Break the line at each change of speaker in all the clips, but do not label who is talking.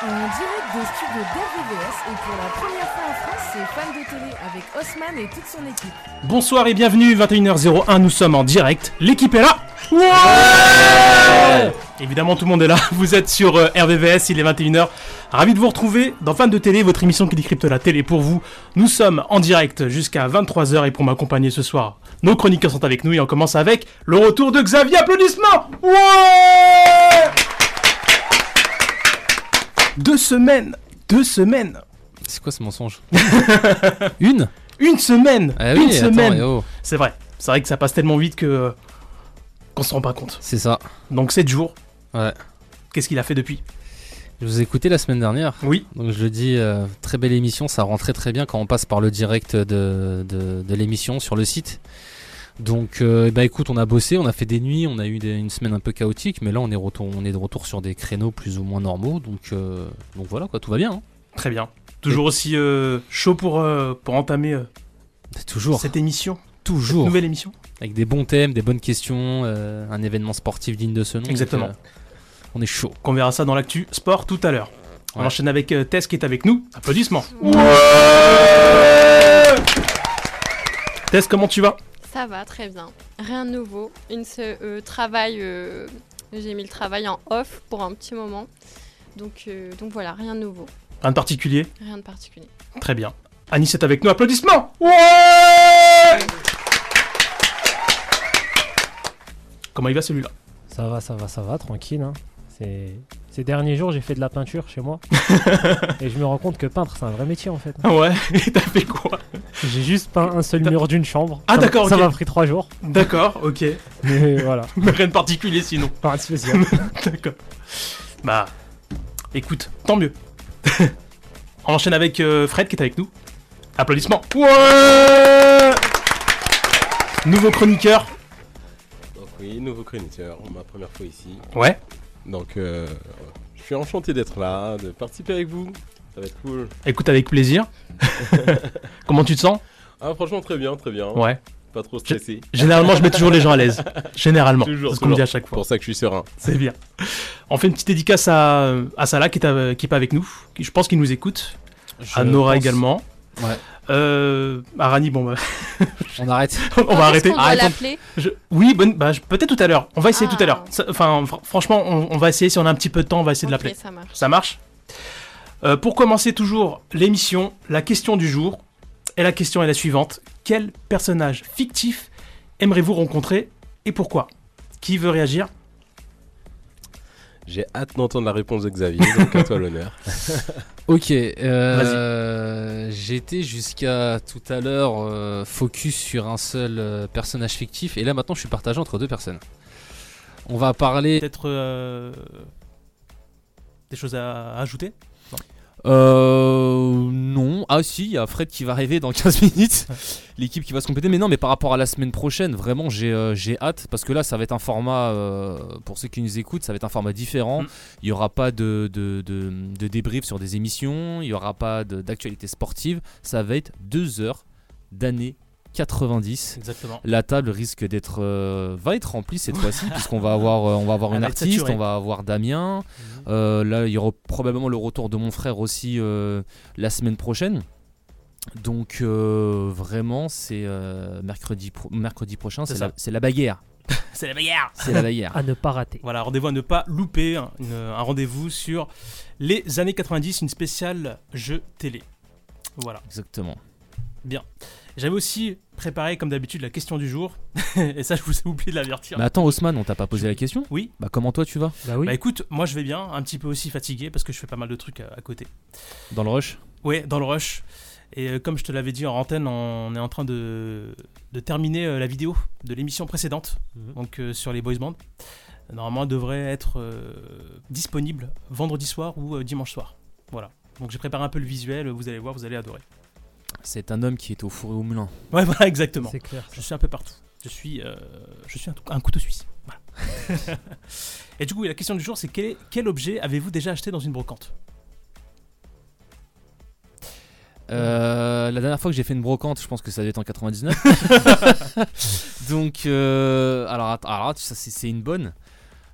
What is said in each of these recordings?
En direct des studios d'RVVS et pour la première fois en France, c'est Femme de télé avec Haussmann et toute son équipe.
Bonsoir et bienvenue, 21h01, nous sommes en direct. L'équipe est là Ouais Évidemment, tout le monde est là. Vous êtes sur euh, RVVS, il est 21h. Ravi de vous retrouver dans Fan de télé, votre émission qui décrypte la télé pour vous. Nous sommes en direct jusqu'à 23h et pour m'accompagner ce soir, nos chroniqueurs sont avec nous et on commence avec le retour de Xavier. Applaudissements Ouais Deux semaines Deux semaines
C'est quoi ce mensonge Une
Une semaine
Ah
Une
oui, attends,
semaine
eh oh,
C'est vrai. C'est vrai que ça passe tellement vite que euh, qu'on se rend pas compte.
C'est ça.
Donc 7 jours.
Ouais.
Qu'est-ce qu'il a fait depuis
Je vous ai écouté la semaine dernière.
Oui.
Donc je le dis, euh, très belle émission. Ça rend très très bien quand on passe par le direct de, de- de l'émission sur le site. Donc, euh, bah écoute, on a bossé, on a fait des nuits, on a eu des- une semaine un peu chaotique, mais là on est, retour, on est de retour sur des créneaux plus ou moins normaux, donc, euh, donc voilà quoi, tout va bien. hein.
Très bien. Toujours aussi euh, chaud pour, euh, pour entamer euh,
Toujours,
cette émission,
toujours.
nouvelle émission.
Avec des bons thèmes, des bonnes questions, euh, un événement sportif digne de ce nom. donc,
Exactement.
euh, on est chaud.
Qu'on verra ça dans l'actu sport tout à l'heure. On
Ouais.
enchaîne avec euh, Tess qui est avec nous. Applaudissements. Tess, comment tu vas
Ça va, très bien. Rien de nouveau. Une se- euh, travail, euh, j'ai mis le travail en off pour un petit moment. Donc, euh, donc voilà, rien de nouveau,
Rien de particulier
rien de particulier.
Très bien. Anis est avec nous. Applaudissements Comment il va celui-là
Ça va, ça va, ça va, tranquille. hein. C'est- Ces derniers jours, j'ai fait de la peinture chez moi. et je me rends compte que peintre, c'est un vrai métier en fait.
Ah Ouais, et t'as fait quoi
J'ai juste peint un seul
T'as-
mur d'une chambre.
Ah,
Ça m'a-
d'accord,
Ça
ok.
m'a pris trois jours.
D'accord, ok.
Mais voilà,
Mais rien de particulier sinon.
pas de spécial.
D'accord. Bah, écoute, tant mieux. On enchaîne avec euh, Fred qui est avec nous. Applaudissements. Ouais Nouveau chroniqueur.
Donc oui, nouveau chroniqueur, ma première fois ici.
Ouais.
Donc euh, je suis enchanté d'être là, de participer avec vous. Ça va être cool.
Écoute avec plaisir. Comment tu te sens
Ah franchement très bien, très bien.
Ouais.
Pas trop stressé.
Généralement, je mets toujours les gens à l'aise. Généralement.
Toujours,
C'est ce qu'on me dit
toujours.
à chaque
C'est
fois.
pour ça que je suis serein.
C'est bien. On fait une petite dédicace à, à Salah qui est, à- qui est pas avec nous. qui- Je pense qu'il nous écoute. à Nora également.
Ouais.
Euh, à Rani, bon, bah,
On arrête.
on va arrêter.
On doit
Arrêtons.
l'appeler.
Je- Oui, bonne... bah, je- peut-être tout à l'heure. On va essayer
Ah.
tout à l'heure. Ça- Enfin, fr- franchement, on, on va essayer. Si on a un petit peu de temps, on va essayer de
Ok,
l'appeler.
ça marche.
Ça marche Euh, Pour commencer toujours l'émission, la question du jour. Et la question est la suivante. Quel personnage fictif aimerez-vous rencontrer et pourquoi Qui veut réagir
J'ai hâte d'entendre la réponse de Xavier, donc à toi l'honneur.
Ok, euh, j'étais jusqu'à tout à l'heure euh, focus sur un seul euh, personnage fictif et là maintenant je suis partagé entre deux personnes. On va parler.
Peut-être euh, des choses à à ajouter
Euh. Non. Ah, si, il y a Fred qui va rêver dans 15 minutes. L'équipe qui va se compléter. Mais non, mais par rapport à la semaine prochaine, vraiment, j'ai euh, j'ai hâte. Parce que là, ça va être un format. euh, pour ceux qui nous écoutent, ça va être un format différent.
Mm.
Il n'y aura pas de, de, de, de débrief sur des émissions. Il n'y aura pas de- d'actualité sportive. Ça va être deux heures d'année 90.
Exactement.
La table risque d'être euh, va être remplie cette fois-ci puisqu'on va avoir euh, on va avoir
Elle
une
va être
artiste,
saturée.
on va avoir Damien,
Mhm.
euh, là, il y aura probablement le retour de mon frère aussi euh, la semaine prochaine. Donc, euh, vraiment, c'est euh, mercredi, pro- mercredi prochain,
C'est
c'est
ça.
la, c'est la bagarre.
C'est la bagarre
C'est la bagarre.
À ne pas rater.
Voilà, rendez-vous à ne pas louper, hein, une- un rendez-vous sur les années 90, une spéciale jeu télé. Voilà.
Exactement.
J'avais aussi préparé, comme d'habitude, la question du jour, et ça, je vous ai oublié de l'avertir.
Mais Bah, attends, Haussmann, on t'a pas posé la question
Oui.
Bah, comment toi tu vas
Bah oui,
Bah écoute, moi je vais bien, un petit peu aussi fatigué parce que je fais pas mal de trucs euh, à, à côté.
Dans le rush
Ouais, dans le rush. Et euh, comme je te l'avais dit en antenne, on est en train de, de terminer euh, la vidéo de l'émission précédente,
Mhm.
donc euh, sur les boys bands. Normalement, elle devrait être euh, disponible vendredi soir ou euh, dimanche soir. Voilà. Donc j'ai préparé un peu le visuel, vous allez voir, vous allez adorer.
C'est un homme qui est au four et au moulin.
Ouais, voilà, exactement.
c'est clair.
Je suis un peu partout. Je suis, euh, je suis un, un couteau suisse. Voilà. et du coup, la question du jour, c'est quel, est- quel objet avez-vous déjà acheté dans une brocante
Euh, la dernière fois que j'ai fait une brocante, je pense que ça devait être en 99. Donc, euh, alors, att- alors, ça c'est c'est une bonne.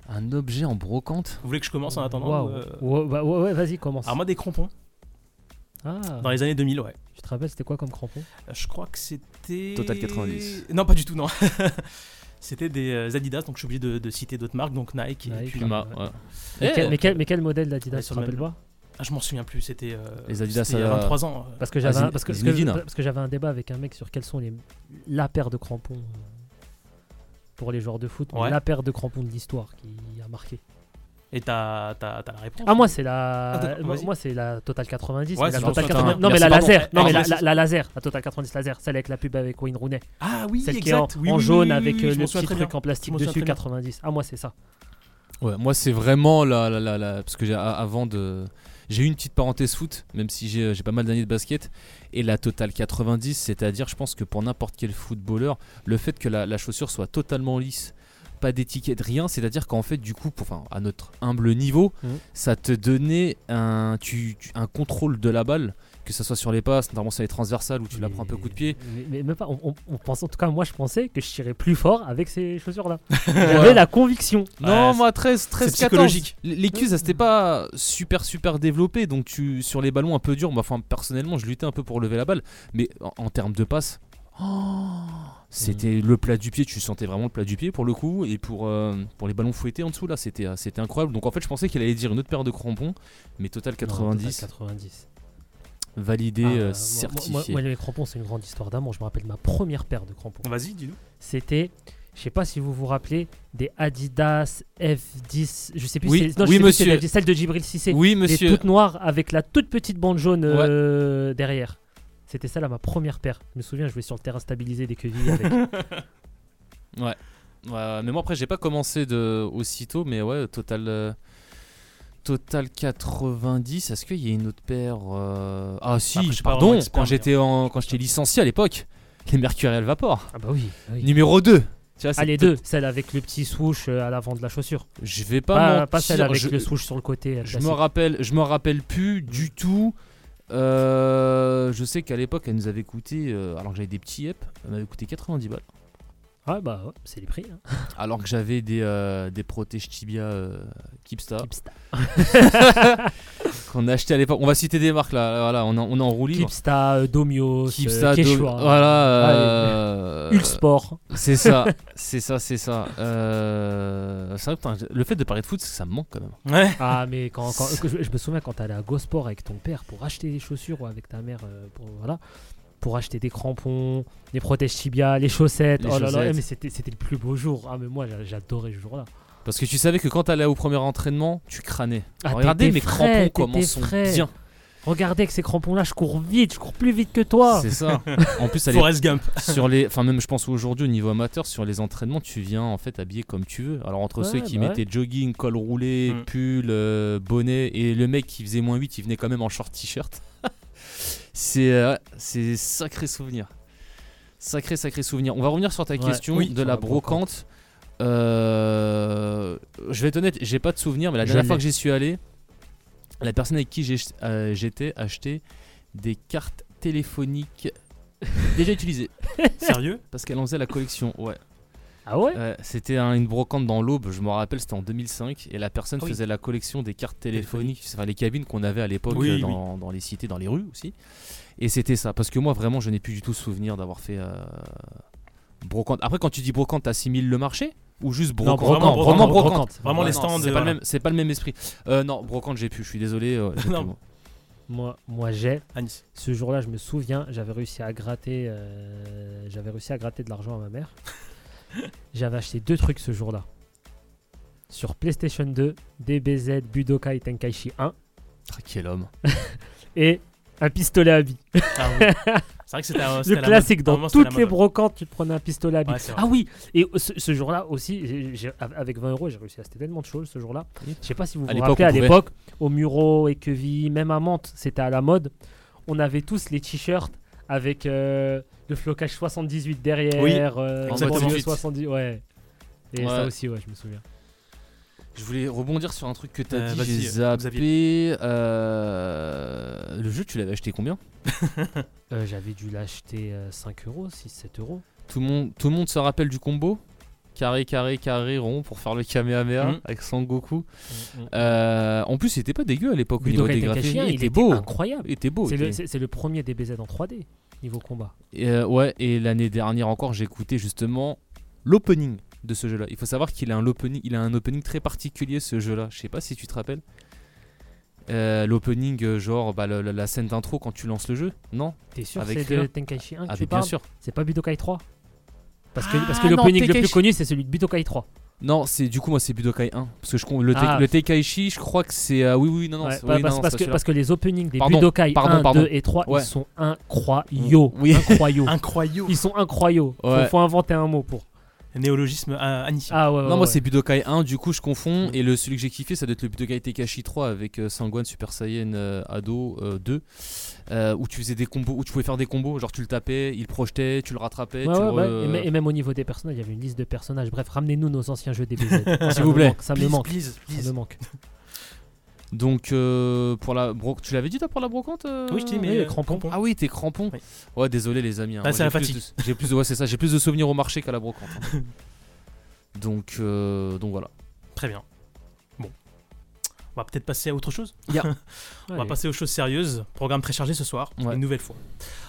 Un objet en brocante
Vous voulez que je commence en attendant
Waouh.
euh,
Ouais, bah, ouais, ouais, vas-y, commence.
Alors moi des crampons,
Ah,
dans les années 2000, ouais. Euh,
tu te rappelles, c'était quoi comme crampon
Je crois que c'était...
Total 90.
Non, pas du tout, non. c'était des euh, Adidas, donc je suis obligé de, de citer d'autres marques, donc Nike. Et
Nike.
puis...
Puma.
ouais.
ouais.
mais,
Eh,
quel, mais quel- mais quel modèle d'Adidas,
Ouais,
tu
sur
te
le
rappelles pas
Ah, je m'en souviens plus, c'était... euh,
Les Adidas,
c'était il y a
euh,
23 ans.
Parce que j'avais
Ah,
un,
Zin-
parce que, parce que-
Zinedine.
parce que j'avais un débat avec un mec sur quelles sont les la paire de crampons euh, pour les joueurs de foot, mais
Ouais.
la paire de crampons de l'histoire qui a marqué.
Et t'as t'as- t'as la réponse
Ah moi c'est la
Ah, d'accord,
moi,
vas-y.
moi, c'est la Total 90,
Ouais,
mais la
c'est
Total
sur-
80
sur-
non mais
Merci,
la
pardon.
laser, non mais la,
Pardon.
la- la laser, la Total 90 laser, celle avec la pub avec Wayne Rooney,
Ah oui,
celle qui est en,
exact. oui,
en
oui,
jaune
oui, oui,
avec
oui,
euh,
je
le
m'en
petit
souviens très
truc
bien.
en
Je
plastique
m'en souviens
dessus
très bien.
90. Ah moi c'est ça.
Ouais, moi c'est vraiment la, la, la, la- parce que j'ai a- avant de j'ai eu une petite parenthèse foot, même si j'ai j'ai pas mal d'années de basket et la totale 90, c'est-à-dire je pense que pour n'importe quel footballeur, le fait que la, la chaussure soit totalement lisse, pas d'étiquette, rien, c'est-à-dire qu'en fait du coup, pour- enfin à notre humble niveau,
Mhm.
ça te donnait un tu, tu- un contrôle de la balle, que ça soit sur les passes, notamment sur les transversales où tu la prends un peu coup de pied.
Mais, mais même pas on, on- on pense en tout cas moi je pensais que je tirais plus fort avec ces chaussures là. J'avais la conviction.
Non,
Ouais,
moi 13, 13,
c'est
14.
psychologique.
L- Les cuisses, ça c'était pas super, super développé. Donc, tu, sur les ballons un peu durs, moi, enfin, personnellement, je luttais un peu pour lever la balle. Mais en, en termes de passe, oh, c'était
Mhm.
le plat du pied. Tu sentais vraiment le plat du pied pour le coup. Et pour, euh, pour les ballons fouettés en dessous, là, c'était euh, c'était incroyable. Donc, en fait, je pensais qu'il allait dire une autre paire de crampons. Mais Total 90,
Non, Total 90.
validé,
Ah,
euh,
moi-
certifié.
Moi, moi, les crampons, c'est une grande histoire d'amour. Je me rappelle ma première paire de crampons.
Vas-y, dis-nous.
C'était, je sais pas si vous vous rappelez, des Adidas F10, je sais plus
Oui,
si c'est- non, je
oui,
sais plus si c'est
monsieur.
des- celle de Djibril Cissé.
oui,
les
monsieur.
toutes noires avec la toute petite bande jaune euh, derrière. C'était ça là ma première paire. Je me souviens, je jouais sur le terrain stabilisé des quevilles avec.
Ouais, ouais, mais moi après j'ai pas commencé de aussitôt mais ouais total euh, total 90 est-ce qu'il y a une autre paire euh, ah si
après, je suis pas
pardon
vraiment expert,
quand
mais-
j'étais en quand j'étais licencié à l'époque les Mercurial Vapor
ah bah oui. oui.
numéro 2 tu vois, c'est
Ah les
peut-
deux, celle avec le petit swoosh euh, à l'avant de la chaussure.
je vais pas
Pas,
mentir,
pas celle avec
je,
le swoosh sur le côté. euh,
je
classique.
me rappelle je me rappelle plus du tout Euh, je sais qu'à l'époque elle nous avait coûté euh, alors que j'avais des petits yep elle m'avait coûté 90 balles
Ah bah ouais, c'est les prix. hein.
alors que j'avais des euh, des protèges tibia euh, Kipsta
Kipsta.
qu'on a acheté à l'époque. On va citer des marques là, voilà, on est en- on est en roue libre.
Kipsta, euh, Domios,
Kipsta,
euh,
Do-
Quechua.
voilà. euh,
Ulsport.
C'est ça, c'est ça, c'est ça. Euh, c'est vrai, putain, le fait de parler de foot, ça me manque quand même.
Ouais.
Ah mais quand, quand- que je, je me souviens quand t'allais à Gosport avec ton père pour acheter des chaussures ou avec ta mère euh, pour voilà pour acheter des crampons, des protèges tibia, les chaussettes.
Les
oh là là,
chaussettes.
mais c'était c'était le plus beau jour. Ah mais moi j'a- j'adorais ce jour-là.
Parce que tu savais que quand t'allais au premier entraînement, tu crânais.
Ah,
Regardez
t'étais
mes
frais,
crampons
t'étais
comment sont
frais.
bien.
Regardez avec ces crampons-là, je cours vite, je cours plus vite que toi.
C'est ça. En plus, à l'époque,
Forrest Gump.
sur les, enfin même je pense aujourd'hui au niveau amateur sur les entraînements tu viens en fait habillé comme tu veux. Alors entre
Ouais,
ceux qui
bah ouais.
mettaient jogging, col roulé,
Mm.
pull, euh, bonnet et le mec qui faisait moins 8 il venait quand même en short t-shirt. c'est euh, c'est sacré souvenir. Sacré sacré souvenir. On va revenir sur ta
Ouais.
question
Oui,
de
sur
la
la brocante.
brocante. Euh, je vais être honnête, j'ai pas de souvenir mais la
Je
dernière
l'ai.
fois que j'y suis allé, la personne avec qui j'ai- euh, j'étais acheté des cartes téléphoniques déjà utilisées.
Sérieux
Parce qu'elle en faisait la collection, ouais.
Ah ouais.
Ouais, c'était un- une brocante dans l'Aube, je me rappelle, c'était en 2005. Et la personne
Ah oui.
faisait la collection des cartes téléphoniques, enfin les cabines qu'on avait à l'époque
Oui,
euh, dans, dans les cités, dans les rues aussi. Et c'était ça, parce que moi vraiment, je n'ai plus du tout souvenir d'avoir fait euh, brocante. Après, quand tu dis brocante, t'assimiles le marché ou juste brocante
brocante,
Non,
brocante,
brocante.
Vraiment
Ouais,
les
non,
stands. euh,
C'est pas, le
voilà.
même- c'est pas le même esprit. Euh, non, brocante, j'ai plus, je suis désolé. euh, j'ai
Non.
plus.
Moi, moi j'ai
À Nice.
Ce jour-là, je me souviens, j'avais réussi à gratter, euh, j'avais réussi à gratter de l'argent à ma mère. j'avais acheté deux trucs ce jour-là. Sur PlayStation 2, DBZ Budokai Tenkaichi 1
Ah, quel homme.
et un pistolet à billes.
Ah oui. C'est vrai que c'était un- c'était
Le
la
classique,
mode. À un moment,
dans
c'était la
toutes les
mode.
brocantes, tu te prenais un pistolet à billes.
Ouais, c'est vrai.
ah oui, et ce, ce jour-là aussi, j'ai- j'ai- avec 20 euros, j'ai réussi à acheter tellement de choses ce jour-là. Je
Oui.
sais pas si vous
À
vous
l'époque,
rappelez,
on
à
pouvait.
l'époque, au Muro, Équevilly, même à Mantes, c'était à la mode. On avait tous les t-shirts avec euh, le flocage 78 derrière,
Oui,
euh,
exactement.
banlieue 70, ouais. Et
Ouais.
ça aussi, ouais, je me souviens.
Je voulais rebondir sur un truc que t'as
Euh,
dit,
vas-y,
j'ai
euh,
zappé. Euh, Le jeu, tu l'avais acheté combien
Euh, J'avais dû l'acheter euh, 5 euros, 6, 7 euros.
tout le, monde, tout le monde se rappelle du combo carré, carré, carré, rond pour faire le Kamehameha
Mhm.
avec Son Goku. Euh, en plus, il était pas dégueu à l'époque au niveau
Budokai
des
Tenkaichi,
graphismes.
un,
Il, était beau.
incroyable.
Il était beau.
C'est
il
le,
était-
c'est- c'est le premier DBZ en 3D, niveau combat.
Et, euh, ouais, et l'année dernière encore, j'ai écouté justement l'opening de ce jeu-là. Il faut savoir qu'il a un opening, il a un opening très particulier ce jeu-là. Je sais pas si tu te rappelles. Euh, l'opening, euh, genre bah, le- le- la scène d'intro quand tu lances le jeu, non
T'es sûr que
Avec
c'est de
Krillin.
Tenkaichi 1 que
Ah,
tu
mais bien
parles
sûr.
C'est pas Budokai 3 Parce que, parce que
Ah, non,
l'opening le plus
Tenkaichi.
connu, c'est celui de Budokai 3.
Non, c'est du coup moi c'est Budokai 1 parce que je con- le, te-
Ah.
le Tenkaichi, je crois que c'est ah, oui oui non non,
Ouais,
c'est-
bah,
oui, non,
parce,
non,
parce
c'est
que,
celui-là.
parce que les openings des
Pardon,
Budokai
pardon,
1,
pardon.
2 et 3,
Ouais.
ils sont incroyaux.
Oui.
Incroyaux.
Incroyable.
ils sont incroyaux. Faut-
Ouais.
Faut, inventer un mot pour.
Néologisme euh, Annie.
Ah ouais, ouais,
non moi
ouais.
c'est Budokai 1 du coup je confonds et le celui que j'ai kiffé ça doit être le Budokai Tenkaichi 3 avec euh, Sangwan Super Saiyan euh, Ado euh, 2 euh, où tu faisais des combos où tu pouvais faire des combos genre tu le tapais, il le projetait, tu le rattrapais,
Ouais,
tu euh.
ouais,
le
ouais.
re-
Et, mê- et même au niveau des personnages, il y avait une liste de personnages. Bref, ramenez-nous nos anciens jeux DBZ.
S'il vous plaît.
Ça me manque.
Please,
Ça me manque.
Donc euh, pour la bro- tu l'avais dit toi pour la brocante euh,
Oui, je dis, mais
oui,
euh,
crampons.
Ah oui, t'es crampon.
Oui.
Ouais, désolé les amis. hein.
Bah,
Moi,
c'est
j'ai
la
plus
fatigue.
de- J'ai plus de ouais, c'est ça, j'ai plus de souvenirs au marché qu'à la brocante. hein. donc euh, donc voilà.
Très bien. Bon. On va peut-être passer à autre chose. On va
Allez.
passer aux choses sérieuses. Programme très chargé ce soir,
Ouais.
une nouvelle fois.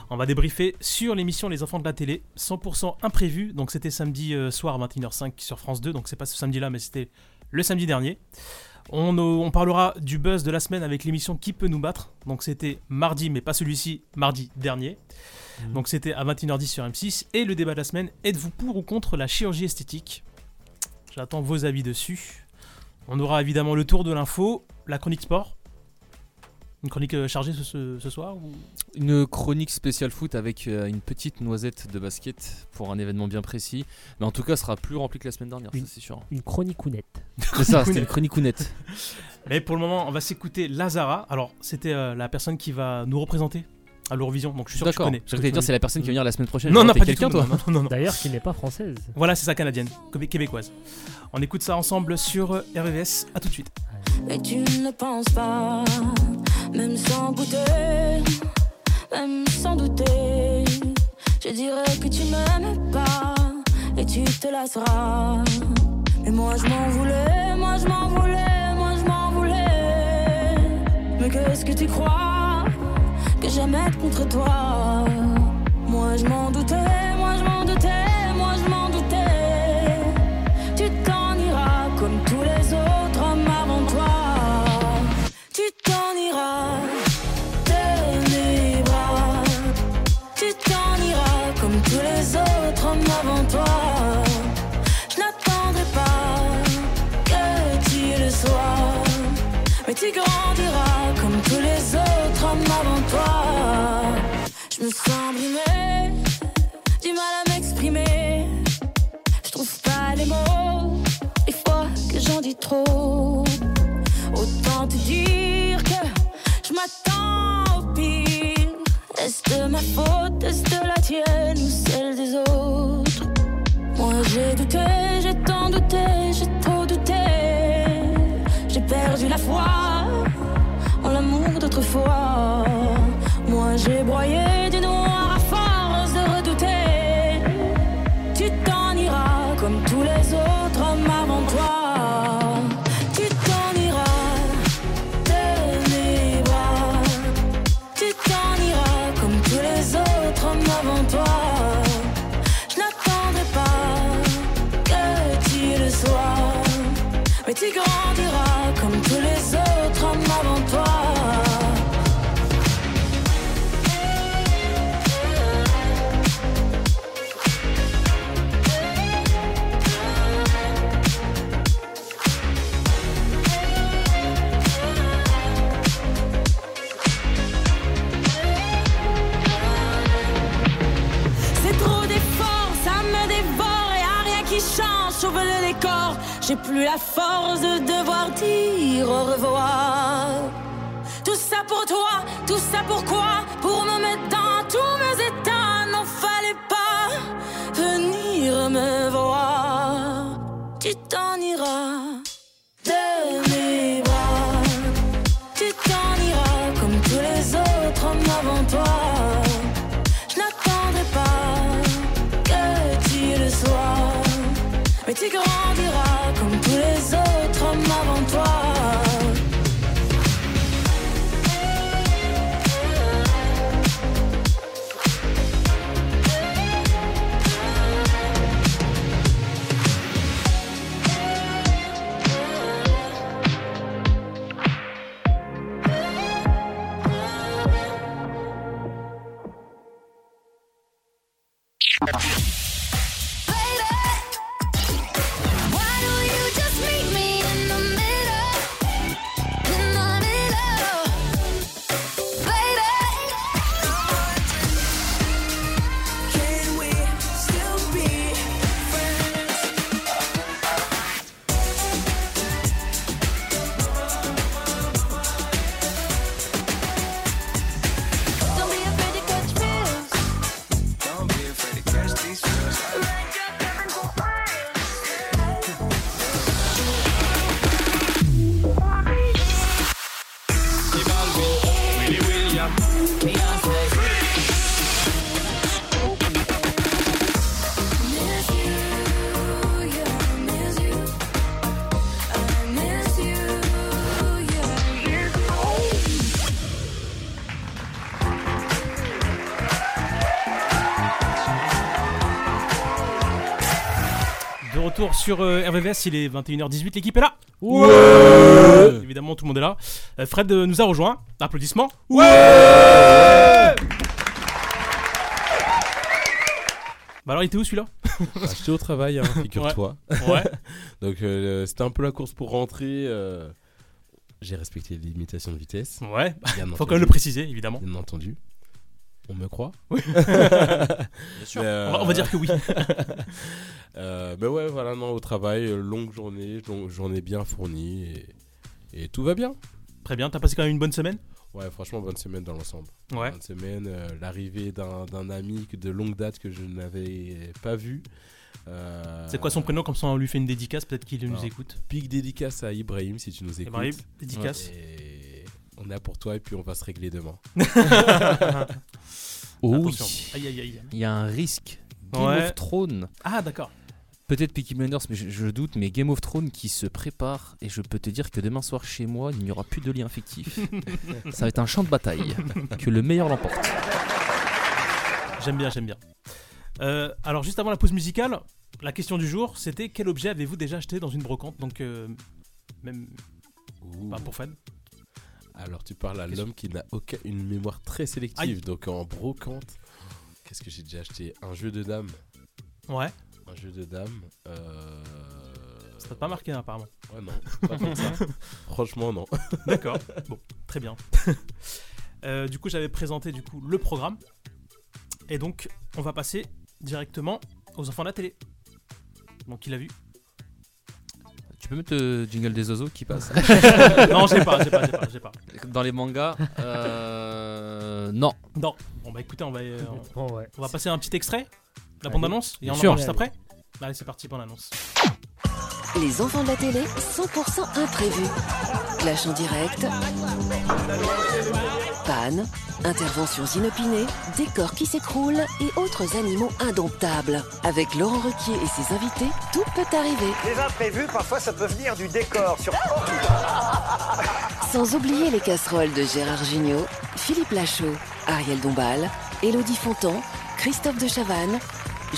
On va débriefer sur l'émission Les Enfants de la télé, 100% imprévu. Donc c'était samedi euh, soir à 21h05 sur France 2. Donc c'est pas ce samedi-là, mais c'était le samedi dernier. On, euh, on parlera du buzz de la semaine avec l'émission Qui peut nous battre. Donc c'était mardi, mais pas celui-ci, mardi dernier.
Mhm.
Donc c'était à 21h10 sur M6. Et le débat de la semaine, êtes-vous pour ou contre la chirurgie esthétique J'attends vos avis dessus. On aura évidemment le tour de l'info, la chronique sport. Une chronique euh, chargée ce, ce- ce soir ou-
Une chronique spéciale foot avec euh, une petite noisette de basket pour un événement bien précis. Mais en tout cas, ce sera plus rempli que la semaine dernière,
Oui.
ça c'est sûr.
Une chronique ou nette.
C'est ça, c'était une chronique ou nette.
Mais pour le moment, on va s'écouter Lazara. Alors, c'était euh, la personne qui va nous représenter à l'Eurovision, donc je suis sûr que tu
D'accord.
connais. Mm.
Je vais dire, c'est la personne qui va venir la semaine prochaine.
Non,
Genre,
non,
t'es
pas du
quelqu'un
tout, non,
toi.
non, non, non.
D'ailleurs, qui n'est pas française.
Voilà, c'est ça, canadienne, québé- québécoise. On écoute ça ensemble sur euh, RVVS. À tout de suite.
Mais tu ne penses pas, même sans goûter, même sans douter. Je dirais que tu m'aimes pas et tu te lasseras. Mais moi je m'en voulais, moi je m'en voulais, moi je m'en voulais. Mais qu'est-ce que tu crois que jamais contre toi? Moi je m'en doutais, moi je m'en doutais, moi je m'en doutais. Tu t'en iras comme tous les autres hommes avant toi. Tu t'en iras de mes bras. Tu t'en iras comme tous les autres hommes avant toi. Je n'attendrai pas que tu le sois. Mais tu grandiras comme tous les autres hommes avant toi. Je me sens brimée, du mal à m'exprimer. Je trouve pas les mots, des fois que j'en dis trop. Autant te dire que je m'attends au pire. Est-ce de ma faute, est-ce de la tienne ou celle des autres? Moi j'ai douté, j'ai tant douté, j'ai trop douté. J'ai perdu la foi en l'amour d'autrefois. Moi j'ai broyé du noir à force de redouter. Tu t'en iras comme tous les autres hommes avant toi. Tu t'en iras de mes bras. Tu t'en iras comme tous les autres hommes avant toi. Je n'attendrai pas que tu le sois. Mais tu grandiras comme tous les autres hommes avant toi. C'est trop d'efforts, ça me dévore et à rien qui change, sauve le décor. J'ai plus la force de devoir dire au revoir. Tout ça pour toi, tout ça pour quoi Pour me mettre dans tous mes états, n'en fallait pas venir me voir. Tu t'en iras de mes bras. Tu t'en iras comme tous les autres hommes avant toi. Je n'attendrai pas que tu le sois. Mais tu grandiras comme tous les autres hommes avant toi.
Why do you just meet me in the middle? In the middle, baby. Can we still be friends? Don't be afraid to catch feels. Don't be afraid to catch these feels. Let your heaven go high. Miss you, yeah, miss you. I miss you, yeah.
De retour sur euh, RVVS, il est 21h18, l'équipe est là Évidemment, tout le monde est là. Euh, Fred euh, nous a rejoint. Applaudissements. Bah alors, il était où celui-là
Ah, J'étais au travail, hein, figure-toi.
Ouais.
Donc euh, c'était un peu la course pour rentrer. euh, J'ai respecté les limitations de vitesse.
Ouais.
Bien
Faut
entendu.
quand même le préciser, évidemment.
Bien entendu. On me croit.
Bien sûr.
Mais, euh,
On, va, on va dire que oui.
Euh, ben ouais, voilà, non, au travail, euh, longue journée, longue journée bien fournie et, et tout va bien.
Très bien. T'as passé quand même une bonne semaine
Ouais, franchement, bonne semaine dans l'ensemble.
Ouais.
Bonne semaine, euh, l'arrivée d'un d'un ami que- de longue date que je n'avais pas vu. Euh,
C'est quoi son prénom Comme ça, on lui fait une dédicace. Peut-être qu'il nous
Alors,
écoute.
Big dédicace à Ibrahim si tu nous écoutes.
Ibrahim, dédicace.
Et on est à pour toi et puis on va se régler demain.
Oh oui.
Attention. Aïe, aïe, aïe.
Il y a un risque. Game
Ouais.
of Thrones.
Ah, d'accord.
Peut-être Peaky Blinders, mais je, je doute. Mais Game of Thrones qui se prépare. Et je peux te dire que demain soir chez moi, il n'y aura plus de lien fictif. Ça va être un champ de bataille. que le meilleur l'emporte.
J'aime bien, j'aime bien. Euh, alors, juste avant la pause musicale, la question du jour, c'était quel objet avez-vous déjà acheté dans une brocante Donc, euh, même
Ouh.
pas pour Fred.
Alors tu parles à
Qu'est-ce-
l'homme qui n'a aucun, une mémoire très sélective,
Aïe.
donc en brocante. Qu'est-ce que j'ai déjà acheté Un jeu de dames.
Ouais.
Un jeu de dames. Euh...
Ça t'a pas marqué, hein, apparemment.
Ouais, non. Pas tant que ça. Franchement, non.
D'accord. Bon, très bien. Euh, du coup, j'avais présenté du coup le programme. Et donc, on va passer directement aux enfants de la télé. Donc, il a vu.
Tu peux mettre le jingle des oiseaux qui passe
non, j'ai pas, j'ai pas, j'ai pas, j'ai pas.
Dans les mangas. euh, Non.
Non. Bon, bah écoutez, on va, euh,
Bon, Oh, ouais.
on va passer un petit extrait. La bande-annonce. Et
Bien
on en
sûr.
parle juste après. Allez, c'est parti pour l'annonce.
Les enfants de la télé, 100% imprévus. Clash en direct, panne, interventions inopinées, décors qui s'écroulent et autres animaux indomptables. Avec Laurent Requier et ses invités, tout peut arriver.
Les imprévus, parfois, ça peut venir du décor. Sur...
Sans oublier les casseroles de Gérard Jugnot, Philippe Lachaud, Ariel Dombal, Élodie Fontan, Christophe de Chavannes,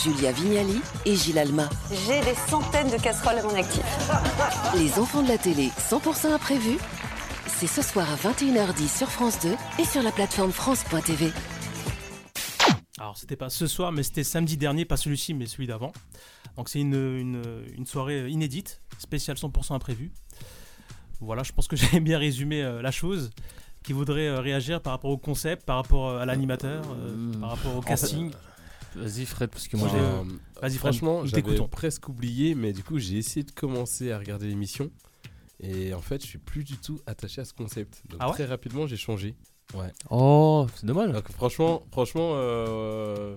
Julia Vignali et Gilles Alma.
J'ai des centaines de casseroles à mon actif.
Les enfants de la télé, 100% imprévus, c'est ce soir à 21h10 sur France 2 et sur la plateforme France.tv.
Alors, c'était pas ce soir, mais c'était samedi dernier, pas celui-ci, mais celui d'avant. Donc, c'est une, une, une soirée inédite, spéciale 100% imprévue. Voilà, je pense que j'ai bien résumé euh, la chose. Qui voudrait euh, réagir par rapport au concept, par rapport euh, à l'animateur, euh,
Euh,
par rapport au casting
Vas-y Fred, parce que moi
Ouais.
j'ai.
Euh,
Vas-y, Fred,
franchement,
nous
j'avais
t'écoutons.
presque oublié, mais du coup, j'ai essayé de commencer à regarder l'émission. Et en fait, je suis plus du tout attaché à ce concept. Donc,
Ah ouais
très rapidement, j'ai changé.
Oh, c'est dommage.
Donc, franchement, franchement euh,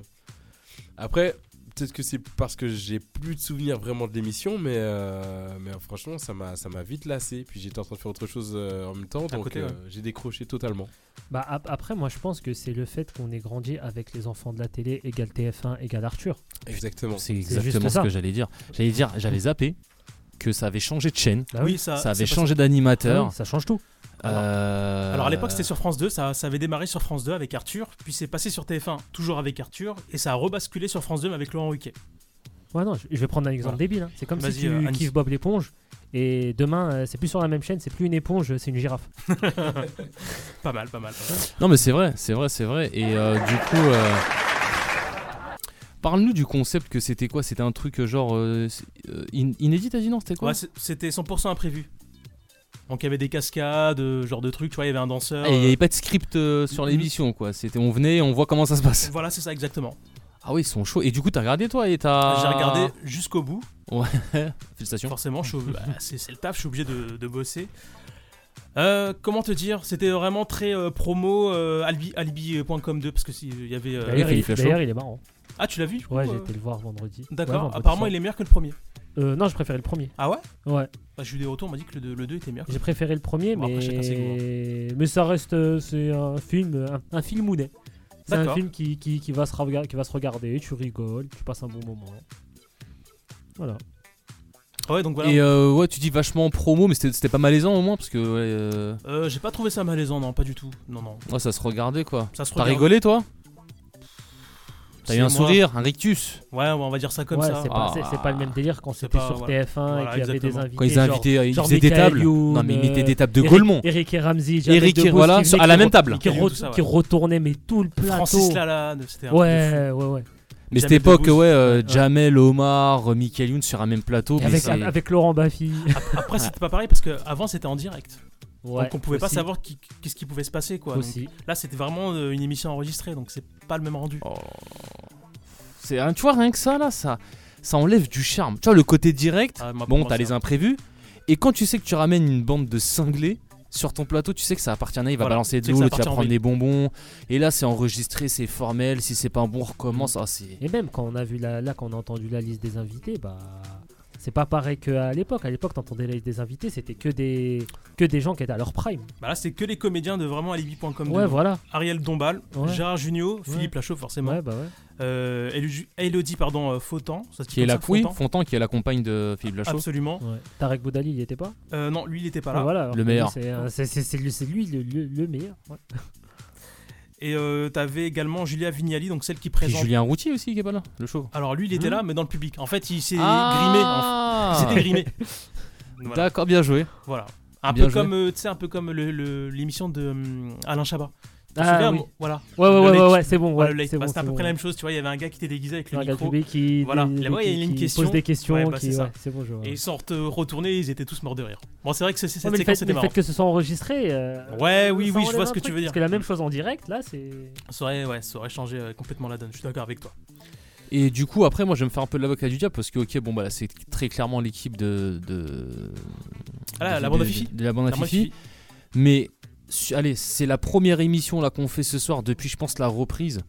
après, tu peut-être que c'est parce que j'ai plus de souvenirs vraiment de l'émission, mais, euh, mais euh, franchement, ça m'a ça m'a vite lassé. Puis j'étais en train de faire autre chose euh, en même temps, donc
côté,
euh,
ouais.
j'ai décroché totalement.
Bah, ap- après, moi, je pense que c'est le fait qu'on ait grandi avec les enfants de la télé, égal TF1, égal Arthur.
Exactement.
C'est
juste
exactement ce
ça.
que j'allais dire. J'allais dire, j'avais zappé que ça avait changé de chaîne.
Bah oui.
Oui, ça- c'est
avait
pas
changé
ça.
d'animateur.
Ah oui,
ça change tout.
Euh,
Alors à l'époque c'était sur France 2, ça, ça avait démarré sur France 2 avec Arthur, puis c'est passé sur TF1 toujours avec Arthur, et ça a rebasculé sur France 2 mais avec Laurent Ruquet.
Ouais, non, je je vais prendre un
Voilà.
exemple débile. hein. C'est comme si
Vas-y,
tu
euh, Anis.
kiffes Bob l'éponge et demain, euh, c'est plus sur la même chaîne, c'est plus une éponge, c'est une girafe.
Pas mal, pas mal. pas mal.
Non mais c'est vrai, c'est vrai, c'est vrai. Et euh, du coup, euh, parle-nous du concept que c'était quoi C'était un truc euh, genre euh, c'est- euh, in- inédit, t'as dit non C'était quoi
Ouais, c'est- c'était 100% imprévu. Donc il y avait des cascades, euh, genre de trucs, tu vois, il y avait un danseur.
Ah, Il n'y
euh, Mm.
avait pas de script euh, sur l'émission quoi. C'était on venait, on voit comment ça se passe.
Voilà, c'est ça exactement.
Ah oui, ils sont chauds. Et du coup, t'as regardé toi et t'as.
J'ai regardé jusqu'au bout.
Ah. Ouais. Félicitations.
Forcément, je suis ob- bah, c'est c'est le taf, je suis obligé de, de bosser. Euh, comment te dire C'était vraiment très euh, promo euh, alibi- alibi.com2 parce que s'il y avait. euh,
D'ailleurs, il, d'ailleurs, il est marrant.
Ah, tu l'as vu du coup,
Ouais,
euh,
j'ai été le voir vendredi. Ouais,
D'accord,
vendredi
apparemment
soir.
il est meilleur que le premier.
Euh, non, je préférais le premier.
Ah ouais
Ouais.
Bah, J'ai eu des retours, on m'a dit que le, deux- le 2 était meilleur.
J'ai préféré le premier,
Bon, après, chacun ses goûts, hein.
mais... mais ça reste euh, c'est un film, euh, un, un film mounet. C'est un
D'accord.
film qui, qui, qui va se rega- qui va se regarder, tu rigoles, tu passes un bon moment. Voilà.
Ouais, donc voilà.
Et euh, ouais, tu dis vachement promo, mais c'était c'était pas malaisant au moins parce que ouais, euh,
Euh, J'ai pas trouvé ça malaisant, non, pas du tout. Non, non.
ouais, ça se regardait quoi.
Ça se
T'as
regarde.
rigolé toi T'as eu
C'est
un
moi.
sourire, un rictus
Ouais, on va dire ça comme
Ouais,
ça.
C'est pas, c'est-
Ah.
c'est pas le même délire quand c'était
pas-
sur
voilà.
TF1
Voilà,
et qu'il y avait des
exactement.
invités.
Quand ils
genre-
invitaient, euh, ils
genre
faisaient des
Michael
tables.
Youn, euh,
Non, mais ils mettaient des tables de
Eric-
Gaulmont.
Eric et Ramsey.
Eric et voilà, sur- à la même table.
Qui,
Gaulmont, tout ça, ouais.
qui retournait mais tout le plateau.
Francis Lalanne, c'était un truc de fou.
Ouais, ouais, ouais.
Mais cette
Jamel
époque,
Debbouze.
ouais, euh,
Ouais.
Jamel, Omar, euh, Michael Youn sur un même plateau. mais
Avec,
c'est-
avec Laurent Baffy.
Après, c'était pas pareil parce que avant c'était en direct.
Ouais,
donc on pouvait pas
aussi.
savoir qui- qu'est-ce qui pouvait se passer quoi. Donc
Aussi.
là, c'était vraiment euh, une émission enregistrée donc c'est pas le même rendu.
Oh. C'est un- tu vois, rien que ça, là, ça, ça enlève du charme. Tu vois, le côté direct,
Ah, moi, pour
bon,
moi,
t'as
c'est
les
un-
imprévus. Et quand tu sais que tu ramènes une bande de cinglés sur ton plateau, tu sais que ça appartient à il va
Voilà,
balancer
tu
de
sais que
l'eau,
ça
tu vas
appartient en
prendre
ville.
des bonbons. Et là, c'est enregistré, c'est formel. Si c'est pas bon, on recommence. Ah, c'est.
Et même quand on a vu la, là, quand on a entendu la liste des invités, bah. C'est pas pareil qu'à l'époque. À l'époque, t'entendais la liste des invités, c'était que des, que des gens qui étaient à leur prime.
Bah là, c'est que les comédiens de vraiment alibi.com.
Ouais, voilà.
Ariel Dombal,
Ouais.
Gérard Junio, Philippe Lachaud forcément.
Ouais, bah ouais.
Euh, Elodie, Elodie, pardon, euh, Fautan, ça se dit
Qui est
comme
la
ça,
oui,
Fautan
Fontan, qui est la compagne de Philippe Lachaud.
Absolument.
ouais. Tarek Boudali, il y était pas
Euh, non, lui il était pas
Ah,
là.
voilà, alors
Le
que lui,
meilleur.
c'est un- C'est c'est- c'est lui, c'est lui le, le- le meilleur. ouais.
Et euh, t'avais également Julia Vignali, donc celle qui
Puis
présente.
Julien Routier aussi, qui est pas là, le chauve.
Alors lui il était
Hmm.
là mais dans le public. En fait, il s'est grimé. en-
Ah
Il s'était grimé. Voilà.
D'accord, bien joué.
Voilà. Un
Bien
peu,
joué.
comme, euh, tu sais, un peu comme le- le- l'émission de hum, Alain Chabat. Tu te
Ah,
souviens,
oui.
moi- voilà.
Ouais, ouais,
Le
ouais,
late-
ouais, ouais, c'est bon.
voilà,
Ouais,
le late.
c'est
Bah,
bon,
C'était à
c'est
peu
bon,
près
ouais.
la même chose, tu vois. Il y avait un gars qui était déguisé avec le
Un gars
micro.
public qui,
Voilà.
qui-
Là-bas, il y a
qui-
une
qui
question.
pose des questions.
Ouais, bah,
qui-
c'est ça.
ouais, c'est bon, je vois.
Et
Ouais,
ils sortent euh, retournés, ils étaient tous morts de rire. Bon, c'est vrai que c'est- cette
mais le
séquence
fait, mais
était
le
marrante.
fait que ce soit enregistré. euh,
Ouais,
ça
oui, oui,
enlève
je vois
un
ce que tu
truc,
veux dire.
Parce que la même chose en direct, là, c'est.
Ça aurait, ouais, ça aurait changé euh, complètement la donne. Je suis d'accord avec toi.
Et du coup, après, moi, je vais me faire un peu de l'avocat du diable parce que, ok, bon, bah là, c'est très clairement l'équipe de. de
Ah là,
de-
la bande à
de-
Fifi.
de la bande à
Alors, moi, je
Fifi.
suis-
Mais su- allez, c'est la première émission là qu'on fait ce soir depuis, je pense, la reprise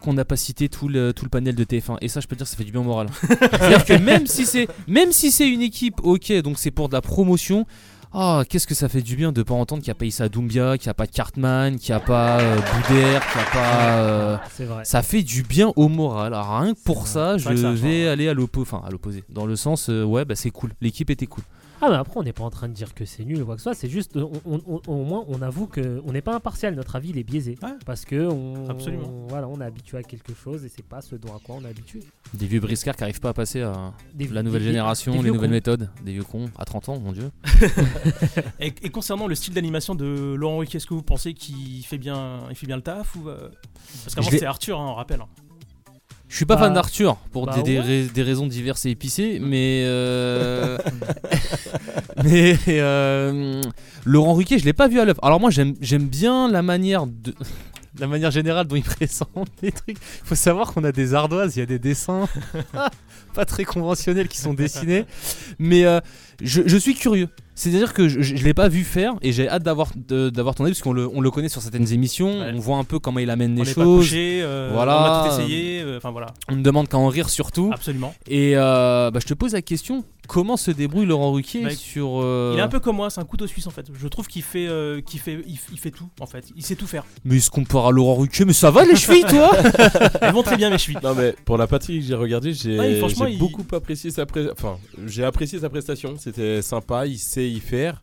qu'on n'a pas cité tout le, tout le panel de TF1 et ça je peux te dire ça fait du bien au moral. C'est-à-dire que même si c'est même si c'est une équipe OK donc c'est pour de la promotion ah qu'est-ce que ça fait du bien de pas entendre qu'il n'y a pas Issa Doumbia, qu'il n'y a pas Cartman, qu'il n'y a pas euh, Boudère, qu'il n'y a pas euh,
C'est vrai.
ça fait du bien au moral. Alors rien que pour ça, je
vrai que ça a changé,
vais aller à l'opposé enfin à l'opposé dans le sens euh, ouais bah c'est cool, l'équipe était cool.
Ah, mais après, on n'est pas en train de dire que c'est nul ou quoi que ce soit. C'est juste, on- on- on- au moins, on avoue que on n'est pas impartial. Notre avis, il est biaisé.
Ouais.
Parce que on,
Absolument.
Voilà, on est habitué à quelque chose et c'est pas ce dont à quoi on est habitué.
Euh,
Des vieux briscards qui arrivent pas à passer à
Des-
la nouvelle
des- des-
génération,
des
les
vieux
nouvelles
cons.
méthodes, des vieux cons à 30 ans, mon dieu.
Et, et concernant le style d'animation de Laurent Ruquier, est-ce que vous pensez qu'il fait bien, il fait bien le taf ou euh, Parce qu'avant
Je l'ai-
c'était Arthur, hein, on rappelle. hein.
Je suis pas
Bah,
fan d'Arthur pour
bah
des, des
ouais.
rais- des raisons diverses et épicées, mais euh, mais euh, Laurent Ruquier, je l'ai pas vu à l'œuvre. Alors moi j'aime j'aime bien la manière de la manière générale dont il présente les trucs. Faut savoir qu'on a des ardoises, il y a des dessins pas très conventionnels qui sont dessinés, mais euh, je, je suis curieux. C'est-à-dire que je, je- je l'ai pas vu faire et j'ai hâte d'avoir de- d'avoir ton avis parce qu'on le, on le connaît sur certaines émissions, on voit un peu comment il amène les
On est pas
choses.
couché, euh,
voilà.
on a tout essayé, euh, enfin, voilà.
On ne demande qu'à en rire surtout.
Absolument.
Et euh, bah, je te pose la question, comment se débrouille Laurent Ruquier
Bah,
sur euh,
Il est un peu comme moi, c'est un couteau suisse en fait. Je trouve qu'il fait, euh, qu'il fait, il, f- il fait tout en fait. Il sait tout faire.
Mais il se compare à Laurent Ruquier, mais ça va les chevilles toi
Elles vont très bien mes chevilles.
Non mais pour la patrie que j'ai regardé, j'ai
Ouais, franchement,
j'ai
il-
beaucoup apprécié sa pré- enfin, j'ai apprécié sa prestation, c'était sympa, il sait y faire.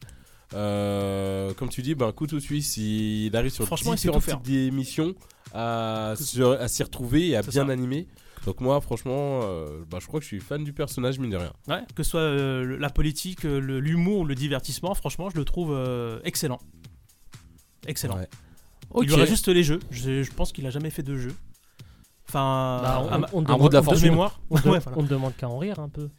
Euh, comme tu dis, ben couteau suisse, il il arrive sur
Franchement, il sait
différents
tout
types d'émissions à sur- à s'y retrouver et à bien animer. Donc moi, franchement, euh, ben, je crois que je suis fan du personnage mine de rien.
Ouais, que ce soit euh, le- la politique, euh, le- l'humour, le divertissement, franchement, je le trouve euh, excellent. Excellent.
Ouais.
Il
Ok.
lui reste juste les jeux. Je, je pense qu'il a jamais fait de jeu. Enfin,
Bah,
à ma-
on- on
à
demande-
ma-
on demande-
mémoire.
On, de-
Ouais, voilà.
on ne demande qu'à en rire un peu.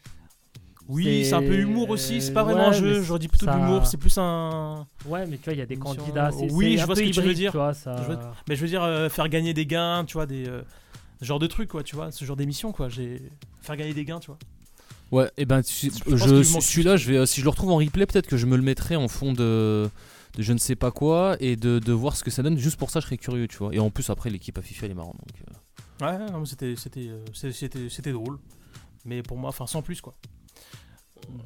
Oui, c'est un peu humour aussi. C'est pas vraiment un
ouais,
jeu.
mais
J'aurais dit plutôt de
ça-
l'humour. C'est plus un.
Ouais, mais tu vois, il y a des
Une
candidats,
émission-
c'est-
Oui,
c'est
je
un
vois
peu
ce que tu veux
hybride,
dire.
tu vois, ça-
Je vois- Mais je veux dire, euh, faire gagner des gains, tu vois, des. euh, ce genre de truc, quoi, tu vois. Ce genre d'émission, quoi. J'ai. Faire gagner des gains, tu vois.
Ouais, et ben tu-
pense
je-
qu'il manque
celui-là, je vais euh, si je le retrouve en replay, peut-être que je me le mettrai en fond de, de je ne sais pas quoi et de, de voir ce que ça donne. Juste pour ça, je serais curieux, tu vois. Et en plus, après, l'équipe à Fifi, elle est marrante. Donc, euh.
Ouais, non, mais c'était, c'était, euh, c'est- c'était, c'était drôle. Mais pour moi, enfin, sans plus, quoi.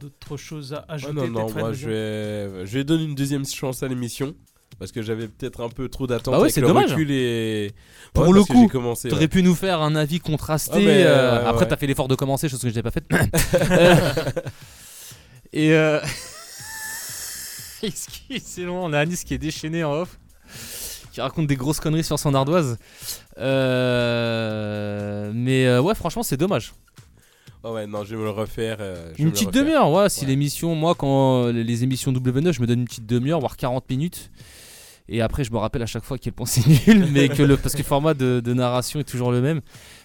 D'autres choses à
Ouais,
ajouter
non, non,
peut-être,
moi
Fred,
je vais, je vais donner une deuxième chance à l'émission. Parce que j'avais peut-être un peu trop d'attente
Bah ouais,
avec
c'est
le
dommage.
recul et...
Pour
Ouais,
le
parce que
coup,
j'ai commencé,
t'aurais
ouais.
pu nous faire un avis contrasté.
Ah, mais,
euh,
ouais,
après,
ouais.
t'as fait l'effort de commencer, chose que je n'ai pas faite. Euh, et euh, excusez-moi, on a Anis qui est déchaîné en off, qui raconte des grosses conneries sur son ardoise. Euh, Mais euh, ouais, franchement, c'est dommage.
Ah ouais, non, je vais me le refaire. euh, je vais me
Une
le
petite
refaire.
demi-heure, ouais, si l'émission, moi quand euh, les émissions W9, je me donne une petite demi-heure, voire 40 minutes. Et après, je me rappelle à chaque fois à quel point c'est nul, mais que le, parce que le format de, de narration est toujours le même.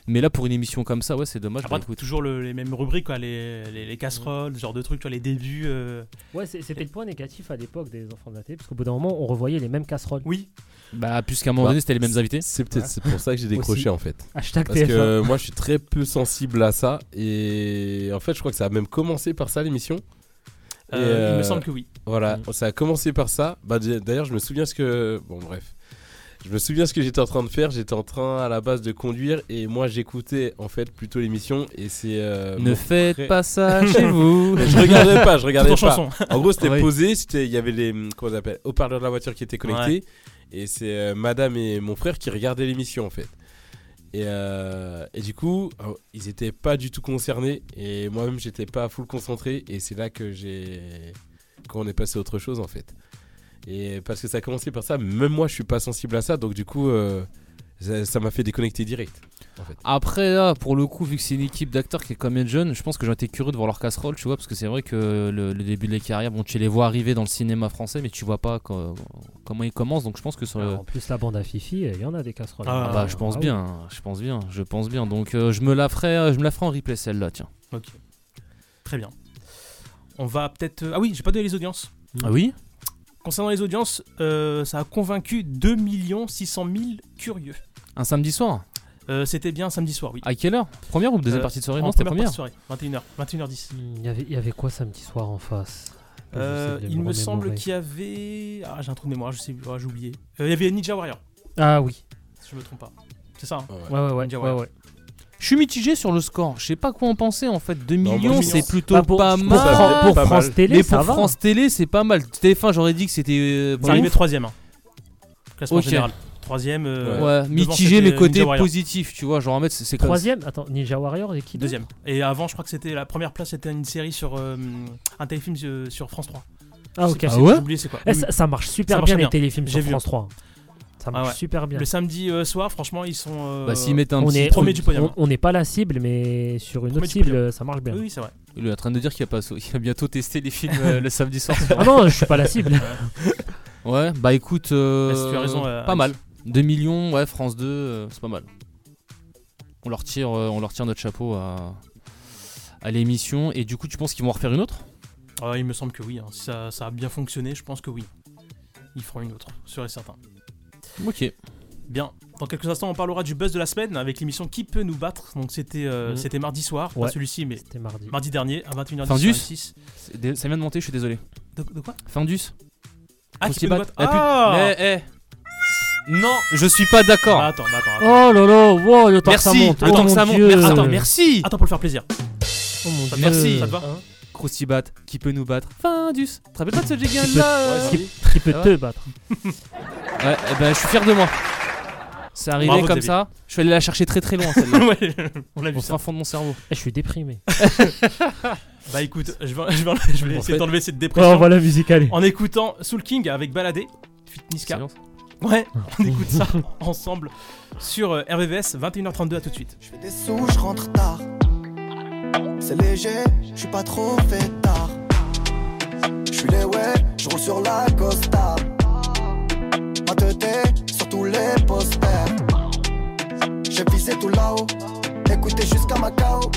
Mais là, pour une émission comme ça, ouais, c'est dommage.
Après,
Bah, écoute.
toujours le- les mêmes rubriques, quoi, les, les, les casseroles, ce genre de trucs, tu vois, les débuts. euh,
Ouais, c'est- c'était le point négatif à l'époque des enfants de la télé, parce qu'au bout d'un moment, on revoyait les mêmes casseroles.
Oui.
Bah, puisqu'à un moment donné, c'était les mêmes invités.
C'est peut-être c'est pour ça que j'ai décroché en fait.
Hashtag
Parce
TF1.
que moi je suis très peu sensible à ça et en fait je crois que ça a même commencé par ça l'émission. Et,
Euh, il me semble que oui.
Voilà,
Mm.
ça a commencé par ça. Bah, d- D'ailleurs je me souviens ce que... Bon bref. Je me souviens ce que j'étais en train de faire. J'étais en train à la base de conduire et moi j'écoutais en fait plutôt l'émission et c'est... euh,
Ne
mon
faites
frère-
pas ça chez vous.
je regardais pas, je regardais pas.
Tout en chanson.
En gros c'était
Oui.
posé, c'était- il y avait les hum, comment on appelle, haut-parleurs de la voiture qui étaient connectés. Et c'est euh, madame et mon frère qui regardaient l'émission en fait. Et, euh, et du coup, euh, ils étaient pas du tout concernés. Et moi-même, j'étais pas full concentré. Et c'est là que j'ai. Quand on est passé à autre chose en fait. Et parce que ça a commencé par ça, même moi je suis pas sensible à ça. Donc du coup, euh, ça ça m'a fait déconnecter direct. En fait.
Après, là, pour le coup, vu que c'est une équipe d'acteurs qui est quand même jeune, je pense que j'aurais été curieux de voir leur casserole, tu vois, parce que c'est vrai que le, le début de la carrière, bon, tu les vois arriver dans le cinéma français, mais tu vois pas co- comment ils commencent, donc je pense que sur le-
En plus, la bande à Fifi, il y en a des casseroles.
Ah, bah, je pense
ah oui.
bien, je pense bien, je pense bien. Donc, euh, je me la ferai, euh, je me la ferai en replay celle-là, tiens.
Ok. Très bien. On va peut-être. Ah oui, j'ai pas donné les audiences.
Ah oui
Concernant les audiences, euh, ça a convaincu 2 600 000 curieux.
Un samedi soir
Euh, c'était bien samedi soir, oui.
À quelle heure Première ou deuxième
Euh,
partie de soirée
en
Non, c'était
première
première.
partie de soirée, 21h, 21h10.
Il y avait- il y avait quoi samedi soir en face
Euh,
Je sais,
il me
mémoire est
semble
mauvaise.
qu'il y avait. Ah, j'ai un trou de mémoire, je sais, ah, j'ai oublié. Euh, il y avait Ninja Warrior,
Ah oui.
si je me trompe pas. C'est ça hein
Ouais, ouais, ouais.
Ninja
ouais,
Warrior.
ouais.
Je suis mitigé sur le score. Je sais pas quoi en penser en fait. 2
Non, moi,
millions,
je
c'est
pense-
plutôt
Bah, pour-
pas
pour
mal.
Fran-
Pas
pour
mal.
France Télé,
mais
ça
pour
va. hein.
France Télé, c'est pas mal. TF1, j'aurais dit que c'était. euh,
Ils
pas
arrivaient
ouf.
troisième. hein. Classement
Ok.
général. Troisième. euh,
Ouais,
devant,
mitigé,
c'était
mais
Ninja
côté
Warrior.
positif, tu vois. Genre, en mettre, c'est c'est comme-
Troisième, attends, Ninja Warrior et qui d'autre
Deuxième. Et avant, je crois que c'était la première place, c'était une série sur euh, un téléfilm euh, sur France 3.
Ah,
Je
ok.
sais plus,
Ah ouais
J'ai oublié c'est quoi.
Eh,
Oui,
ça,
oui.
ça marche super
marche
bien,
bien.
les téléfilms
J'ai
sur
vu. Ah
France 3. Ça marche
ouais.
super bien.
Le samedi euh, soir, franchement, ils sont. euh,
Bah, s'ils mettent un
on
petit
est,
truc-
premier du podium.
on- on n'est pas la cible, mais sur une
Premier
autre
du
cible,
podium.
ça marche bien.
Oui, oui, c'est vrai.
Il est en train de dire qu'il a, pas... il a bientôt testé les films euh, le samedi soir. sur-
Ah non, je suis pas la cible.
ouais, bah écoute. euh,
Bah, si tu as raison, euh,
pas
Alex.
mal. 2 millions, ouais, France 2, euh, c'est pas mal. On leur tire, euh, on leur tire notre chapeau à, à l'émission. Et du coup, tu penses qu'ils vont en refaire une autre
Ah, il me semble que oui. hein. Si ça, ça a bien fonctionné, je pense que oui. Ils feront une autre, sûr et certain.
Ok.
Bien. Dans quelques instants, on parlera du buzz de la semaine avec l'émission Qui peut nous battre. Donc c'était euh,
Mhm.
c'était mardi soir, pas
Ouais.
celui-ci, mais
C'était mardi.
mardi dernier à 21h16.
Findus C'est dé- Ça vient de monter, je suis désolé.
De, de quoi
Findus
Ah,
Faut
tu
s'y
peux le
battre.
battre.
pu-
Ah
Mais, eh. Non, je suis pas d'accord.
Bah, attends, bah, attends, attends.
Oh là là, wow, le temps que ça
Merci,
monte.
le
oh
temps que
mon
ça monte.
Dieu.
Merci. Attends, merci.
Attends pour le faire plaisir.
Oh mon
Ça te
Dieu. Hein
va
Merci.
Ça te va
Krusty Bat, qui peut nous battre Findus. Tu te rappelles pas de ce
Qui peut-
jingle-là euh
qui, qui peut
Ça
te battre
Ouais, eh ben, je suis fier de moi. C'est arrivé
Bravo,
comme
Xavier.
ça. Je suis allé la chercher très très loin, celle-là.
Ouais, on l'a vu
Au
ça.
fin fond de mon cerveau.
Eh, Je suis déprimé.
Bah écoute, je vais, je vais- je vais
En
essayer
fait-
d'enlever cette
Oh,
dépression
voilà, musique, allez.
en écoutant Soul King avec Baladé, Fit Niska.
Silence.
Ouais, on écoute ça ensemble sur euh, RVVS 21h32 à tout de suite.
Je fais des sous, je rentre tard. C'est léger, je suis pas trop fait tard. Je suis les ouais, je roule sur la costa. Ma tête est sur tous les posters. J'ai visé tout là-haut, écoutez jusqu'à Macao.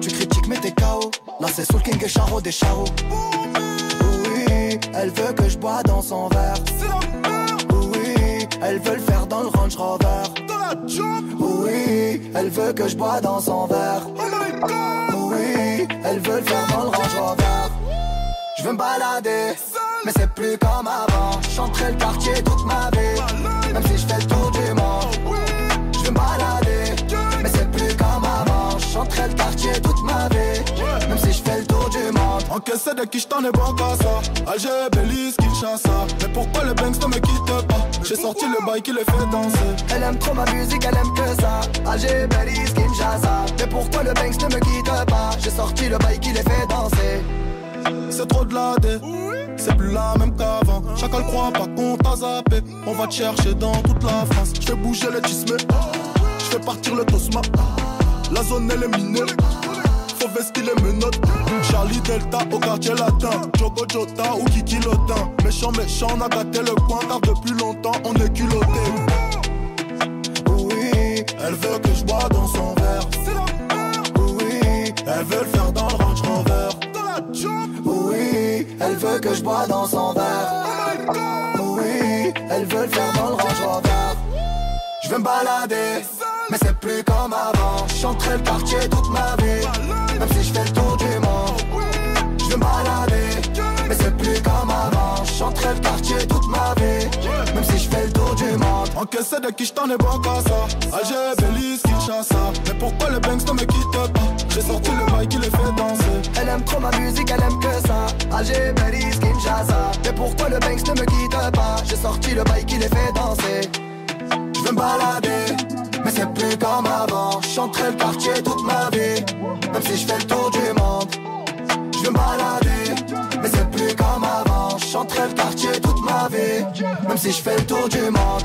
Tu critiques mais t'es KO. Là c'est Soul King et Charo des Charo. Oui, elle veut que je bois dans son verre. Oui, elle veut le faire dans le Range Rover. Oui, elle veut que je bois dans son verre. Oui, elle veut le faire dans le Range Rover. Je veux me balader, mais c'est plus comme avant. Chanterai le quartier toute ma vie, même si je fais le tour du monde. Je veux me balader, mais c'est plus comme avant. Chanterai le quartier toute ma vie, même si je fais le tour du monde.
Encaissé de qui j't'en ai bon qu'à ça Alger, Belize, Kinshasa Mais pourquoi le Banks ne me quitte pas J'ai sorti le bail qui les fait danser
Elle aime trop ma musique, elle aime que ça. Alger, Belize, Kinshasa. Mais pourquoi le Banks ne me quitte pas J'ai sorti le bail qui les fait danser.
C'est trop de la D C'est plus la même qu'avant Chacun croit pas qu'on t'a zappé On va te chercher dans toute la France J'fais bouger le tisme J'fais partir le tosma La zone elle est minée Faut vestir les menottes Charlie Delta au quartier latin Jogo Jota ou Kiki Lotin Méchant méchant on a gâté le coin Car depuis longtemps on est culotté
Oui,
Elle veut que je bois dans son verre
oui,
Elle veut le faire dans le Range Rover
oui. Elle veut que je bois dans son verre. Oui, elle veut le faire dans le Range Rover. Je veux me balader, mais c'est plus comme avant. Chanterai le quartier toute ma vie, même si je fais le tour du monde. Je veux me balader, mais c'est plus comme avant. Chanterai le quartier toute ma vie, même si je fais le tour du monde.
Encaissé de qui j't'en ai bon qu'à ça Alger, Belize, Kinshasa Mais pourquoi le Banks ne me quitte pas J'ai sorti le bail qui les fait danser
Elle aime trop ma musique, elle aime que ça Alger, Belize, Kinshasa Mais pourquoi le Banks ne me quitte pas J'ai sorti le bail qui les fait danser Je veux me balader Mais c'est plus comme avant Je chanterai le quartier toute ma vie Même si je fais le tour du monde Je veux me balader Mais c'est plus comme avant Je chanterai le quartier toute ma vie Même si je fais le tour du monde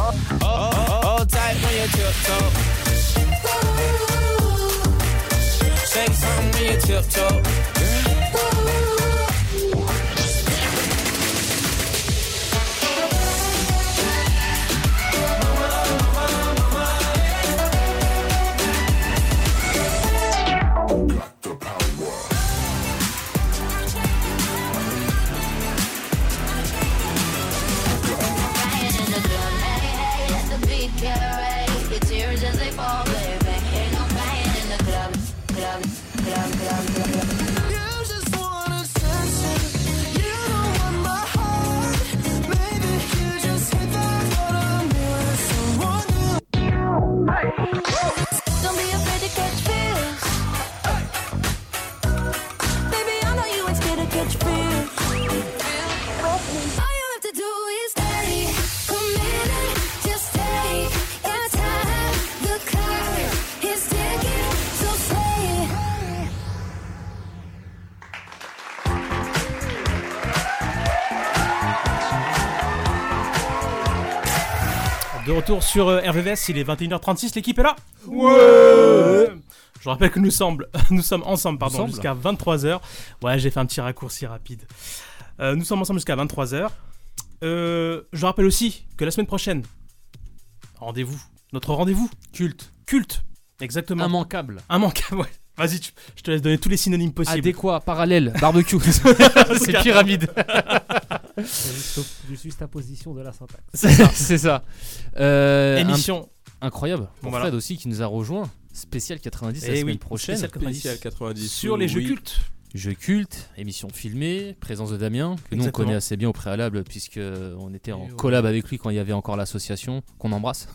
Hold tight when you tiptoe. Shake something when you tiptoe.
You just want attention. You don't want my heart. Maybe you just hit that what I'm doing. Someone new.
Don't be afraid to catch feels. Baby, I know you ain't scared to catch feels. All you have to do is stay committed. Just take your time. The clock is ticking, so say it.
De retour sur euh, RVVS, il est 21h36, l'équipe est là Ouais Je rappelle que nous, semble, nous sommes ensemble pardon,
Ensemble
jusqu'à 23h. Ouais, j'ai fait un petit raccourci rapide. Euh, nous sommes ensemble jusqu'à 23h. Euh, je rappelle aussi que la semaine prochaine, rendez-vous, notre rendez-vous culte. Culte, exactement.
Immanquable.
Immanquable, ouais. Vas-y, tu- je te laisse donner tous les synonymes possibles.
Adéquat, parallèle, barbecue. C'est pyramide.
C'est juste, au- juste à position de la syntaxe.
C'est ça. C'est ça. Euh,
Émission. bah,
un- incroyable. Pour
Voilà.
Fred aussi qui nous a rejoint. Spécial 90 la
Eh
semaine
oui,
prochaine.
spécial 90. Spécial 90, Sur les jeux oui. cultes.
Jeux cultes, émission filmée, présence de Damien, que nous on
Exactement.
connaît assez bien au préalable, puisque euh, on était en
Et ouais.
collab avec lui quand il y avait encore l'association, qu'on embrasse.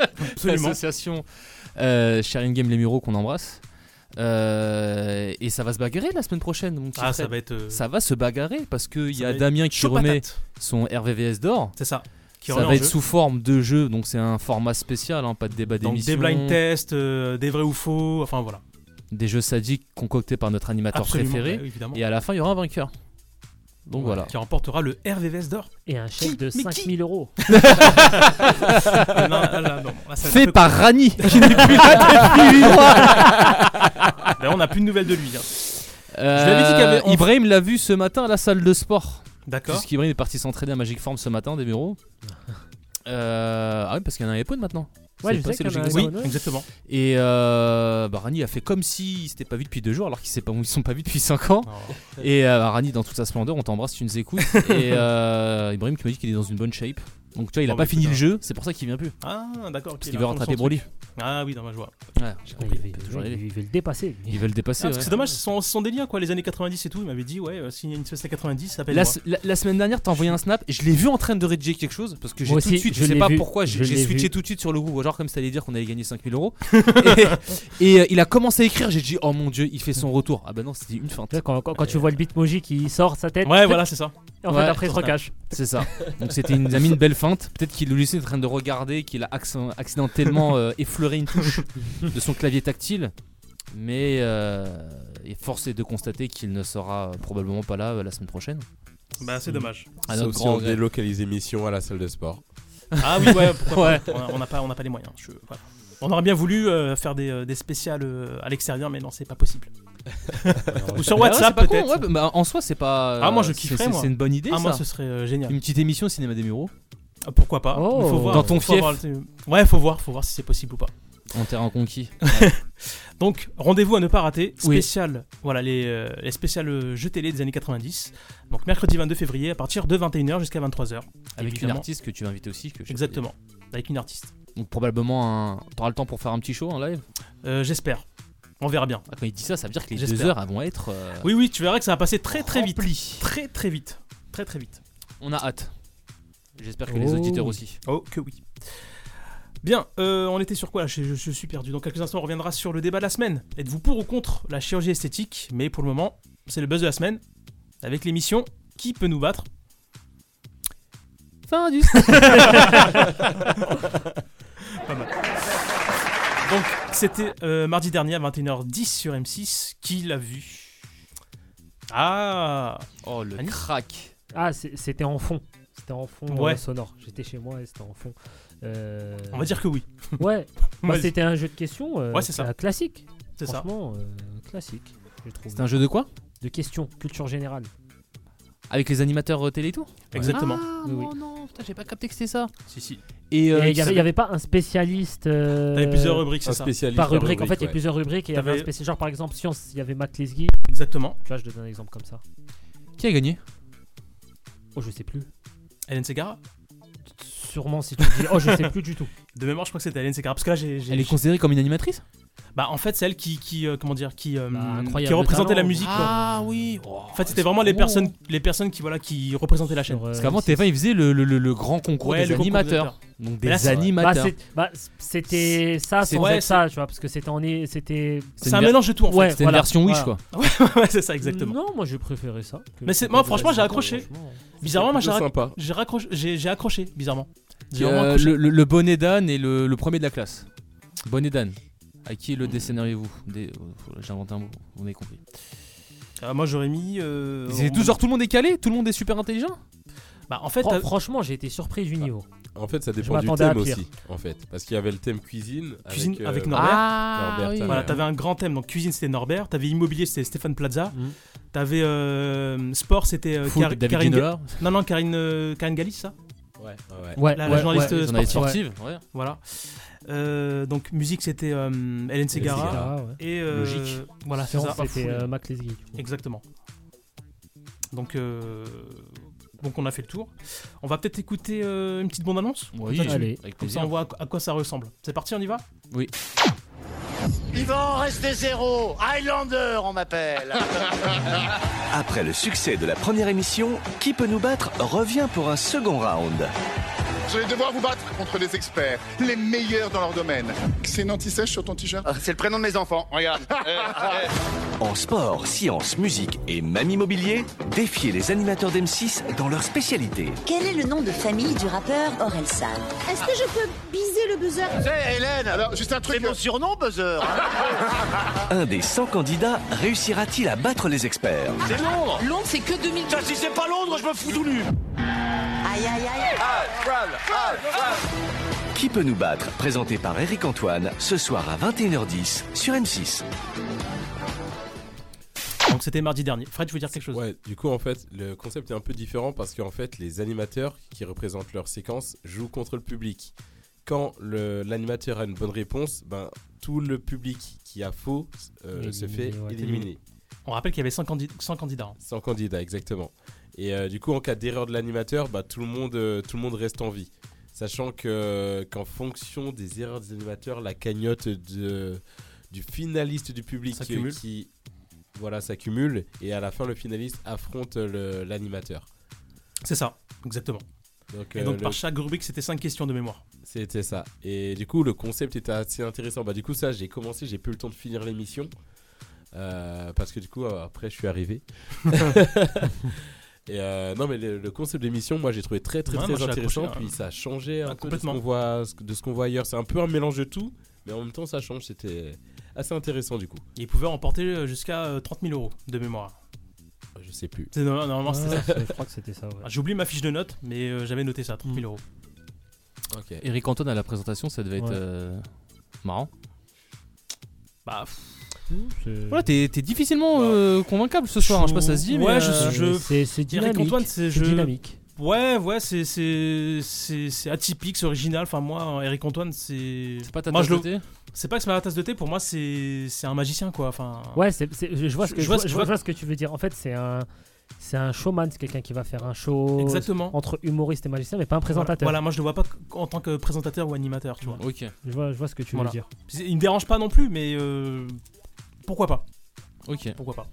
Absolument.
L'association euh, Sharing Game Les Mureaux qu'on embrasse. Euh, et ça va se bagarrer la semaine prochaine. mon petit
Ah, ça
Fred.
va être, euh,
Ça va se bagarrer parce qu'il y
ça
a
va être
Damien qui
chaud
remet
patate.
son RVVS d'or.
C'est ça. Qui
ça
remet en
va être
jeu.
sous forme de jeu, donc c'est un format spécial, hein, pas de débat
Donc
d'émission.
des blind tests, euh, des vrais ou faux, enfin voilà.
des jeux sadiques concoctés par notre animateur
Absolument,
préféré.
bah, évidemment.
et à la fin, il y aura un vainqueur. Donc
Ouais,
voilà.
Qui remportera le RVVS d'or.
Et un chèque
Qui
de
Mais
5000 euros.
Ah non, ah là, non. Ah, ça va être un
Fait
peu
par
cool.
Rani, qui n'est plus là depuis huit mois.
Ben, on n'a plus de nouvelles de lui. hein.
Euh,
Je l'avais dit qu'il y avait- on-
Ibrahim l'a vu ce matin à la salle de sport.
D'accord.
Puisqu'Ibrahim est parti s'entraîner à Magic Form ce matin des bureaux. Euh, ah oui, parce qu'il y en a un iPhone maintenant.
Ouais,
C'est
je
pas-
sais
c'est
qu'il y en a
logique de
un
ça.
iPhone, ouais.
Exactement.
Et euh, bah, Rani a fait comme s'ils s'étaient pas vus depuis deux jours, alors qu'ils ne sont pas vus depuis cinq ans.
Oh.
Et euh, bah, Rani, dans toute sa splendeur, on t'embrasse, tu nous écoutes. et euh, Ibrahim qui m'a dit qu'il est dans une bonne shape. Donc tu vois, il a
Oh,
pas
bah,
fini
putain.
le jeu, c'est pour ça qu'il vient plus.
Ah, d'accord. ok,
Parce
il
qu'il veut
a raconté
rattraper
son
Broly.
truc. Ah oui, non, moi, je vois.
Ouais.
J'ai
Ah, Il
compris.
veut-
toujours
il
aller.
veut- il veut le dépasser.
Ils veulent le dépasser.
Ah, parce que
ouais.
c'est dommage, son, son délire quoi, les années 90 et tout. Il m'avait dit, ouais, euh, s'il y a une espèce à 90, ça s'appelle.
La, la- la semaine dernière, t'as envoyé un snap. Je l'ai vu en train de rédiger quelque chose parce que j'ai
Moi
tout de
aussi,
suite,
je
je, sais
l'ai
pas
vu,
pourquoi, j'ai
je
j'ai
l'ai
switché
vu.
tout de suite sur le groupe. Genre, comme si t'allais dire qu'on allait gagner 5000 euros. et et, euh, il a commencé à écrire. J'ai dit, oh mon dieu, il fait son retour. Ah bah non, c'était une feinte.
Tu vois, Quand, quand- quand tu vois le bitmoji qui sort sa tête.
Ouais, voilà, c'est ça.
Et en fait,
Ouais.
après, il se recache.
C'est ça. Donc c'était une, ami, une belle feinte. Peut-être qu'il le laissait en train de regarder, qu'il a accen- accidentellement euh, effleuré une touche de son clavier tactile. Mais euh, et force est de constater qu'il ne sera euh, probablement pas là euh, la semaine prochaine.
Bah, c'est dommage.
À
Sauf
notre
si
grand
on
regret.
délocalise l'émission à la salle de sport.
Ah oui, ouais, pourquoi
Ouais.
pas. On a- On n'a pas, on n'a pas les moyens. Je- voilà. On aurait bien voulu euh, faire des, euh, des spéciales euh, à l'extérieur, mais non, c'est pas possible. Ou sur
Ah ouais,
WhatsApp,
c'est pas con,
peut-être.
ouais, bah, bah, en soi, c'est pas. euh,
Ah, moi, je
c'est-
kifferais,
c'est-
moi.
C'est une bonne idée.
Ah, moi,
ça.
ce serait euh, génial.
Une petite émission cinéma des Mureaux
Ah, Pourquoi pas
Oh.
Il faut voir,
Dans ton
faut avoir
fief.
le- Ouais, faut voir, faut voir si c'est possible ou pas.
en terrain conquis.
Donc, rendez-vous à ne pas rater.
Oui.
Spécial, voilà, les, euh, les spéciales euh, jeux télé des années 90. Donc, mercredi 22 février, à partir de 21h jusqu'à 23h.
Avec une
Évidemment.
artiste que tu vas inviter aussi. Que je sais pas
Exactement, avec une artiste.
dire. Donc probablement, un... t'auras le temps pour faire un petit show en live.
Euh, J'espère. On verra bien.
Ah, quand il dit ça, ça veut dire que les deux
J'espère.
heures elles vont être. euh,
Oui, oui, tu verras que ça va passer très, très vite. Très, très vite. Très, très vite.
On a hâte. J'espère que les
Oh.
auditeurs aussi.
Oh, que oui. Bien, euh, on était sur quoi là je, je- je suis perdu. Dans quelques instants, on reviendra sur le débat de la semaine. Êtes-vous pour ou contre la chirurgie esthétique Mais pour le moment, c'est le buzz de la semaine. Avec l'émission Qui peut nous battre
Fin du.
Donc, c'était euh, mardi dernier à 21h10 sur M6. Qui l'a vu Ah
Oh le
Anis
crack.
Ah, c'est- c'était en fond. C'était en fond euh,
Ouais.
sonore. J'étais chez moi et c'était en fond. Euh,
On va dire que oui.
Ouais,
On
bah,
va-
c'était un jeu de questions. euh,
Ouais, c'est ça.
cla- Classique.
C'est ça.
Franchement, euh, classique. je trouve.
C'est un jeu de quoi
de questions, culture générale.
Avec les animateurs euh, télé et tout
Exactement.
Ah
Oui, oui.
non, non, putain, j'ai pas capté que c'était ça.
Si, si.
Et
Et
euh,
Il
qui
n'y avait, il y avait pas un spécialiste. euh,
T'avais plusieurs rubriques,
Un
c'est ça
spécialiste.
Par
en
rubrique, en fait, il y a
ouais.
plusieurs rubriques. Et il y avait un
T'avais-
spécial- genre, par exemple, science, il y avait Matt Lesguy.
Exactement.
Tu vois, je te donne un exemple comme ça.
s'appelle- qui a gagné
Oh, je sais plus.
Hélène Segara
Sûrement, si tu me dis. Oh, je sais plus du tout.
De mémoire, je crois que c'était Hélène Segara. Parce que là, j'ai. j'ai-
Elle est considérée comme une animatrice Bah,
Bah, en fait, c'est elle qui. qui euh, comment dire Qui, euh,
incroyable
qui représentait
talent.
la musique, quoi.
Ah oui.
Oh,
En fait, c'était vraiment les personnes, les personnes qui, voilà, qui représentaient la chaîne.
Sur, euh,
Parce qu'avant T20 ils faisaient le, le- le- le grand concours
Ouais,
des
le concours
animateurs.
d'acteurs.
Donc
Mais là,
des
c'est-
Bah,
animateurs.
c'est- bah, c'était ça
C'est-
sans
ouais,
être ça, tu vois, parce que c'était en é- c'était.
C'est
C'est
une
un
ver-
mélange de tout, en
Ouais,
C'était
voilà,
une version Wish
voilà.
quoi.
fait. Ouais, c'est ça, exactement.
Non, moi j'ai préféré ça. que-
Mais c'est-
que
moi,
des
franchement, j'ai
animaux,
accroché.
franchement.
Bizarrement, moi, j'ai
Plutôt
rac-
sympa.
j'ai raccroché, j'ai j'ai accroché, bizarrement. J'ai vraiment
Euh,
accroché.
le, le- le bonnet d'âne et le, le premier de la classe. Bonnet d'âne. À qui le dessineriez-vous Des- euh, J'ai inventé un mot, vous m'avez compris.
Ah, moi, j'aurais mis. euh,
C'est
on-
tout, genre tout le monde est calé Tout le monde est super intelligent
Bah, en fait,
Fran-
t'as-
franchement, j'ai été surpris du niveau.
En fait, ça
Je
dépend du
m'attendais à
thème
pire.
aussi, en fait. Parce qu'il y avait le thème cuisine.
Cuisine
euh,
avec Norbert. Ah,
Ah,
Norbert Tanner.
Voilà, t'avais un grand thème. Donc cuisine, c'était Norbert. T'avais immobilier, c'était Stéphane Plaza. T'avais euh, sport, c'était euh,
Mhm. Foot,
Car-
David
Karine.
Guinola.
Non, non, Karine, euh, Karine Galis, ça.
Ouais, ouais.
Ouais,
la,
ouais,
la journaliste euh,
ouais,
sportive.
journaliste sportive, ouais.
Voilà. Euh, donc musique, c'était euh, Hélène Segara.
Segarra, ouais.
Et euh,
Logique.
Voilà, c'est
Science,
ça.
c'était,
Foot.
euh, Mac Lesguy, du coup.
Exactement. Donc, euh, donc on a fait le tour. On va peut-être écouter euh, une petite bande-annonce.
Oui,
Comme ça,
allez.
Comme
Avec
ça,
plaisir.
on voit à, à quoi ça ressemble. C'est parti, on y va
Oui.
Il va en rester zéro. Highlander, on m'appelle.
Après le succès de la première émission, Qui peut nous battre revient pour un second round.
Je vais devoir vous battre contre des experts, les meilleurs dans leur domaine. C'est une anti-sèche sur ton t-shirt Ah, C'est le prénom de mes enfants, regarde.
En sport, sciences, musique et même immobilier, défiez les animateurs d'M6 dans leur spécialité.
Quel est le nom de famille du rappeur Aurel San
Est-ce que je peux biser le buzzer
C'est Hélène. Alors, juste un truc. C'est
euh,
mon surnom, Buzzer.
Un des 100 candidats réussira-t-il à battre les experts
c'est Londres. Londres, c'est que 2000. Ça, si c'est pas Londres, je me fous tout nu. Ah,
Aïe aïe aïe
Qui peut nous battre Présenté par Eric Antoine, ce soir à 21h10 sur M6.
Donc c'était mardi dernier. Fred, tu veux dire quelque chose
Ouais, du coup, en fait, le concept est un peu différent parce qu'en fait, les animateurs qui représentent leur séquence jouent contre le public. Quand le- l'animateur a une bonne réponse, ben, tout le public qui a faux euh,
Il est
se
éliminé,
fait
ouais.
éliminer.
On rappelle qu'il y avait 100, candid- 100 candidats. hein.
Sans candidat, exactement. Et euh, du coup, en cas d'erreur de l'animateur, bah, tout, le monde, euh, tout le monde reste en vie. Sachant que qu'en fonction des erreurs des animateurs, la cagnotte de, du finaliste du public euh,
S'accumule.
qui voilà, s'accumule. Et à la fin, le finaliste affronte le- l'animateur.
C'est ça, exactement.
Donc,
Et
euh,
donc
le-
par chaque rubrique, c'était 5 questions de mémoire.
C'était ça. Et du coup, le concept était assez intéressant. Bah, du coup, ça, j'ai commencé, j'ai pas eu le temps de finir l'émission. Euh, parce que du coup, euh, après, je suis arrivé. Et euh, non, mais le, le concept de l'émission, moi, j'ai trouvé très, très,
Ouais,
très
moi, j'ai
intéressant.
accroché,
Puis
hein.
ça a changé un
Ah,
peu de ce qu'on voit, de ce qu'on voit ailleurs. C'est un peu un mélange de tout, mais en même temps, ça change. C'était assez intéressant, du coup.
Et ils pouvaient remporter euh, jusqu'à euh, 30 000 euros de mémoire.
Ah, Je sais plus.
C'est- non, Normalement, c'était
Ouais,
ça.
je crois que c'était ça, ouais.
Ah, J'ai oublié ma fiche de notes, mais euh, j'avais noté ça,
Hmm.
30 000 euros.
Eric Antoine à la présentation, ça devait être
Ouais.
euh, marrant.
Bah.
Voilà, t'es t'es difficilement euh, convaincable ce soir, hein, je sais pas si ça se dit, mais.
Ouais,
euh,
je, je- Eric Antoine, c'est je-
dynamique.
Ouais, ouais, c'est c'est c'est c'est atypique, c'est original. Enfin moi, hein, Eric Antoine, c'est. C'est pas
ta tasse
je
de
le- C'est pas que c'est ma tasse de thé. Pour moi, c'est c'est un magicien quoi. Enfin.
Ouais, c'est- c'est- je, je vois ce que, je, vois, je
vois-
vois ce que tu veux dire. En fait, c'est un, c'est un showman, c'est quelqu'un qui va faire un show
Exactement.
entre humoriste et magicien, mais pas un présentateur.
Voilà, moi je le vois pas en tant que présentateur ou animateur, tu vois.
Ok.
Je vois, je vois ce que tu
Voilà.
veux dire.
C'est- Il me dérange pas non plus, mais euh, pourquoi pas
Ok.
Pourquoi pas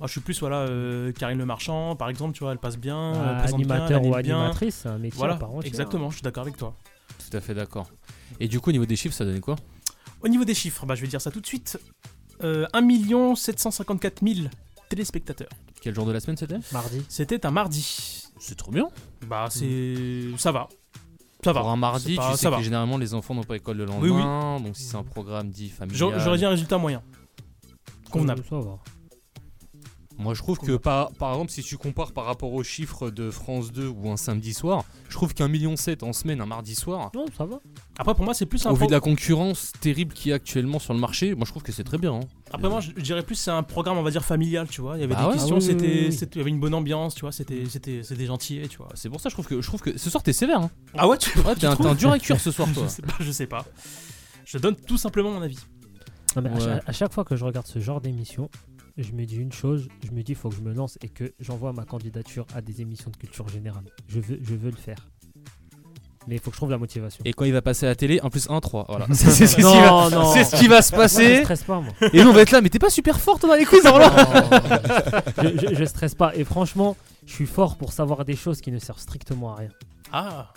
Moi, je suis plus voilà euh, Karine Le Marchand, par exemple, tu vois, elle passe bien,
Ah,
elle présente bien,
animateur
elle anime
ou
bien.
animatrice, c'est un métier
Voilà,
à part entière.
exactement. Je suis d'accord avec toi.
Tout à fait d'accord. Et du coup, au niveau des chiffres, ça donnait quoi
Au niveau des chiffres, bah, je vais dire ça tout de suite. Euh, 1 754 000 téléspectateurs.
Quel jour de la semaine c'était
Mardi.
C'était un mardi.
C'est trop bien.
Bah c'est ça va. Ça va.
Pour un mardi,
C'est pas-
tu sais
ça
que
va.
généralement les enfants n'ont pas école le
Oui, oui.
lendemain, donc si c'est un programme dit
J'aurais
familial.
j'aurais dit un résultat moyen. Convenable.
Ça va.
Moi, je trouve que par, par exemple, si tu compares par rapport aux chiffres de France 2 ou un samedi soir, je trouve qu'un million sept en semaine, un mardi soir.
Non, ça va.
Après pour moi c'est plus un
Au vu
pro-
de la concurrence terrible qu'il y a actuellement sur le marché, moi je trouve que c'est très bien. hein.
Après moi je je dirais plus c'est un programme on va dire familial, tu vois. Il y avait
Bah
des
ouais.
questions,
Ah oui,
c'était
oui, oui.
c'était- il y avait une bonne ambiance, tu vois, c'était c'était c'était gentil, tu vois.
C'est pour ça je trouve que je trouve que ce soir t'es sévère. hein.
Ah ouais, tu
t'es un,
tu
t'es un dur à
trouves
cuire ce soir toi.
je sais pas, je sais pas. Je donne tout simplement mon avis.
Non, mais à,
Ouais.
cha- à chaque, fois que je regarde ce genre d'émission, je me dis une chose, je me dis faut que je me lance et que j'envoie ma candidature à des émissions de culture générale. Je veux, je veux le faire. Mais il faut que je trouve la motivation.
Et quand il va passer à la télé, 1 plus 1, 3. Voilà. C'est c'est ce, qui
Non,
va-
non.
c'est ce qui va se
Moi,
passer.
je stresse pas, moi.
Et nous on va être là, mais t'es pas super fort toi dans les quiz alors là
je, je, je stresse pas. Et franchement, je suis fort pour savoir des choses qui ne servent strictement à rien.
Ah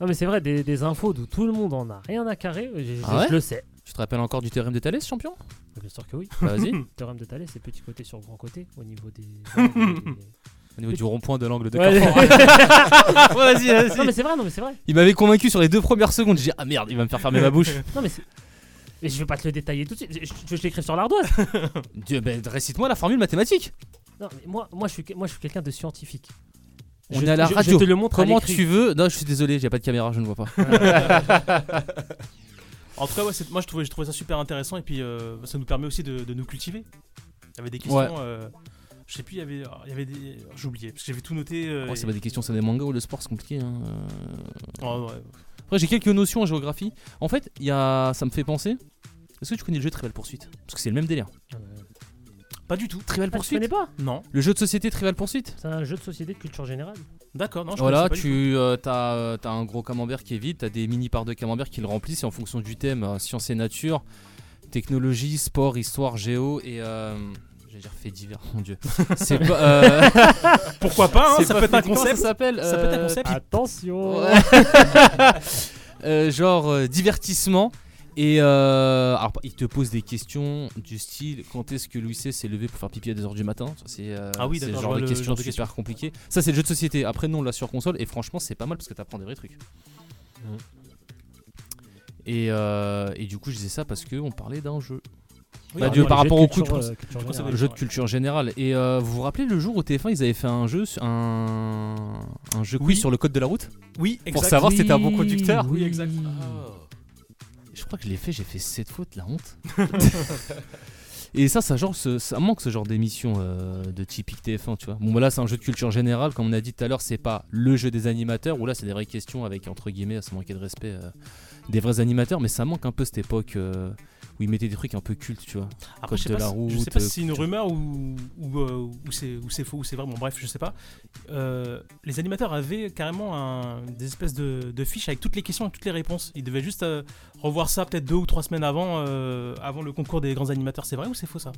Non, mais c'est vrai, des, des infos d'où tout le monde en a rien à carrer, je, je-
Ah ouais
je le sais.
Tu te rappelles encore du théorème de Thalès, champion
Ah, Bien sûr que oui.
Bah, vas-y.
Théorème de Thalès, c'est petit côté sur grand côté au niveau des.
Au niveau du rond-point de l'angle de
Ouais.
Carrefour. vas-y, vas-y.
Non, mais c'est vrai, non, mais c'est vrai.
Il m'avait convaincu sur les deux premières secondes. J'ai dit, ah merde, il va me faire fermer ma bouche.
Non, mais c'est- mais je vais pas te le détailler tout de suite. Je- Je, je, je l'écris sur l'ardoise.
Dieu, ben, récite-moi la formule mathématique.
Non, mais moi, moi, je suis, moi, je suis quelqu'un de scientifique.
On
Je-
est à la
je- je
radio.
te le montre à
Comment
l'écrit. Ah,
tu veux Non, je suis désolé, j'ai pas de caméra, je ne vois pas.
En tout cas, ouais, c'est- moi je trouvais, je trouvais ça super intéressant et puis euh, ça nous permet aussi de, de nous cultiver. Il y avait des questions.
Ouais.
euh, je sais plus, il y avait, il y avait des. J'ai oublié, parce que j'avais tout noté. euh,
Ouais, Oh, c'est
et-
pas des questions, c'est des mangas ou le sport, c'est compliqué. hein. Euh,
Ouais, ouais.
Après, j'ai quelques notions en géographie. En fait, il y a... ça me fait penser. Est-ce que tu connais le jeu Trivial Pursuit Parce que c'est le même délire.
Pas du tout.
Trivial
Ah, tu
Pursuit
connais pas
Non.
Le jeu de société Trivial Pursuit
C'est un jeu de société de culture générale.
D'accord, non,
Voilà, tu euh, t'as euh, t'as un gros camembert qui est vide, t'as des mini parts de camembert qui le remplissent et en fonction du thème, euh, science et nature, technologie, sport, histoire, géo et. euh, J'allais dire fait divers, mon dieu. C'est pas. euh,
Pourquoi pas, hein,
c'est
ça peut être un
fait- comment
concept.
Ça s'appelle. euh,
Ça peut être un concept.
Attention.
Ouais. Euh, genre euh, divertissement. Et euh, alors, il te pose des questions du style quand est-ce que Louis XVI s'est levé pour faire pipi à 2h du matin Ça, C'est euh,
Ah oui,
c'est
d'accord,
genre
je vois
de
le
questions
genre de
super
questions.
compliquées. Ça, c'est le jeu de société. Après, non, là sur console. Et franchement, c'est pas mal parce que t'apprends des vrais trucs. Et, euh, et du coup, je disais ça parce qu'on parlait d'un jeu.
Oui,
Bah,
on
du-
parlait
par
de
rapport
jeu
au
de
coup, je
culture,
pense.
euh, culture
Je pense
générale.
au jeu de culture générale. Et euh, vous vous rappelez le jour où TF1 ils avaient fait un jeu, sur- un, un jeu quiz sur le code de la route
Oui,
Pour
exact.
savoir si t'es un bon
Oui,
conducteur.
oui, exact.
Ah.
Je crois que je l'ai fait, j'ai fait 7 fautes, la honte. Et ça, ça, genre, ce- ça manque ce genre d'émission euh, de typique TF1, tu vois. Bon, bah là, c'est un jeu de culture générale, comme on a dit tout à l'heure, c'est pas le jeu des animateurs, où là, c'est des vraies questions avec, entre guillemets, sans manquer de respect, euh, des vrais animateurs, mais ça manque un peu cette époque euh, où ils mettaient des trucs un peu cultes, tu vois.
Après, je sais,
Code de
pas,
la
si- je sais
route,
pas
euh,
si c'est une rumeur ou, ou, euh, ou c'est, ou c'est faux ou c'est vrai, bon bref, je sais pas. Euh, les animateurs avaient carrément un- des espèces de, de fiches avec toutes les questions et toutes les réponses. Ils devaient juste euh, revoir ça peut-être deux ou trois semaines avant, euh, avant le concours des grands animateurs. C'est vrai ou c'est faux ça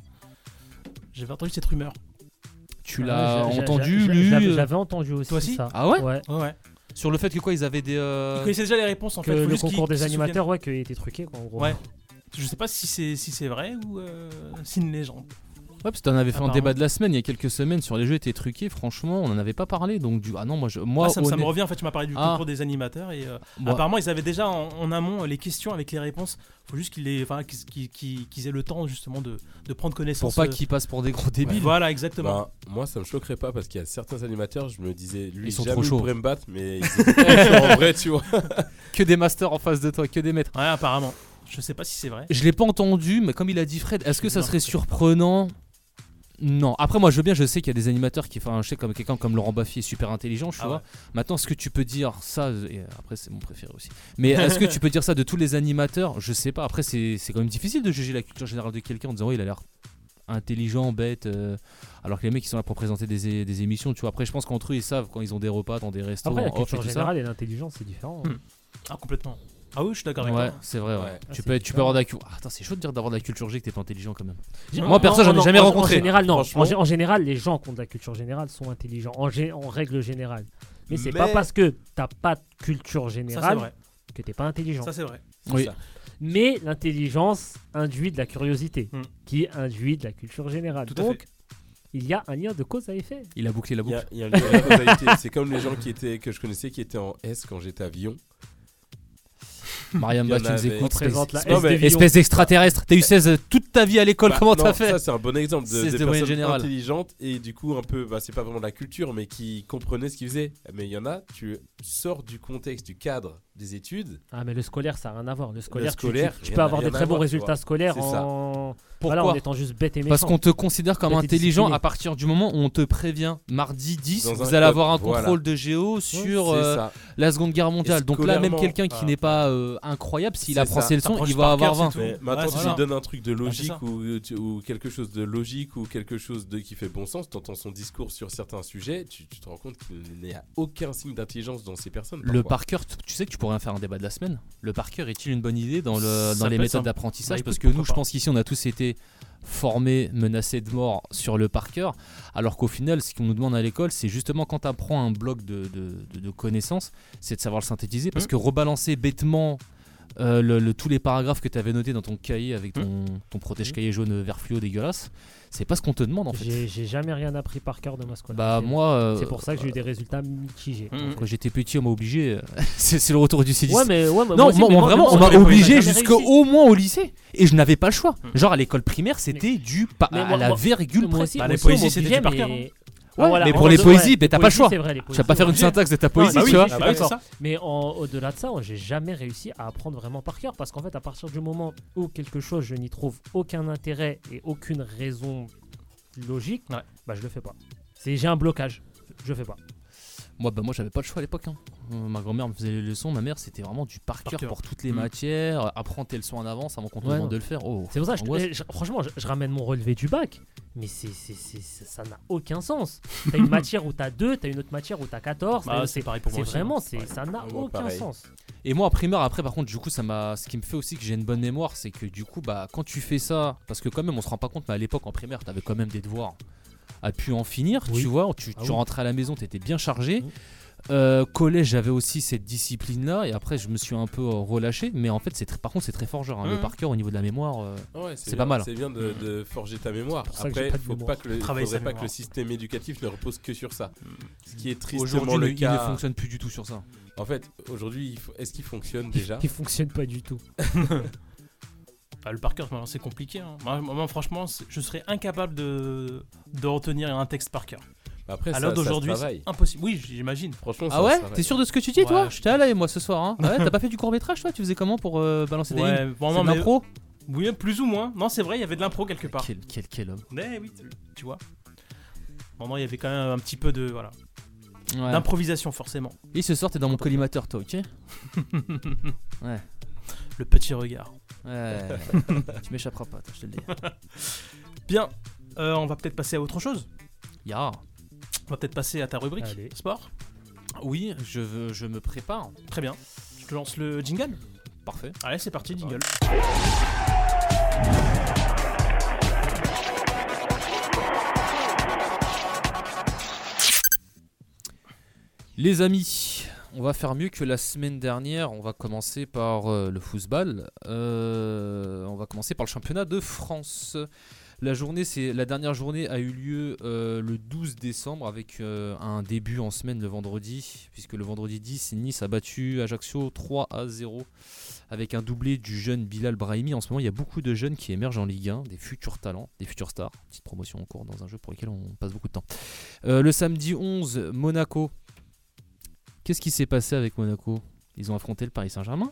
J'avais entendu cette rumeur.
Tu
Ah,
l'as
j'ai- j'ai-
entendu,
j'ai-
lu
j'avais-
euh,
j'avais entendu aussi
Toi aussi
ça.
Ah ouais,
Ouais.
Sur le fait que quoi, ils avaient des. euh,
Ils connaissaient déjà les réponses en
que
fait. faut
le
juste qu'ils-
concours
qu'ils
des
se
animateurs, ouais, qu'il était truqué, quoi, en gros.
Ouais. Je sais pas si c'est, si c'est vrai ou euh, si une légende.
Ouais, parce que t'en avais fait un
Apparemment.
débat de la semaine il y a quelques semaines sur les jeux étaient truqués. Franchement, on en avait pas parlé. Donc du ah non moi je moi
Ah, ça, me- ça me
honnête-
revient en fait, tu m'as parlé du
Ah.
concours des animateurs et euh,
Moi-
apparemment ils avaient déjà en, en amont euh, les questions avec les réponses. Faut juste qu'ils les- enfin, qu'ils- qu'ils- qu'ils- qu'ils aient le temps justement de, de prendre connaissance.
Pour pas
euh,
qu'ils passent pour des gros
Ouais.
débiles.
Voilà, exactement.
Bah, moi, ça me choquerait pas parce qu'il y a certains animateurs, je me disais, lui,
Ils sont
jamais
trop
il
chauds.
pourrait me battre, mais ils étaient trop chauds en vrai, tu vois.
que des masters en face de toi, que des maîtres.
Ouais, apparemment. Je sais pas si c'est vrai.
Je l'ai pas entendu, mais comme il a dit Fred, est-ce que ça serait surprenant Non. Après, moi, je veux bien, je sais qu'il y a des animateurs qui. Enfin, je sais comme quelqu'un comme Laurent Baffy est super intelligent, tu
Ah
vois.
ouais.
Maintenant, ce que tu peux dire ça et Après, c'est mon préféré aussi. Mais est-ce que tu peux dire ça de tous les animateurs Je sais pas. Après, c'est c'est quand même difficile de juger la culture générale de quelqu'un en disant, oh, il a l'air intelligent, bête. euh, Alors que les mecs, ils sont là pour présenter des, é- des émissions, tu vois. Après, je pense qu'entre eux, ils savent quand ils ont des repas dans des restos.
Après, la
en off et
culture
Oh, tout ça.
générale et l'intelligence, c'est différent. hein.
Ah, complètement. Ah oui, je suis d'accord avec
Ouais,
toi.
c'est vrai. ouais.
Ouais.
Tu,
Ah,
peux,
c'est
être- tu peux avoir de la culture. attends, c'est chaud de dire d'avoir de la culture G que t'es pas intelligent quand même.
J'ai-
Moi, perso,
en-
j'en
en-
ai jamais
en-
rencontré.
En général, non.
Franchement.
En, gé- en général, les gens qui ont de la culture générale sont intelligents, en, gé- en règle générale. Mais c'est pas
Mais-
parce que t'as pas de culture
vrai.
générale que t'es pas intelligent.
Ça, c'est vrai.
Oui.
ça.
Mais l'intelligence induit de la curiosité,
Hmm.
qui induit de la culture générale.
à
Donc, il y a un lien de cause à effet.
Il a bouclé la boucle.
Il y a un lien à la causalité. c'est comme les gens qui étaient, que je connaissais qui étaient en S quand j'étais à Villon.
Mariam,
Il y en
bah, tu nous
avait-
écoutes.
On présente la
espèce-
S de Villon.
Espèce d'extraterrestre. T'as eu 16 euh, toute ta vie à l'école,
Bah,
comment
non,
t'as fait
Ça, c'est un bon exemple de,
16
des
de moyenne
personnes
générale.
intelligentes et du coup, un peu, bah, c'est pas vraiment de la culture, mais qui comprenaient ce qu'ils faisaient. Mais il y en a, tu sors du contexte, du cadre des études.
Ah, mais le scolaire, ça n'a rien à voir. Le scolaire, tu- tu-
scolaire,
tu,
rien
peux
à-
avoir
rien
des
à
très bons
voir, tu vois.
résultats scolaires
C'est ça.
en...
Pourquoi
voilà, en étant juste bête et méchant.
Parce qu'on te considère comme
Bête et
intelligent
discipliné.
à partir du moment où on te prévient mardi 10,
Dans un
vous allez
code,
avoir un
voilà.
contrôle de géo sur
c'est
euh,
ça.
la Seconde Guerre mondiale.
Et
Donc là, même
scolairement,
quelqu'un qui
voilà.
n'est pas euh, incroyable, s'il
C'est
apprend
ça.
ses leçons,
T'approches
il va
par
avoir
carte,
20.
c'est tout. Mais Maintenant,
Ouais,
tu
voilà.
lui donnes un truc de logique
Ah, c'est ça.
ou, euh, tu- ou quelque chose de logique ou quelque chose de qui fait bon sens, t'entends son discours sur certains sujets, tu, tu te rends compte qu'il n'y a aucun signe d'intelligence dans ces personnes.
Le
parfois.
par cœur, tu- tu sais que tu pourrais en faire un débat de la semaine. Le par cœur est-il une bonne idée dans, le,
Ça
dans les
peut être
méthodes
un- Bah,
d'apprentissage
écoute,
Parce que nous,
pourquoi
je
pas.
pense qu'ici, on a tous été formés, menacés de mort sur le par cœur, alors qu'au final, ce qu'on nous demande à l'école, c'est justement quand tu
Mmh.
apprends un bloc de, de- de- de connaissances, c'est de savoir le synthétiser, parce que rebalancer bêtement euh, le- le- tous les paragraphes que tu avais notés dans ton cahier avec
Mmh.
ton, ton protège cahier jaune vert fluo dégueulasse, c'est pas ce qu'on te demande en fait.
J'ai j'ai jamais rien appris par cœur de ma scolarité.
Bah, moi, euh,
c'est pour ça que j'ai eu des résultats mitigés. en fait.
Quand j'étais petit, on m'a obligé. euh, c'est c'est le retour du cédiste.
Ouais, mais- ouais, mais
non,
moi aussi,
moi,
mais
moi,
moi,
vraiment, on
moi,
m'a
j'ai-
obligé
j'ai jamais
jusqu'au moins au lycée. Et je n'avais pas le choix. Genre à l'école primaire, c'était du pa-
Mmh. Mais
à
moi-
la
moi-
virgule
moi
près.
aussi, Bah, moi les aussi, on poésies, m'obligeait, c'était du par mais- cœur, hein. Ah,
Ouais,
voilà,
mais
en
pour les
gros,
poésies,
ouais,
bah, t'as
les
pas le choix.
poésies, c'est vrai, les
tu vas pas
poésies,
faire une
ouais.
syntaxe de ta
Non,
poésie,
mais
tu
oui,
vois.
je suis d'accord. Mais en- au-delà de ça, moi, j'ai jamais réussi à apprendre vraiment par cœur parce qu'en fait, à partir du moment où quelque chose, je n'y trouve aucun intérêt et aucune raison logique, bah je le fais pas. C'est j'ai un blocage, je fais pas.
Moi, bah, moi j'avais pas le choix à l'époque. hein. Euh, Ma grand-mère me faisait les leçons, ma mère c'était vraiment du par cœur pour toutes les
Mm.
matières. Apprends tes leçons en avance avant qu'on te
Ouais,
demande
non.
de le faire. Oh,
c'est pour ça, je,
angoisse.
eh, je- franchement, je, je ramène mon relevé du bac, mais c'est, c'est- c'est- c'est- ça n'a aucun sens. T'as une matière où t'as 2, t'as une autre matière où t'as 14.
Bah,
t'as-
c'est pareil pour moi aussi,
vraiment,
hein.
c'est,
Ouais.
ça n'a
Ouais,
aucun
pareil.
sens.
Et moi, en primaire, après, par contre, du coup, ça m'a. Ce qui me fait aussi que j'ai une bonne mémoire, c'est que du coup, bah, quand tu fais ça, parce que quand même, on se rend pas compte, mais à l'époque, en primaire, t'avais quand même des devoirs à pu en finir,
Oui.
tu vois. Tu,
Ah
tu
oui.
rentrais à la maison, t'étais bien chargé. Euh, collège, j'avais aussi cette discipline-là, et après, je me suis un peu euh, relâché. Mais en fait, c'est très- par contre, c'est très forgeur. hein, Le
Mhm.
par cœur au niveau de la mémoire, euh,
Ah Ouais,
c'est
bien-
pas mal.
C'est bien de, de forger ta mémoire.
pour ça que
Après,
j'ai pas de
faut
mémoire.
pas que le,
Travailler
faudrait
sa
pas que le
mémoire.
système éducatif ne repose que sur ça. Ce qui est tristement
Aujourd'hui,
le
il ne- il
cas.
ne fonctionne plus du tout sur ça.
En fait, aujourd'hui, il faut- est-ce qu'il fonctionne déjà
Il fonctionne pas du tout.
Bah, le par cœur, maintenant, c'est compliqué. hein. Moi, moi, franchement, c'est- je serais incapable de, de retenir un texte par cœur.
Bah après,
à
ça-
l'heure
ça se
d'aujourd'hui,
travaille.
c'est impossible. Oui, j'imagine.
Franchement,
Ah ouais T'es sûr de ce que tu dis, toi J'étais allé, moi, ce soir. hein. Ah ouais, T'as pas fait du court-métrage, toi Tu faisais comment pour euh, balancer des
Ouais,
lignes
vraiment,
C'est de
mais-
l'impro
Oui, plus ou moins. Non, c'est vrai, il y avait de l'impro quelque part.
Quel, quel, quel homme.
Mais Eh oui, tu- tu vois. Bon, non, il y avait quand même un petit peu de. Voilà.
Ouais.
D'improvisation, forcément.
Et ce soir, t'es dans mon collimateur, toi, ok Ouais.
Le petit regard.
Ouais. tu m'échapperas pas, toi, je te le dis.
Bien, euh, on va peut-être passer à autre chose.
Ya.
On va peut-être passer à ta rubrique sport.
Oui, je, veux, je me prépare.
Très bien. Je te lance le jingle.
Parfait.
Allez, c'est parti, jingle.
Les amis, on va faire mieux que la semaine dernière. On va commencer par euh, le football. Euh, on va commencer par le championnat de France. La journée, c'est la dernière journée a eu lieu euh, le 12 décembre avec euh, un début en semaine le vendredi, puisque le vendredi 10, Nice a battu Ajaccio 3 à 0 avec un doublé du jeune Bilal Brahimi. En ce moment, il y a beaucoup de jeunes qui émergent en Ligue 1, des futurs talents, des futurs stars. Petite promotion en cours dans un jeu pour lequel on passe beaucoup de temps. Euh, le samedi 11, Monaco Qu'est-ce qui s'est passé avec Monaco Ils ont affronté le Paris Saint-Germain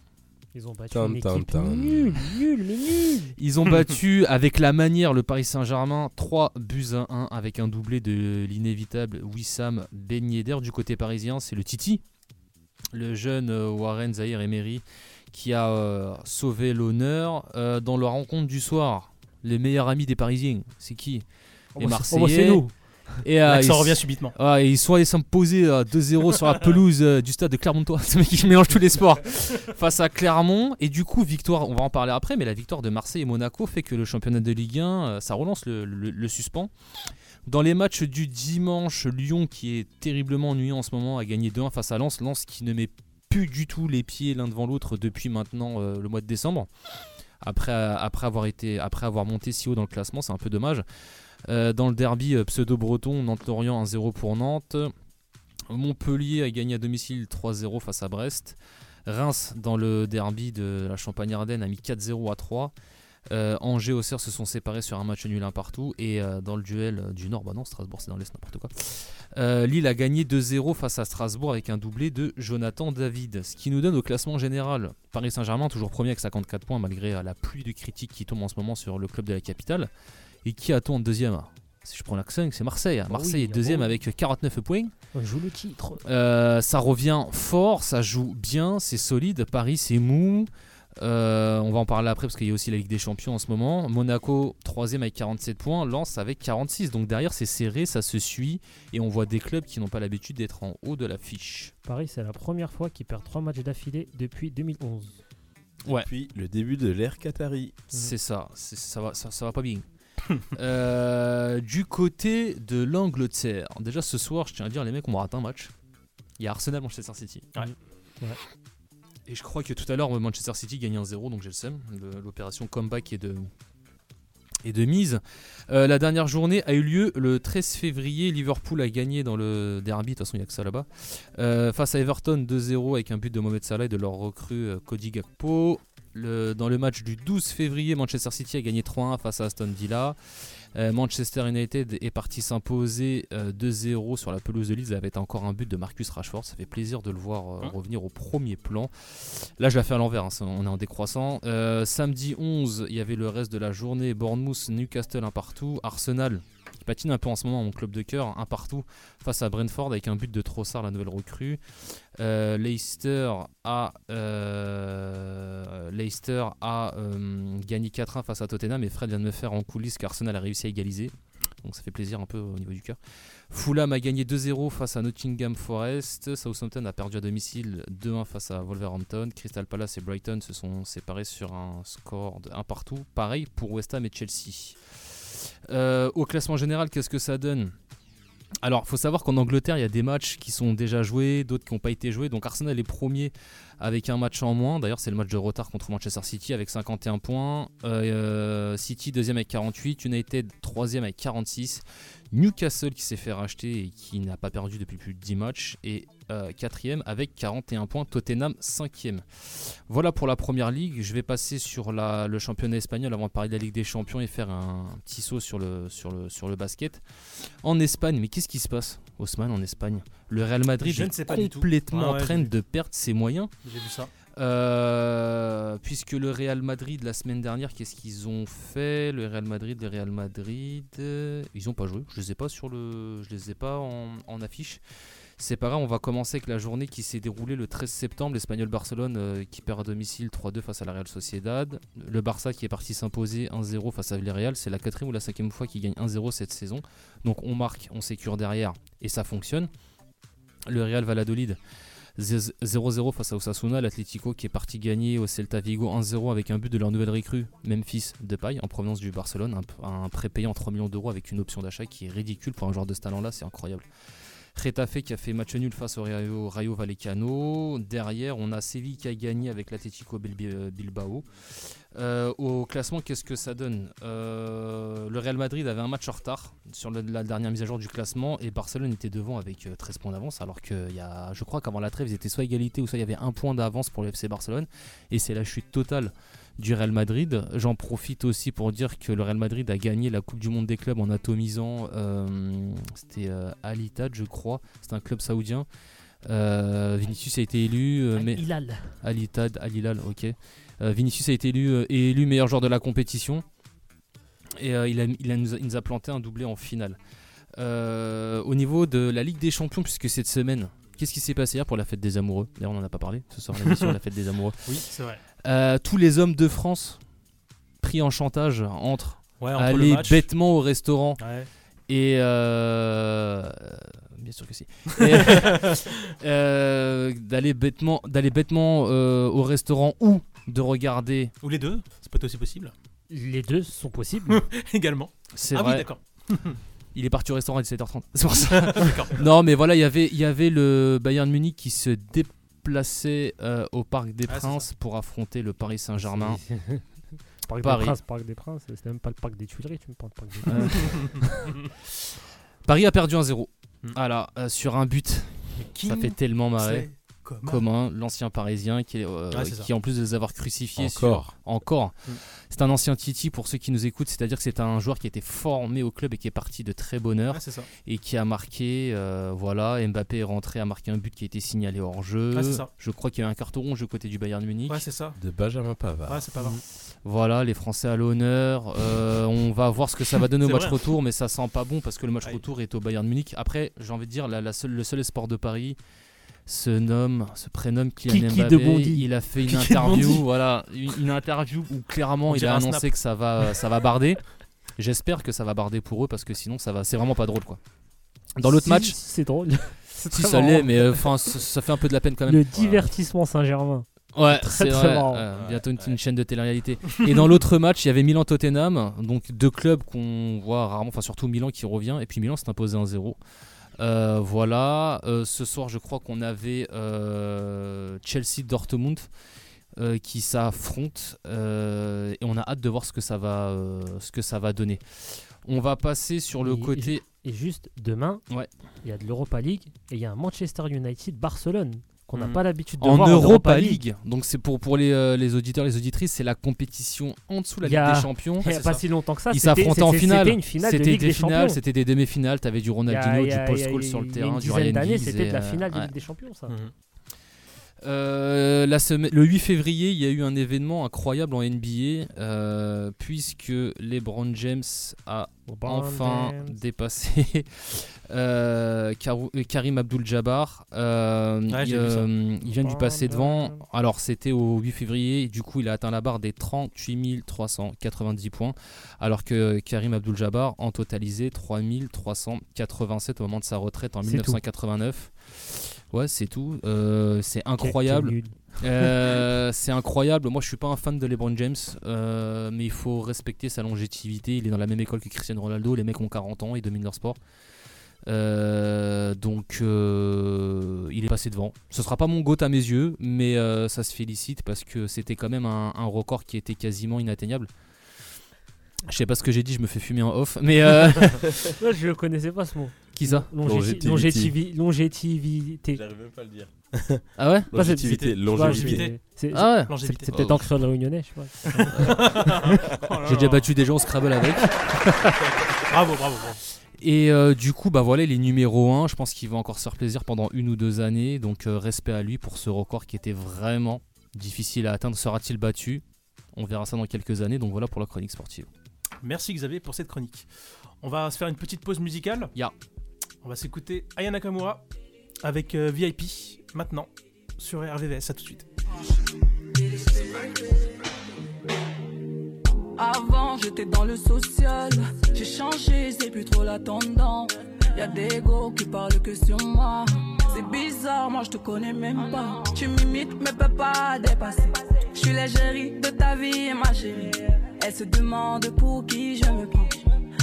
Ils ont battu
Tam,
une
tam,
équipe
tam.
nulle, nulle, mais nulle.
Ils ont battu avec la manière le Paris Saint-Germain 3 buts à 1 avec un doublé de l'inévitable Wissam Ben Yedder. Du côté parisien, c'est le Titi, le jeune euh, Warren Zahir Emery qui a euh, sauvé l'honneur Euh, dans la rencontre du soir. Les meilleurs amis des Parisiens, c'est qui
Oh,
Les
bah, c'est- oh,
Marseillais.
bah, c'est nous.
Et, euh,
L'accent
ils-
revient subitement.
Ah, et ils sont allés s'imposer euh, 2-0 sur la pelouse euh, du stade de Clermontois. Ce mec, il mélange tous les sports. Face à Clermont. Et du coup, victoire, on va en parler après, mais la victoire de Marseille et Monaco fait que le championnat de Ligue 1, euh, ça relance le, le- le suspens. Dans les matchs du dimanche, Lyon, qui est terriblement ennuyé en ce moment, a gagné 2-1 face à Lens. Lens qui ne met plus du tout les pieds l'un devant l'autre depuis maintenant euh, le mois de décembre après, euh, après, avoir été, après avoir monté si haut dans le classement, c'est un peu dommage. Euh, dans le derby euh, pseudo-breton, Nantes-Lorient 1-0 pour Nantes. Montpellier a gagné à domicile 3-0 face à Brest. Reims, dans le derby de la Champagne-Ardenne, a mis 4-0 à 3. Euh, Angers et Auxerre se sont séparés sur un match nul un partout. Et euh, dans le duel euh, du Nord, bah non, Strasbourg, c'est dans l'Est, n'importe quoi. Euh, Lille a gagné 2-0 face à Strasbourg avec un doublé de Jonathan David. Ce qui nous donne au classement général. Paris Saint-Germain, toujours premier avec 54 points, malgré euh, la pluie de critiques qui tombe en ce moment sur le club de la capitale. Et qui attend en deuxième Si je prends l'accent, c'est Marseille. hein.
Ah
Marseille
oui,
est deuxième
ah oui.
avec 49 points.
On joue le titre.
Euh, ça revient fort, ça joue bien, c'est solide. Paris, c'est mou. Euh, on va en parler après parce qu'il y a aussi la Ligue des Champions en ce moment. Monaco, troisième avec 47 points. Lens avec 46. Donc derrière, c'est serré, ça se suit. Et on voit des clubs qui n'ont pas l'habitude d'être en haut de l'affiche.
Paris, c'est la première fois qu'ils perdent 3 matchs d'affilée depuis 2011.
Ouais.
Puis le début de l'ère Qatari.
C'est ça, c'est- ça va, ça, ça va pas bien. Euh, du côté de l'Angleterre, déjà ce soir, je tiens à dire, les mecs, on aura raté un match. Il y a Arsenal Manchester City.
Ouais.
Et je crois que tout à l'heure, euh, Manchester City gagne 1-0, donc j'ai le seum. Le- L'opération comeback est de, est de mise. Euh, la dernière journée a eu lieu le 13 février. Liverpool a gagné dans le derby, de toute façon, il n'y a que ça là-bas. Euh, face à Everton 2-0 avec un but de Mohamed Salah et de leur recrue euh, Cody Gakpo. Le- dans le match du 12 février, Manchester City a gagné 3-1 face à Aston Villa. Euh, Manchester United est parti s'imposer euh, 2-0 sur la pelouse de Leeds avec encore un but de Marcus Rashford. Ça fait plaisir de le voir euh, revenir au premier plan. Là, je la fais à l'envers, hein, ça- on est en décroissant. Euh, samedi 11, il y avait le reste de la journée. Bournemouth, Newcastle, un partout. Arsenal, qui patine un peu en ce moment, mon club de cœur, un partout face à Brentford avec un but de Trossard, la nouvelle recrue. Euh, Leicester a, euh, Leicester a euh, gagné 4-1 face à Tottenham et Fred vient de me faire en coulisses qu'Arsenal a réussi à égaliser. Donc ça fait plaisir un peu au niveau du cœur. Fulham a gagné 2-0 face à Nottingham Forest. Southampton a perdu à domicile 2-1 face à Wolverhampton. Crystal Palace et Brighton se sont séparés sur un score de 1 partout. Pareil pour West Ham et Chelsea. Euh, au classement général, qu'est-ce que ça donne alors, faut savoir qu'en Angleterre, il y a des matchs qui sont déjà joués, d'autres qui n'ont pas été joués. Donc, Arsenal est premier avec un match en moins. D'ailleurs, c'est le match de retard contre Manchester City avec 51 points. Euh, City deuxième avec 48, United troisième avec 46, Newcastle qui s'est fait racheter et qui n'a pas perdu depuis plus de 10 matchs et euh, quatrième avec 41 points, Tottenham cinquième. Voilà pour la première ligue. Je vais passer sur la- le championnat espagnol avant de parler de la Ligue des Champions et faire un, petit saut sur le, sur le, sur le basket. En Espagne, mais qu'est-ce qui se passe, Haussmann, en Espagne Le Real Madrid
Je ne
est
sais pas du tout. Ah
complètement
Ouais,
en
ouais,
train
j'ai
de perdre ses moyens.
J'ai vu ça.
Euh, puisque le Real Madrid la semaine dernière, qu'est-ce qu'ils ont fait Le Real Madrid, le Real Madrid, euh, ils ont pas joué. Je les ai pas sur le, je les ai pas en, en affiche. C'est pas grave, on va commencer avec la journée qui s'est déroulée le 13 septembre. L'Espagnol Barcelone euh, qui perd à domicile 3-2 face à la Real Sociedad. Le Barça qui est parti s'imposer 1-0 face à Villarreal. C'est la quatrième ou la cinquième fois qu'il gagne 1-0 cette saison. Donc on marque, on sécure derrière et ça fonctionne. Le Real Valladolid 0-0 face à Osasuna, l'Atlético qui est parti gagner au Celta Vigo 1-0 avec un but de leur nouvelle recrue, Memphis Depay, en provenance du Barcelone, un, p- un prépayé en 3 millions d'euros avec une option d'achat qui est ridicule pour un joueur de ce talent-là, c'est incroyable. Retafe qui a fait match nul face au Rayo, Rayo Vallecano. Derrière, on a Séville qui a gagné avec l'Atlético Bilbi- Bilbao. Euh, au classement, qu'est-ce que ça donne Euh, Le Real Madrid avait un match en retard sur le- la dernière mise à jour du classement et Barcelone était devant avec euh, 13 points d'avance alors que il y a, je crois qu'avant la trêve, ils étaient soit égalité ou soit il y avait un point d'avance pour le FC Barcelone et c'est la chute totale du Real Madrid. J'en profite aussi pour dire que le Real Madrid a gagné la Coupe du Monde des clubs en atomisant, euh, c'était euh, Al Ittihad, je crois, c'est un club saoudien. Euh, Vinicius a été élu, euh,
Al
mais
Hilal.
Al Ittihad, Al Hilal, ok. Euh, Vinicius a été élu, euh, élu meilleur joueur de la compétition. Et euh, il, a, il, a- nous a- il nous a planté un doublé en finale. Euh, au niveau de la Ligue des Champions, puisque cette semaine, qu'est-ce qui s'est passé hier pour la fête des amoureux D'ailleurs, on n'en a pas parlé ce soir, on est sur la fête des amoureux.
Oui, c'est vrai.
Euh, tous les hommes de France pris en chantage entre,
Ouais, entre le
aller
match.
bêtement au restaurant
Ouais.
et. euh, euh, bien sûr que si. Et, euh, d'aller bêtement, d'aller bêtement euh, au restaurant ou de regarder
Ou les deux, c'est peut-être aussi possible.
Les deux sont possibles.
Également.
C'est
ah
vrai.
oui, d'accord.
Il est parti au restaurant à 17h30. C'est pour ça.
D'accord.
non, mais voilà, il y avait- il y avait le Bayern Munich qui se déplaçait euh, au Parc des
Ah, c'est
Princes pour affronter le Paris Saint-Germain.
Parc
Paris.
des Princes, Parc des Princes, c'est même pas le Parc des Tuileries, tu me parles de Parc des
Euh,
Princes.
Paris a perdu 1-0. Voilà, euh, sur un but.
Hmm. qui
Ça fait tellement marrer.
sait comment
Commun, l'ancien parisien qui, est, euh,
Ouais, c'est ça.
qui en plus de les avoir crucifiés
Encore.
sur- encore.
Mm.
C'est un ancien Titi pour ceux qui nous écoutent, c'est-à-dire que c'est un joueur qui était formé au club et qui est parti de très bonne heure
Ah, c'est ça.
et qui a marqué. euh, voilà, Mbappé est rentré, a marqué un but qui a été signalé hors jeu.
Ah, c'est ça.
Je crois qu'il y a eu un carton rouge du côté du Bayern Munich.
Ouais, c'est ça.
De Benjamin Pavard.
Ouais, c'est pas grave.
Voilà, les Français à l'honneur. Euh, on va voir ce que ça va donner au
C'est
match
vrai.
retour, mais ça sent pas bon parce que le match retour est au Bayern Munich. Après, j'ai envie de dire, la, la seule- le seul espoir de Paris se nomme, se prénomme Kylian
Kiki de
Mbappé.
Bondy.
Il a fait une
Kiki de
interview,
Bondy.
voilà, une, une interview où
On
clairement il
dirait
a
un
annoncé
snap.
que ça va, ça va barder. J'espère que ça va barder pour eux parce que sinon ça va, c'est vraiment pas drôle quoi. Dans l'autre
Si,
match,
c'est drôle. C'est
Si
très
ça l'est,
marrant.
mais euh, enfin, ça, ça fait un peu de la peine quand même.
Le divertissement Saint-Germain.
Ouais,
Très,
c'est
très
vrai.
marrant.
Euh, bientôt une, une chaîne de télé-réalité. et dans l'autre match, il y avait Milan-Tottenham, donc deux clubs qu'on voit rarement, enfin surtout Milan qui revient, et puis Milan s'est imposé 1-0. Euh, voilà, Euh, ce soir je crois qu'on avait euh, Chelsea Dortmund euh, qui s'affrontent euh, et on a hâte de voir ce que ça va, euh, ce que ça va donner. On va passer sur le
Et-
côté.
Et juste demain,
Ouais.
il y a de l'Europa League et il y a un Manchester United Barcelone qu'on n'a
Mm.
pas l'habitude de
en
voir. en
Europa, League. Donc c'est pour, pour les, euh, les auditeurs, les auditrices, c'est la compétition en dessous de la
Il y a-
Ligue des Champions.
il y a pas si longtemps que ça,
Ils
c'était-
s'affrontaient en
c'était-
finale.
c'était une finale de
C'était
Ligue
des
des
finales,
Champions.
c'était des demi-finales. T'avais du
Il y a-
Ronaldinho,
il y a-
du Paul
il y a-
Scholes sur le
il y a
terrain,
Une
du
dizaine
Ryan
d'années,
Giggs
c'était de
et,
la
euh,
finale de
ouais.
Ligue des Champions, ça.
Mm.
Euh, la semaine, le 8 février, il y a eu un événement incroyable en NBA euh, puisque LeBron James a enfin
James.
dépassé euh, Karou- euh, Karim Abdul-Jabbar. Euh,
Ouais,
il,
j'ai vu ça.
euh, il vient de lui passer
LeBron
devant. Alors c'était au 8 février, et du coup il a atteint la barre des 38 390 points, alors que Karim Abdul-Jabbar en totalisait 3387 au moment de sa retraite en
C'est tout.
1989. Ouais, c'est tout. Euh, c'est incroyable.
quel nul.
Euh, c'est incroyable. Moi, je suis pas un fan de LeBron James, euh, mais il faut respecter sa longévité. Il est dans la même école que Cristiano Ronaldo. Les mecs ont 40 ans, ils dominent leur sport. Euh, donc, euh, il est passé devant. Ce sera pas mon GOAT à mes yeux, mais euh, ça se félicite parce que c'était quand même un, un record qui était quasiment inatteignable. Je sais pas ce que j'ai dit, je me fais fumer en off, mais euh,
Ouais, je le connaissais pas ce mot.
Qui ça
Longéti-
Longétivité.
longétivi- Longétivité.
J'arrive même pas à le dire.
Ah ouais
Bah, c'est-
Longévité,
c'est-
longévité.
c'est- c'est-
Ah ouais.
c'est-
Longévité.
C'est peut-être
Oh.
en créole réunionnais, je sais pas.
Oh
J'ai déjà battu des gens au Scrabble avec.
Bravo, bravo, bravo.
Et euh, du coup, bah voilà, il est numéro 1. Je pense qu'il va encore se faire plaisir pendant une ou deux années. Donc, euh, respect à lui pour ce record qui était vraiment difficile à atteindre. Sera-t-il battu On verra ça dans quelques années. Donc, voilà pour la chronique sportive.
Merci Xavier pour cette chronique. On va se faire une petite pause musicale.
Ya.
On va s'écouter Aya Nakamura avec euh, VIP maintenant sur RVVS. À tout de suite.
Avant, j'étais dans le social. J'ai changé, c'est plus trop la tendance. Y'a des gars qui parlent que sur moi. C'est bizarre, moi je te connais même pas. Tu m'imites, mais peux pas dépasser. Je suis l'égérie de ta vie, ma chérie. Elle se demande pour qui je me prends.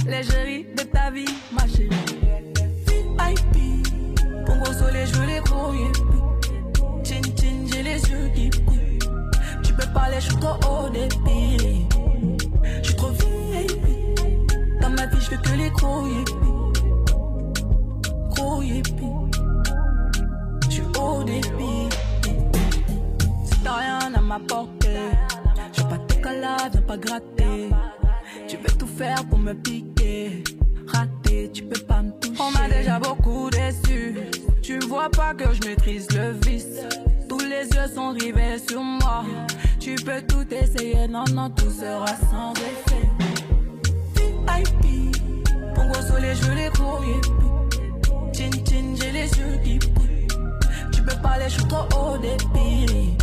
L'égérie de ta vie, ma chérie. VIP, pour gros soleil, je veux les courriers. Chin chin, j'ai les yeux qui coulent. Tu peux parler, je suis trop haut débile. Je suis trop VIP. Dans ma vie, je fais que les gros hippies. Gros hippies. Je suis haut débile. Si t'as rien à m'apporter, je veux pas tes calades, viens pas gratter. Tu veux tout faire pour me piquer. Raté, tu peux pas me toucher. On m'a déjà beaucoup déçu. Tu vois pas que je maîtrise le vice. Tous les yeux sont rivés sur moi. Tu peux tout essayer, non, non, tout sera sans effet. VIP, pour gros soleil, je veux les courriers. Chin chin, j'ai les yeux qui brillent. Tu peux parler, je suis trop haut débile.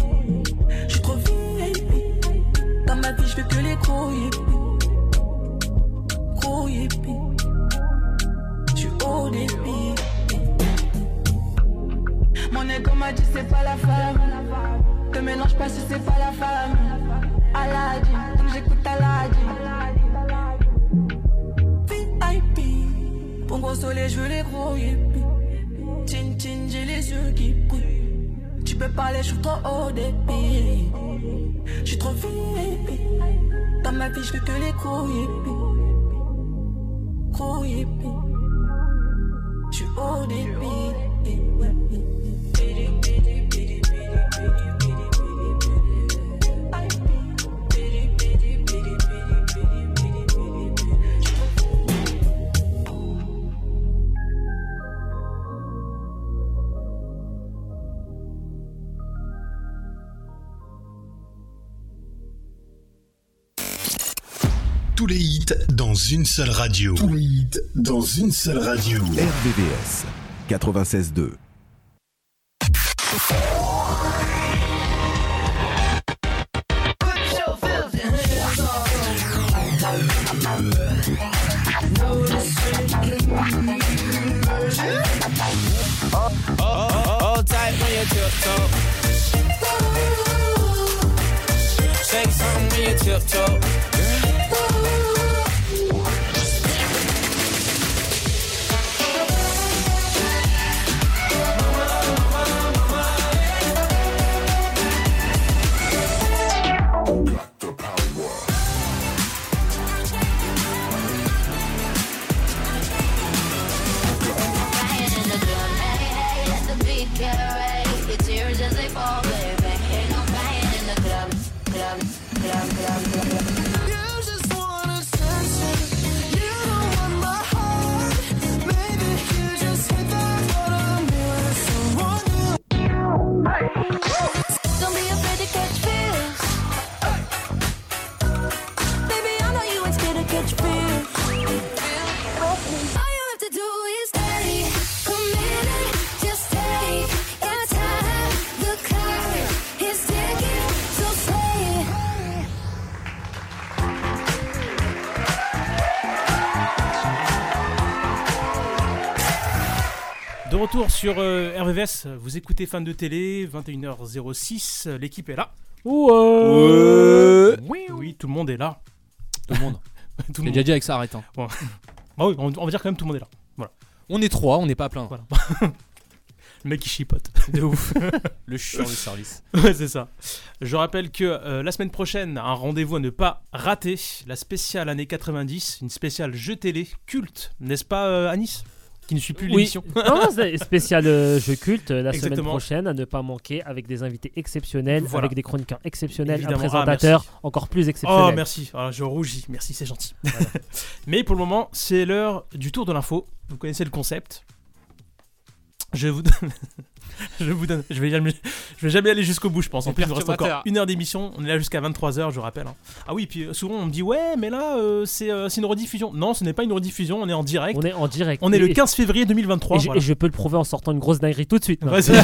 Je suis trop VIP. Dans ma vie, je fais que les gros hippies. Gros hippies. Je suis haut débile. Mon ego m'a dit c'est pas la femme Te mélange pas si c'est pas la femme Aladdin, donc j'écoute Aladdin VIP Pour gros soleil je veux les gros yippies Chin chin j'ai les yeux qui brillent Tu peux parler je suis trop haut débile Je suis trop VIP Dans ma vie je fais que les gros yippies Gros yippies Je suis haut débile
Tous les hits dans une seule radio. Tous les hits dans une seule radio.
RVVS 96.2.
Hold- hold- Hold tight when you tiptoe. Shake something when you tiptoe.
retour sur euh, RVVS, vous écoutez Fan de Télé, 21h06, euh, l'équipe est là.
Ouais.
euh, Oui, oui, tout le monde est là.
Tout le monde.
Tout
J'ai déjà dit avec ça, arrête, hein.
Bon. Bah oui, on, on va dire quand même tout le monde est là. Voilà.
On est trois, on n'est pas plein.
Le mec qui chipote.
De ouf. Le chiant du service.
Ouais, c'est ça. Je rappelle que euh, la semaine prochaine, un rendez-vous à ne pas rater, la spéciale année 90, une spéciale jeu télé culte, n'est-ce pas euh, Anis Qui ne suit plus l'émission.
Non, c'est spécial euh, jeu culte euh, la semaine
Exactement.
prochaine à ne pas manquer avec des invités exceptionnels,
Voilà.
avec des chroniqueurs exceptionnels,
Évidemment.
un
Ah,
présentateur
merci.
encore plus exceptionnel.
Oh merci, Ah, je rougis, merci, c'est gentil. Mais pour le moment, c'est l'heure du tour de l'info. Vous connaissez le concept. Je vous donne... je vous donne... Je vais jamais, je vais jamais aller jusqu'au bout, je pense. En plus, il nous reste encore
Perturbateur.
une heure d'émission. On est là jusqu'à 23h, je rappelle. hein. Ah oui, puis euh, souvent on me dit ouais, mais là, euh, c'est euh, c'est une rediffusion. Non, ce n'est pas une rediffusion, on est en direct.
On est en direct.
On est
Et-
le 15 février 2023.
Et, je-
voilà.
et je peux le prouver en sortant une grosse dinguerie tout de suite. non.
Vas-y. Fais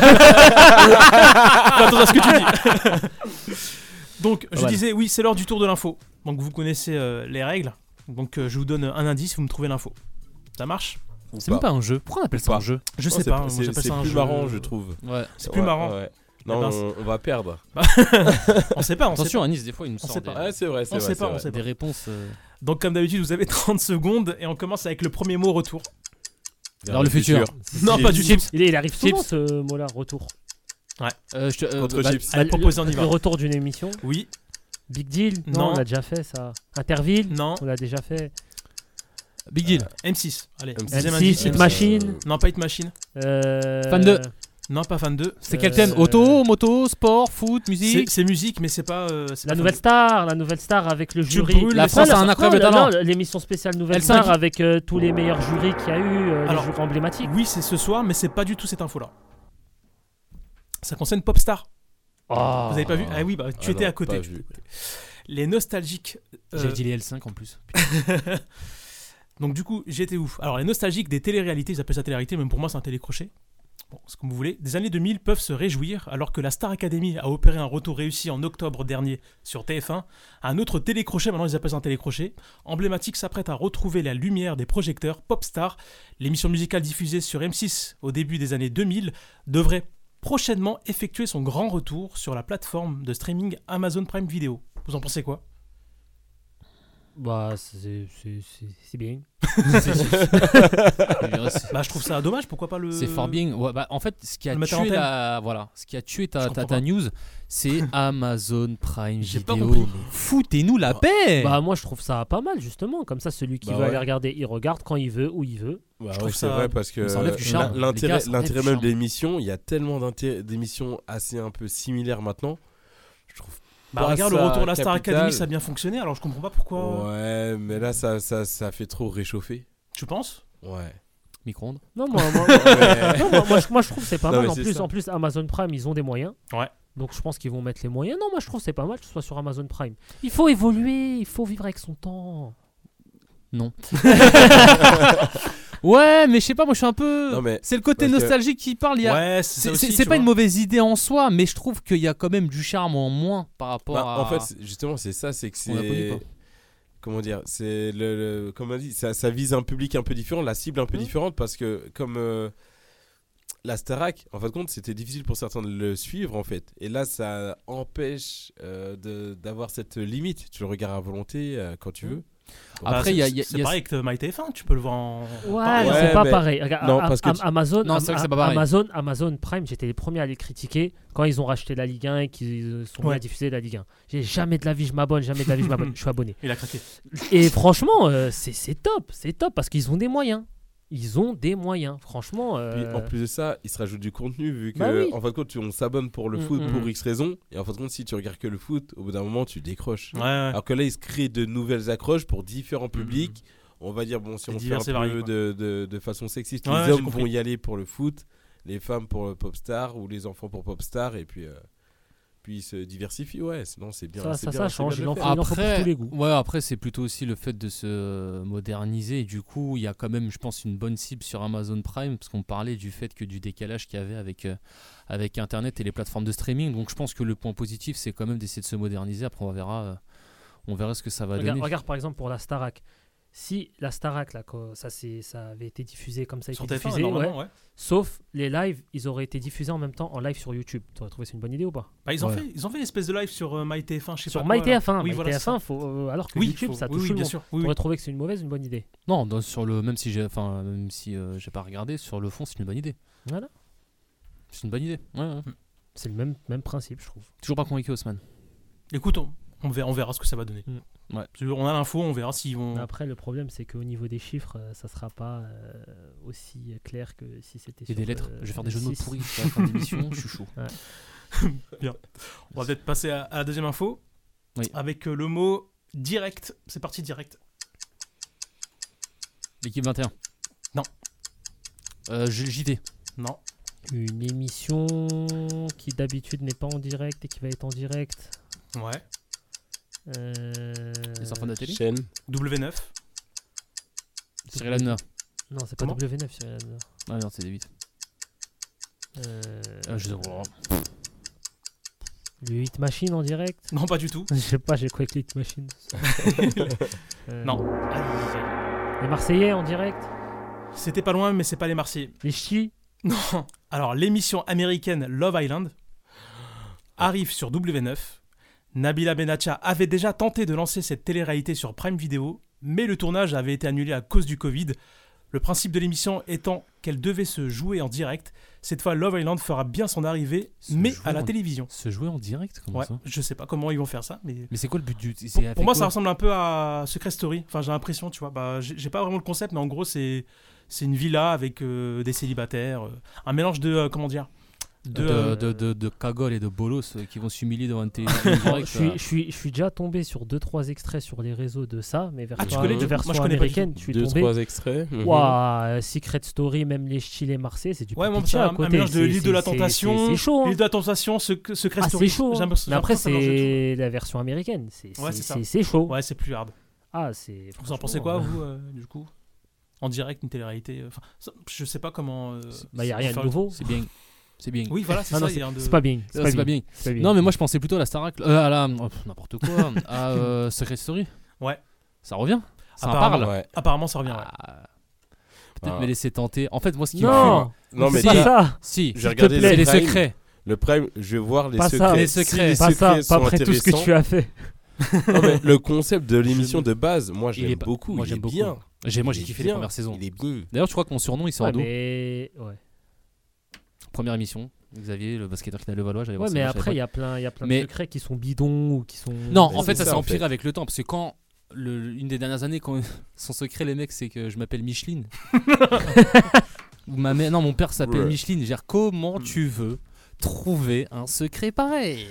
attention à ce que tu dis. Donc, je
Voilà.
disais, oui, c'est l'heure du tour de l'info. Donc, vous connaissez euh, les règles. Donc, euh, je vous donne un indice, vous me trouvez l'info. Ça marche
C'est même pas un jeu. Pourquoi on appelle ça un jeu
Je sais
c'est-
pas. moi,
c'est-
j'appelle
c'est
ça un
plus
jeu.
marrant, je trouve.
Ouais.
C'est plus
Ouais,
marrant.
ouais.
Eh
Non,
ben,
on-
c'est-
on va perdre.
Bah, on sait pas. On sait
Attention,
pas.
Anis, des fois, il nous
On
sort
sait
des-
pas.
Ouais, c'est vrai, c'est
On
vrai,
sait
c'est
pas, on
vrai.
sait pas.
Des réponses, euh.
Donc, comme d'habitude, vous avez 30 secondes et on commence avec le premier mot retour.
Vers Vers le le futur. futur.
Non, pas du
Chips.
tout.
Il, est- il arrive souvent
Chips.
ce mot-là, retour.
Ouais.
Euh, je te- euh,
Contre
bah-
chips.
bah,
Allez, proposez, on y va.
Le retour d'une émission.
Oui.
Big Deal non,
Non.
on l'a déjà fait ça. Interville
Non.
On l'a déjà fait. Euh,
Big Deal.
M6. Allez,
M6,
deuxième indice,
Hit
M6.
Machine.
Non, pas Hit Machine.
Euh,
Fan de-
Non, pas fan 2.
C'est quel thème Auto, moto, sport, foot, musique
C'est musique, mais c'est pas. euh, c'est
La
pas
nouvelle
fan
star, la nouvelle star avec le
Tu
jury.
brûles La les France stars. a un
Non,
incroyable
non,
talent.
non, L'émission spéciale Nouvelle
Elle
Star
s'inquiète.
avec euh, tous les meilleurs jurys qu'il y a eu, euh,
Alors,
les jurys emblématiques.
deux. Oui, c'est ce soir, mais c'est pas du tout cette info-là. Ça concerne Popstar.
Ah.
Vous avez pas vu Ah oui, bah tu
Ah
étais
non,
à côté.
pas
tu
vu.
étais à côté. Les nostalgiques. euh,
J'ai dit les L5 en plus.
Donc du coup, j'étais ouf. Alors les nostalgiques des téléréalités, ils appellent ça télé-réalité, même pour moi c'est un télécrochet. Bon, c'est comme vous voulez. Des années 2000 peuvent se réjouir alors que la Star Academy a opéré un retour réussi en octobre dernier sur TF1. Un autre télécrochet, maintenant ils appellent ça un télécrochet, emblématique s'apprête à retrouver la lumière des projecteurs Popstar. L'émission musicale diffusée sur M6 au début des années 2000 devrait prochainement effectuer son grand retour sur la plateforme de streaming Amazon Prime Video. Vous en pensez quoi
Bah, c'est c'est- c'est- c'est bien.
Bah, je trouve ça dommage, pourquoi pas le-
C'est fort bien. Ouais, bah, en fait, ce qui a
Le mettre en
tué
antenne.
la- voilà, ce qui a tué ta,
Je
ta-
comprends
ta
pas.
news, c'est Amazon Prime Vidéo.
pas compris.
Foutez-nous la paix.
Bah, moi, je trouve ça pas mal, justement. Comme ça, celui qui
Bah
veut
ouais.
aller regarder, il regarde quand il veut, où il veut.
Bah ouais, c'est vrai parce que l'in-
Les gars,
l'intérêt
ça enlève
l'intérêt
du
même
charme.
de l'émission, il y a tellement d'inté- d'émissions assez un peu similaires maintenant. Je trouve.
Bah
pas
regarde le
ça
retour de la Star
capital.
Academy, ça a bien fonctionné, alors je comprends pas pourquoi.
Ouais, mais là ça, ça, ça fait trop réchauffer.
Tu penses
Ouais.
Micro-ondes.
Non, moi, moi,
Ouais.
non, moi- moi, je- moi, je trouve que c'est pas
Non,
mal.
mais
En
c'est
plus,
ça.
en plus, Amazon Prime, ils ont des moyens.
Ouais.
Donc, je pense qu'ils vont mettre les moyens. Non, moi, je trouve que c'est pas mal que ce soit sur Amazon Prime. Il faut évoluer, il faut vivre avec son temps.
Non. ouais, mais je sais pas, moi je suis un peu.
Non, mais
c'est le côté
parce que-
nostalgique qui parle. il y a-
Ouais, c'est ça aussi, tu
c'est pas
vois.
une mauvaise idée en soi, mais je trouve qu'il y a quand même du charme en moins par rapport
Bah,
à.
En fait, c'est- justement, c'est ça, c'est que
On l'a connu,
c'est.
quoi.
Comment dire C'est le, le- Comme on dit, ça, ça vise un public un peu différent, la cible un
Mmh.
peu différente, parce que comme. euh, la Starac, en fin de compte, c'était difficile pour certains de le suivre, en fait. Et là, ça empêche euh, de- d'avoir cette limite. Tu le regardes à volonté euh, quand
Mmh.
tu veux. Donc,
Bah, c'est- C'est pareil que MyTF1, tu peux le voir en. en parallèle.
c'est pas pareil. Regarde,
non,
Am-
parce que
Am-
tu-
Amazon,
Non,
Am-
c'est vrai que c'est pas pareil.
Amazon, Amazon Prime, j'étais les premiers à les critiquer quand ils ont racheté la Ligue 1 et qu'ils euh, sont mis
Ouais.
à diffuser la Ligue 1. J'ai jamais de la vie, je m'abonne, jamais de la vie, je m'abonne. Je suis abonné.
Il a craqué.
Et franchement, euh, c'est c'est top, c'est top parce qu'ils ont des moyens. Ils ont des moyens, franchement. euh,
Puis, en plus de ça, il se rajoute du contenu vu que
Bah oui.
en fin de compte, tu- on s'abonne pour le
Mm,
foot
mm.
pour X raison et en fin de compte, si tu regardes que le foot, au bout d'un moment, tu décroches.
Ouais, ouais.
Alors que là, il se crée de nouvelles accroches pour différents publics. On va dire bon, si
Et
on fait
divers
un
et variés,
peu
quoi.
de, de- de façon sexiste,
Ouais, ouais,
les
j'ai
hommes
compris.
vont y aller pour le foot, les femmes pour le pop star ou les enfants pour pop star et puis. euh, puis ils se diversifient, ouais, sinon c'est bien.
Ça,
c'est
ça,
bien,
ça
c'est
change,
bien de
il
le
en faut-
faire.
il en faut pour tous les goûts.
Ouais, après, c'est plutôt aussi le fait de se moderniser. Et du coup, il y a quand même, je pense, une bonne cible sur Amazon Prime. Parce qu'on parlait du fait que du décalage qu'il y avait avec, euh, avec Internet et les plateformes de streaming. Donc, je pense que le point positif, c'est quand même d'essayer de se moderniser. Après, on verra, euh, on verra ce que ça va
regarde,
donner.
regarde, par exemple pour la Starac. Si la Starac, là, quand ça, c'est- ça avait été diffusé comme ça a
Sur
été
TF1,
diffusé,
normalement, ouais.
sauf les lives, ils auraient été diffusés en même temps en live sur YouTube. Tu aurais trouvé c'est une bonne idée ou pas
Bah, ils, ont
Ouais.
fait, ils ont fait une espèce de live sur euh, MyTF1, je sais
Sur
pas. quoi, là.
MyTF1,
Oui, voilà, c'est ça.
MyTF1 faut, euh, alors que
Oui,
YouTube,
faut-
ça
oui,
touche
oui,
tout le
bien
monde.
sûr, oui,
T'aurais
oui.
trouvé que c'est une mauvaise ou une bonne idée
Non, dans- sur le même si j'ai enfin même si euh, j'ai pas regardé sur le fond, c'est une bonne idée.
Voilà.
Mm.
C'est une bonne idée. Ouais, ouais.
C'est le même même principe, je trouve.
Toujours pas convaincu Haussmann. Mm.
Écoute, on, on verra, on verra ce que ça va donner. Parce que On a l'info, on verra s'ils vont.
Mais Après, le problème, c'est qu'au niveau des chiffres, euh, ça sera pas euh, aussi clair que si c'était
Et
sur
des lettres.
euh,
Je vais faire
le
des jeux de mots
6.
pourris à la fin de l'émission, je suis chaud.
Ouais.
Bien. On va peut-être passer à, à la deuxième info.
Oui.
Avec euh, le mot direct. C'est parti direct.
L'équipe 21.
Non.
Euh, Jules JD.
Non.
Une émission qui d'habitude n'est pas en direct et qui va être en direct.
Ouais.
Euh,
Les enfants de la télé.
W9.
Cyril Hanouna.
Non, c'est pas
Comment
W9, Cyril Hanouna.
Ah non, c'est des 8.
Euh,
Ah, je sais pas.
Le Hit Machine en direct
Non, pas du tout.
Je sais pas, j'ai quoi avec le Hit Machine Euh,
Non.
Les Marseillais en direct
C'était pas loin, mais c'est pas les Marseillais.
Les Ch'tis
Non. Alors, l'émission américaine Love Island arrive sur W9. Nabila Benacha avait déjà tenté de lancer cette télé-réalité sur Prime Video, mais le tournage avait été annulé à cause du Covid. Le principe de l'émission étant qu'elle devait se jouer en direct. Cette fois, Love Island fera bien son arrivée, mais à la
en-
télévision.
Se jouer en direct comment
ouais,
ça
je sais pas comment ils vont faire ça, mais.
Mais c'est quoi le but du c'est
Pour,
avec
pour moi,
quoi
ça ressemble un peu à Secret Story. Enfin, j'ai l'impression, tu vois. Bah, j'ai j'ai pas vraiment le concept, mais en gros, c'est c'est une villa avec euh, des célibataires, euh, un mélange de euh, comment dire, de,
de,
euh,
de, de, de cagoles et de bolos euh, qui vont s'humilier devant une télévision en
je,
direct.
suis,
euh.
je, suis, je suis déjà tombé sur 2-3 extraits sur les réseaux de ça, mais
Ah,
version,
tu connais
de
du-
version
moi, je connais pas du
américaine,
tout.
je suis
Deux,
tombé.
trois extraits, mhm.
Ouah, euh, Secret Story, même les Chili et Marseillais, c'est du
Ouais, moi,
pipi de
c'est
chat à
un, un
côté.
mélange de
C'est-
l'île
c'est-
de la
c'est-
tentation,
C'est chaud. hein.
l'île de la tentation, Sec- Secret
Ah,
Story.
c'est chaud.
J'ai
hein.
l'impression-
Mais après,
j'ai l'impression que ça mélange
c'est la version américaine. C'est
tout. Ouais,
c'est-
ça.
c'est- c'est chaud.
Ouais, c'est plus hard.
Ah, c'est.
Vous en pensez quoi, vous, euh, du coup En direct, une télé-réalité. euh, Enfin, ça- je sais pas comment. euh,
Bah, y a
on
rien
fait-
de nouveau.
C'est bien. C'est bien.
Oui, voilà, c'est
Ah
ça.
non,
y a un de-
c'est pas bien. C'est pas bien. Non, mais moi je pensais plutôt à la Starac. euh, à la. oh, pff, N'importe quoi. à euh, Secret Story.
Ouais.
Ça revient Ça en
Apparemment,
parle Ah.
apparemment, ça revient. ouais.
Peut-être
Ah.
me laisser tenter. En fait, moi ce qui me
Non.
fume-
Non, mais
Si,
t'as-
Si,
j'ai
s'il te
regardé
plaît,
le
les
Prime.
secrets.
Le Prime, je vais voir les
Pas
secrets.
ça. Les
Si
secrets.
les
Pas ça,
secrets
pas
sont
après tout ce que
intéressants-
tu as fait.
Non, mais le concept de l'émission de base, moi je
Il est
l'aime
pas-
beaucoup.
Moi
il
j'aime
est
beaucoup.
bien.
J'ai- Moi j'ai
Il est
kiffé les
bien.
premières saisons.
Il est bien.
D'ailleurs, je crois que mon surnom il sort
Ouais,
d'où
mais. Ouais.
Première émission. Xavier, le basketteur qui n'a le Valois, j'allais voir
Ouais,
ce
mais
match, j'avais
après,
pas-
il y a plein, il y a plein
Mais-
de secrets qui sont bidons ou qui sont.
Non, en fait, ça s'est
empire
empiré avec le temps. Parce que quand. le- une des dernières années, quand son secret, les mecs, c'est que je m'appelle Micheline. Ou Ma mère, non, mon père s'appelle
Ouais.
Micheline. Je veux dire, comment tu veux trouver un secret pareil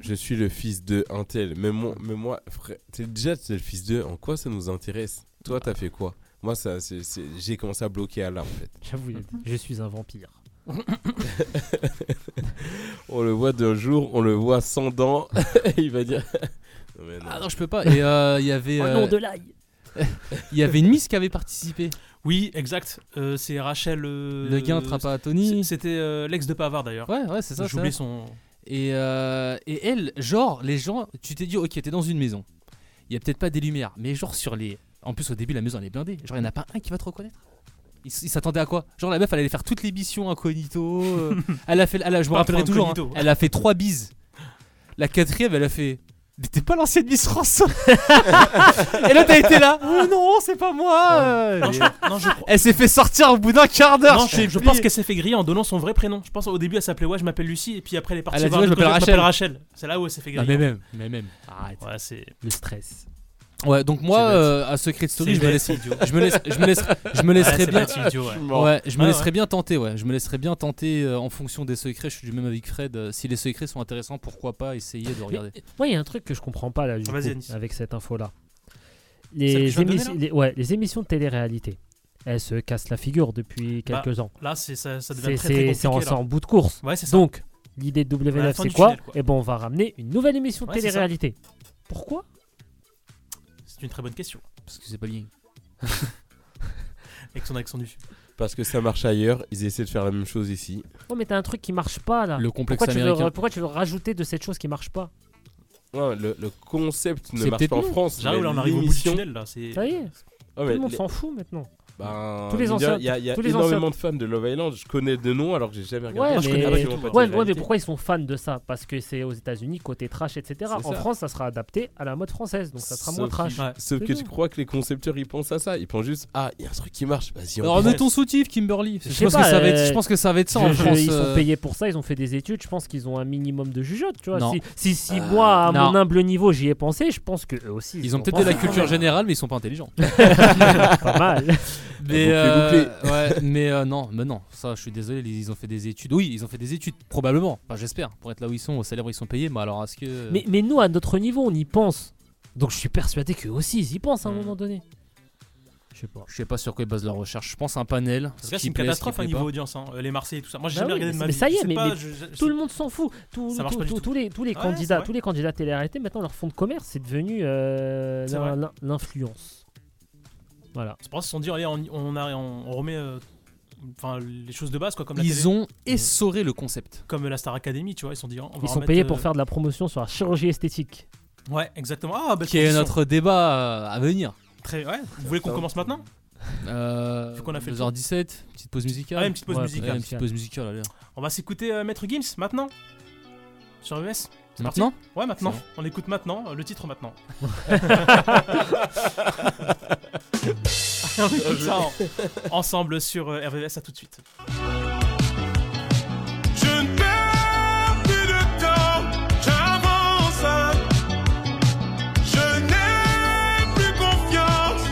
Je suis le fils de un tel. Mais, mon, mais moi, frère, t'es déjà t'es le fils de. En quoi ça nous intéresse Toi, t'as fait quoi Moi, ça, c'est- c'est- j'ai commencé à bloquer à là, en fait.
J'avoue, je suis un vampire.
on le voit d'un jour, on le voit sans dents. il va dire. Non, mais non.
Ah non, je peux pas. Et euh, il y avait.
Au
euh,
nom Oh, de l'ail.
Il y avait une Miss qui avait participé.
Oui, exact. Euh, c'est Rachel. euh,
Le gain Trapattoni.
c'est- C'était euh, l'ex de Pavard d'ailleurs.
Ouais, ouais, c'est ça.
J'ai
ça.
oublié son.
Et, euh, et elle, genre, les gens, tu t'es dit, ok, t'es dans une maison. Il y a peut-être pas des lumières, mais genre sur les. En plus, au début, la maison elle est blindée. Genre, il n'y en a pas un qui va te reconnaître. Ils s- ils s'attendaient à quoi Genre, la meuf, elle allait faire toutes les missions incognito. euh, elle a fait. Elle a- je me
Pas
rappellerai
pour
toujours. hein,
incognito.
elle a fait trois bises. La quatrième, elle a fait. Mais t'es pas l'ancienne Miss France hein. Et là, t'as été là. Oh non, c'est pas moi euh.
Non, je- non, je crois-
Elle s'est fait sortir au bout d'un quart d'heure.
Non, je, je pense qu'elle s'est fait griller en donnant son vrai prénom. Je pense au début elle s'appelait ouais, je m'appelle Lucie et puis après elle est partie
Elle a dit,
voir
ouais, je
un autre
m'appelle
truc, je
Rachel.
m'appelle C'est là où elle s'est fait
Non,
griller.
mais même, mais même. Arrête.
Ouais, c'est
le stress.
Ouais, donc moi,
C'est bête.
euh, à Secret Story,
C'est
je me,
bête,
laisse,
c'est idiot.
je me laisse, je me laisse, je me laisserais
Ouais, c'est
bien,
bête, c'est idiot, ouais.
je me
Ouais,
laisserais
ouais.
bien tenter, ouais, je me laisserais bien tenter euh, en fonction des secrets. Je suis du même avec Fred. euh, si les secrets sont intéressants, pourquoi pas essayer de regarder.
Moi, euh, il y a un truc que je comprends pas là, du
Vas-y,
coup,
Anis.
avec cette info-là.
Celle que
Les,
tu viens de
émissions-
donner,
les- ouais, les émissions de télé-réalité, elles se cassent la figure depuis
Bah,
quelques ans.
là, c'est- ça- ça devient
C'est-
très, très
c'est- C'est en,
compliqué,
c'est en
là.
bout de course.
Ouais, c'est ça.
Donc, l'idée de
À
W9,
la fin
c'est
du
quoi,
tunnel, quoi.
Eh ben, on va ramener une nouvelle émission de
Ouais, c'est ça.
télé-réalité. Pourquoi
C'est une très bonne question.
Parce que c'est pas bien.
Avec son accent du sud.
Parce que ça marche ailleurs, ils essaient de faire la même chose ici.
Ouais, Oh, mais t'as un truc qui marche pas là.
Le complexe
Ah. pourquoi Tu veux,
américain.
pourquoi tu veux rajouter de cette chose qui marche pas
Ouais, le, le concept ne
C'est
marche
peut-être
pas en
nous.
France.
J'arrive
mais
là, on arrive au bout du
l'émission- Ah,
tunnel là. c'est-
Ça y est.
Ah
Tout le monde s'en fout maintenant.
Ben,
Tous les
je veux
anciens-
dire, Il y a, il y a
tous les
énormément
anciens-
de fans de Love Island. Je connais de nom alors que j'ai jamais regardé.
Ouais,
Moi, je connais
mais...
absolument pas
ouais,
cette
ouais, mais
réalité.
pourquoi ils sont fans de ça Parce que c'est aux États-Unis, côté trash, etc.
C'est
En
ça.
France, ça sera adapté à la mode française, donc ça sera moins
Sauf
trash.
qu'il- Sauf
C'est
que
tout.
tu crois que les concepteurs ils pensent à ça. Ils pensent juste ah il y a un truc qui marche. Vas-y.
Alors,
remet
mettons soutif, Kimberly.
Je
Je
sais
pense,
pas,
que ça va être,
euh,
je pense que ça va être ça
je-
en
je-
France.
Ils sont
euh,
payés pour ça, ils ont fait des études. Je pense qu'ils ont un minimum de jugeote, tu vois.
Non.
Si, si, si
Euh,
moi, à mon
non.
humble niveau, j'y ai pensé, je pense que eux aussi.
Ils ont
y
peut-être de la
pensé.
culture générale, mais ils sont pas intelligents.
Pas mal.
Mais,
Bouclé,
euh,
bouclé.
ouais, mais euh, non, mais non, ça, je suis désolé, ils ils ont fait des études. Oui, ils ont fait des études, probablement. Enfin, j'espère, pour être là où ils sont, au salaire où ils sont payés. Mais alors, est-ce que
Mais, mais nous, à notre niveau, on y pense. Donc je suis persuadé qu'eux aussi, ils y pensent
Mm.
à un moment donné. Je sais pas.
Je sais pas sur quoi base la recherche. Je pense à un panel.
Parce
ce
que là,
qui
c'est une
plaît, ce qui
catastrophe
plaît
à niveau
pas.
audience. hein. Euh, Les Marseillais et tout ça. Moi, j'ai
Bah
jamais
oui,
regardé de
mais-
ma
mais
vie.
ça
Ah,
y
Je
est,
sais
mais,
pas,
mais
je- je-
tout le monde s'en fout. Tout-
Ça marche
tout-
pas du
tout-
tout.
Tous les, tous les
Ouais, c'est
candidats,
vrai.
tous les candidats télé-réalité, maintenant leur fond de commerce, c'est devenu euh,
C'est
l'in-
vrai.
l'in- l'influence. Voilà.
C'est pour ça qu'ils se sont dit, allez, on, on, a- on- on remet euh, enfin, les choses de base, quoi, comme la
Ils
télé.
ont essoré le concept.
Comme la Star Academy, tu vois, ils se sont dit, on va
Ils sont
remettre,
payés
euh,
pour faire de la promotion sur la chirurgie esthétique.
Ouais, exactement. Ah, bah,
Qui est notre débat euh, à venir.
Très, ouais. Vous voulez qu'on commence maintenant
Euh,
Vu qu'on a fait le
2h17, petite pause musicale.
Ah, une petite pause
Ouais,
musicale.
ouais, une petite pause musicale, allez.
On va s'écouter euh, Maître Gims maintenant sur ES. C'est parti
Maintenant
Ouais, maintenant.
C'est
On écoute maintenant euh, le titre maintenant. On écoute ça en- ensemble sur euh, RVVS. À tout de suite.
Je ne perds plus de temps, j'avance. Je n'ai plus confiance.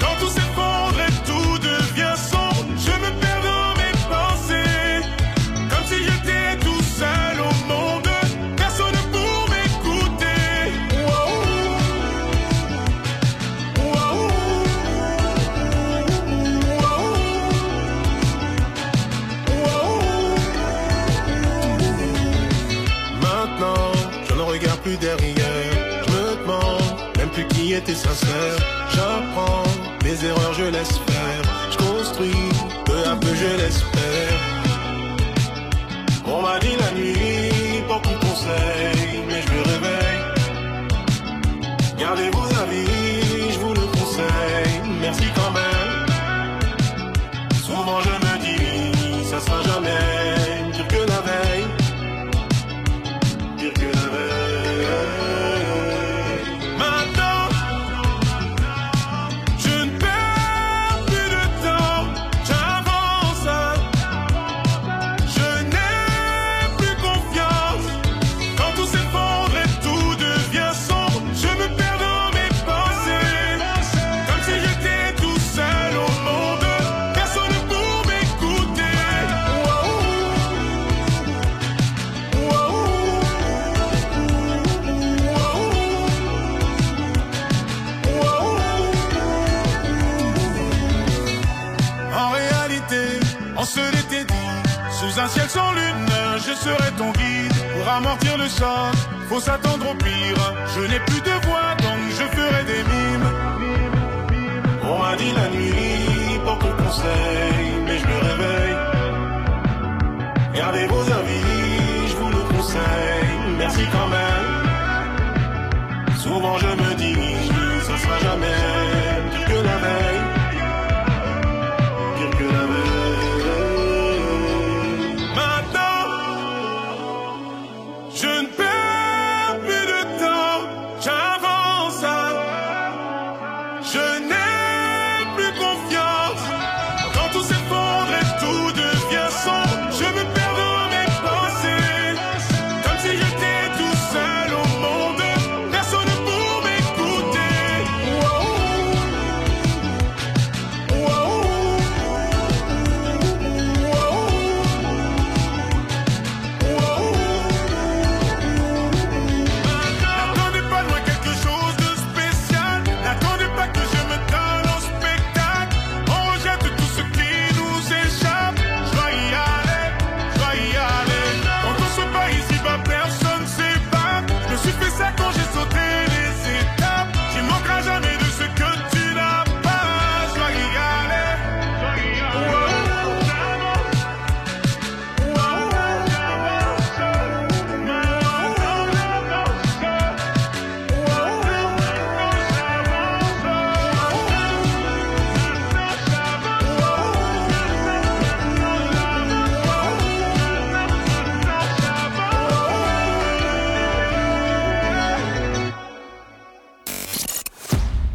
Quand tout s'effondre et tout devient sombre, je me perds dans mes pensées. Comme si j'étais tout seul au monde, personne pour m'écouter. Waouh, waouh, waouh, waouh.
Maintenant, je ne regarde plus derrière. Je me demande même plus qui était sincère. J'apprends, mes erreurs je laisse faire. Je construis, peu à peu je l'espère. On m'a dit la nuit, beaucoup de conseils, mais je me réveille. Gardez vos avis, je vous le conseille. Merci quand même. Souvent je me dis, ça sera jamais pire que la veille. Pire que la veille.
Maintenant, je ne perds plus de temps, j'avance. Je n'ai plus confiance. Quand tout s'effondre et tout devient sombre, je me perds dans mes pensées. Comme si j'étais tout seul au monde, personne pour m'écouter. Waouh, waouh, waouh.
En réalité,
on se l'était dit. Sous un ciel sans lune, je serai ton guide. Pour amortir le sort, faut s'attendre au pire. Je n'ai plus de voix, donc je ferai des mimes.
On m'a dit la nuit, porte conseil, mais je me réveille. Gardez vos avis, je vous le conseille, merci quand même. Souvent je me dis, ça sera jamais pire que la veille. Pire que la veille.
Maintenant, je ne perds plus de temps, j'avance. Je n'ai plus confiance. Quand tout s'effondre et tout devient sombre, je me perds dans mes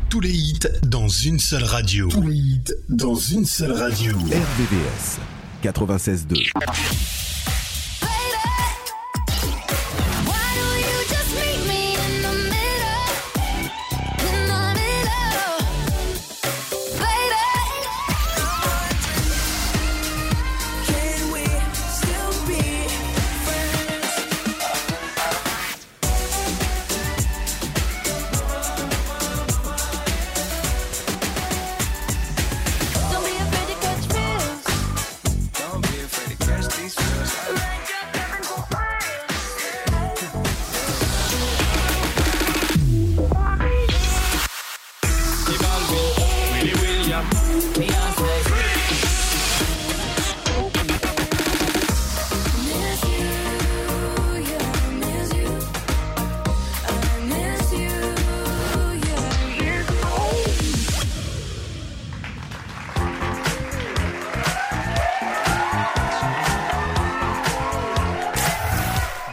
Tous les hits dans une seule radio. Tous les hits dans une seule radio.
RVVS 96.2.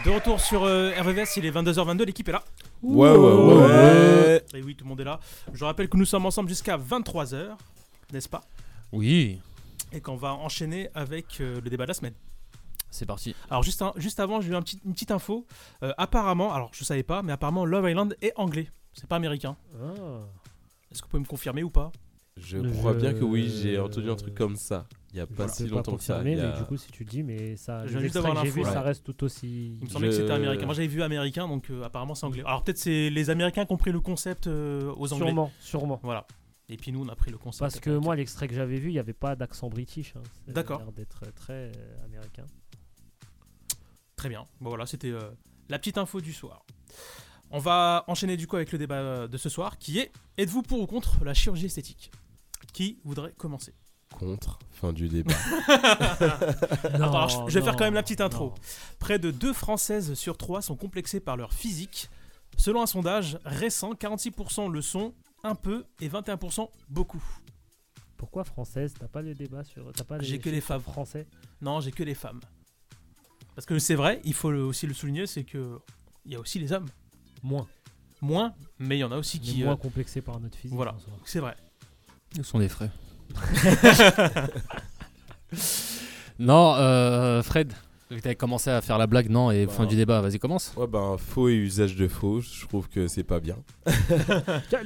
De retour sur euh, RVVS, il est 22h22, l'équipe est là.
Ouais, ouais, ouais, ouais.
Et oui, tout le monde est là. Je rappelle que nous sommes ensemble jusqu'à 23h, n'est-ce pas
Oui.
Et qu'on va enchaîner avec euh, le débat de la semaine.
C'est parti.
Alors juste, un- juste avant, j'ai eu un petit- une petite info. Euh, apparemment, alors je savais pas, mais apparemment Love Island est anglais. C'est pas américain. Est-ce que vous pouvez me confirmer ou pas
Ah. Je
Le
crois
jeu-
bien que oui, j'ai entendu un truc comme ça. Il y a pas
Voilà. Je
si
peux
longtemps que ça.
confirmer,
il y a-
mais du coup, si tu le dis, mais ça,
Je
les
viens juste
extraits
d'avoir
que j'ai
l'info.
vu, ça
Ouais.
reste tout aussi.
Il me semblait que
Je-
c'était américain. Moi j'avais vu américain, donc euh, apparemment c'est anglais. Alors peut-être c'est les Américains qui ont pris le concept euh, aux Anglais.
Sûrement, sûrement.
Voilà. Et puis nous on a pris le concept.
Parce que moi, l'extrait que j'avais vu, il n'y avait pas d'accent british. hein. Ça avait
D'accord.
l'air D'être très euh, américain.
Très bien. Bon voilà, c'était euh, la petite info du soir. On va enchaîner du coup avec le débat euh, de ce soir qui est êtes-vous pour ou contre la chirurgie esthétique Qui voudrait commencer
Contre, fin du débat.
Attends, alors, je- je vais
non,
faire quand même la petite intro. Près de deux Françaises sur trois sont complexées par leur physique. Selon un sondage récent, 46% le sont un peu et 21% beaucoup.
Pourquoi française T'as pas le débat sur. t'as pas
J'ai que les
chiffres
femmes.
Français.
Non, j'ai que les femmes. Parce que c'est vrai, il faut le- aussi le souligner, c'est que il y a aussi les hommes.
Moins.
Moins, mais il y en a aussi qui.
Qui moins
euh,
complexé par notre physique.
Voilà,
en soi.
c'est vrai.
Nous sont des frères. non, euh, Fred, vu que t'avais commencé à faire la blague, non, et fin
Bah.
du débat, vas-y, commence.
Ouais, ben faux et usage de faux, je trouve que c'est pas bien.
Tiens,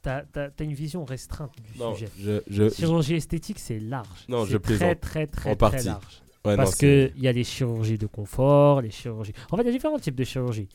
T'as t'as- t'as une vision restreinte du
Non,
sujet.
je- je-
Chirurgie esthétique, c'est large.
Non,
C'est
je
très,
plaisante.
très, très, très
En partie.
large.
Ouais, non,
Parce
c'est-
qu'il y a les chirurgies de confort, les chirurgies. En fait, il y a différents types de chirurgies.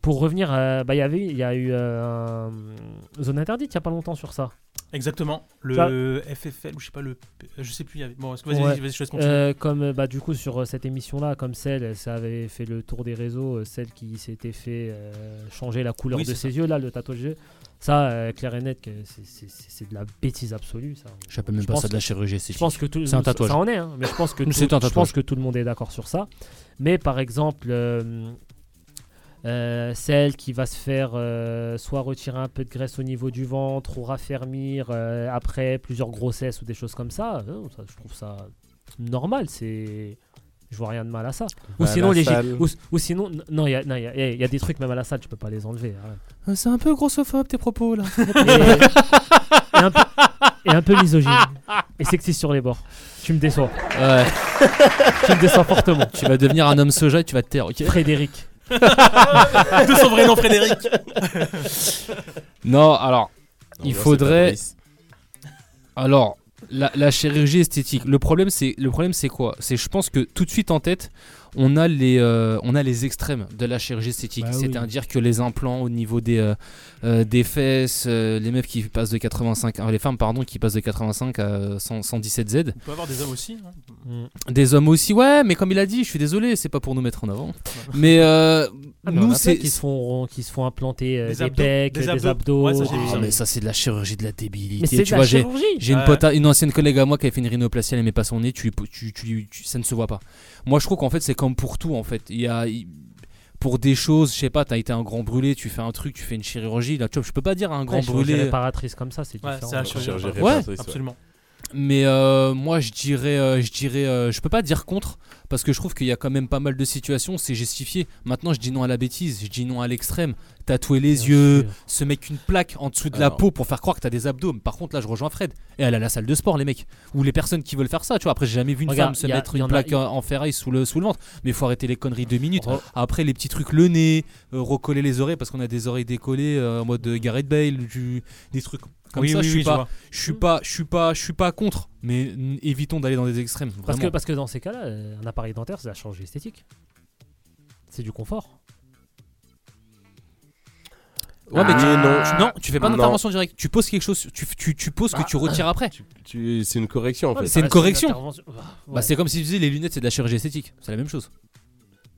Pour revenir, euh, bah, il y avait- il y a eu euh, un- Zone Interdite il n'y a pas longtemps sur ça.
Exactement.
Ça-
Le FFL, ou je sais pas, le. Je sais plus. il y avait- Bon, est-ce que- vas-y,
Ouais.
vas-y, vas-y, je te laisse continuer.
Euh, comme euh, bah, du coup sur euh, cette émission là, comme celle, ça avait fait le tour des réseaux, euh, celle qui s'était fait euh, changer la couleur
Oui,
de
c'est
ses yeux là, le tatouage. Ça, euh, clair et net, que c'est- c'est c'est- c'est de la bêtise absolue. Ça.
J'appelle même
Je
pas
pense
ça de la
que-
chirurgie esthétique.
Je pense que tout,
C'est un tatouage.
Ça en est, hein, mais je pense que tout,
C'est un
je
tatouage.
pense que tout le monde est d'accord sur ça. Mais par exemple, euh, euh, celle qui va se faire euh, soit retirer un peu de graisse au niveau du ventre ou raffermir euh, après plusieurs grossesses ou des choses comme ça, euh, ça, je trouve ça normal. C'est je vois rien de mal à ça. Ou
Bah,
sinon,
la
les gi-
salle.
ou, ou sinon, n- non, il y, a- non, il y a- il y a des trucs même à la salle, tu peux pas les enlever. hein. arrête.
Euh, C'est un peu grossophobe tes propos là.
et, un peu, et un peu misogyne. Et sexiste sur les bords. Tu me déçois.
Ouais.
tu me déçois fortement.
Tu vas devenir un homme soja et tu vas te taire, ok
Frédéric.
De son vrai nom, Frédéric.
Non, alors, il
non, c'est
faudrait.
Fabrice.
Alors, la, la chirurgie esthétique. Le problème, c'est le problème, c'est quoi C'est, je pense que tout de suite en tête, on a les, euh, on a les extrêmes de la chirurgie esthétique.
Bah oui.
C'est-à-dire que les implants au niveau des, euh, euh, des fesses, euh, les meufs qui passent de 85, euh, les femmes pardon, qui passent de 85 à 100 117 Z.
Il peut y avoir des hommes aussi. hein.
Mm. Des hommes aussi, ouais, mais comme il a dit, je suis désolé, c'est pas pour nous mettre en avant. Mais euh,
Ah, mais on
nous,
a plein
c'est.
qui se font qui se font implanter euh,
Des
des,
abdos,
pecs,
des
des, abdos.
abdos. Ouais, ça, j'ai vu
des-
Ah, mais ça, c'est de la chirurgie de la débilité.
Mais c'est de
tu
la
vois, j'ai-
chirurgie.
J'ai une,
Ouais.
pote à- une ancienne collègue à moi qui avait fait une rhinoplastie, elle aimait pas son nez, tu, tu, tu- tu- ça ne se voit pas. Moi, je trouve qu'en fait, c'est comme pour tout, en fait. Il y a. il- Pour des choses, je sais pas, t'as été un grand brûlé, tu fais un truc, tu fais une chirurgie. Là, tu vois, je peux pas dire à un grand
Ouais, chirurgie
brûlé.
réparatrice comme ça, c'est Ouais, différent. c'est la chirurgie
Ouais,
réparatrice, ouais.
absolument. Mais euh, moi, je dirais, euh, je dirais, euh, je peux pas dire contre parce que je trouve qu'il y a quand même pas mal de situations, c'est justifié. Maintenant, je dis non à la bêtise, je dis non à l'extrême. Tatouer les yeux, se mettre une plaque en dessous de la
Alors-
peau pour faire croire que t'as des abdos. Mais Par contre, là, je rejoins Fred. Et elle a la salle de sport, les mecs. Ou les personnes qui veulent faire ça, tu vois. Après, j'ai jamais vu une femme
Regarde,
se
y a-
mettre
y en
une
a-
plaque
y-
en en ferraille sous le, sous le ventre. Mais faut arrêter les conneries deux minutes. Après, les petits trucs, le nez, euh, recoller les oreilles parce qu'on a des oreilles décollées euh, en mode euh, Gareth Bale, du- des trucs comme
Oui,
ça.
oui,
je suis
oui, je
pas,
vois.
je suis pas, je suis pas, je suis pas contre, mais mm, évitons d'aller dans des extrêmes.
Parce que,
vraiment.
parce que dans ces cas-là, euh, un appareil dentaire, ça change l'esthétique. C'est du confort.
Ouais, mais tu,
Ah.
tu- non, tu fais pas
Non.
d'intervention directe. Tu poses quelque chose, tu, tu, tu poses
Bah,
que tu retires après.
Tu- C'est une correction en
Ouais,
fait.
mais C'est une correction.
Bah, ouais.
Bah, c'est comme si tu disais les lunettes, c'est de la chirurgie esthétique. C'est la même chose.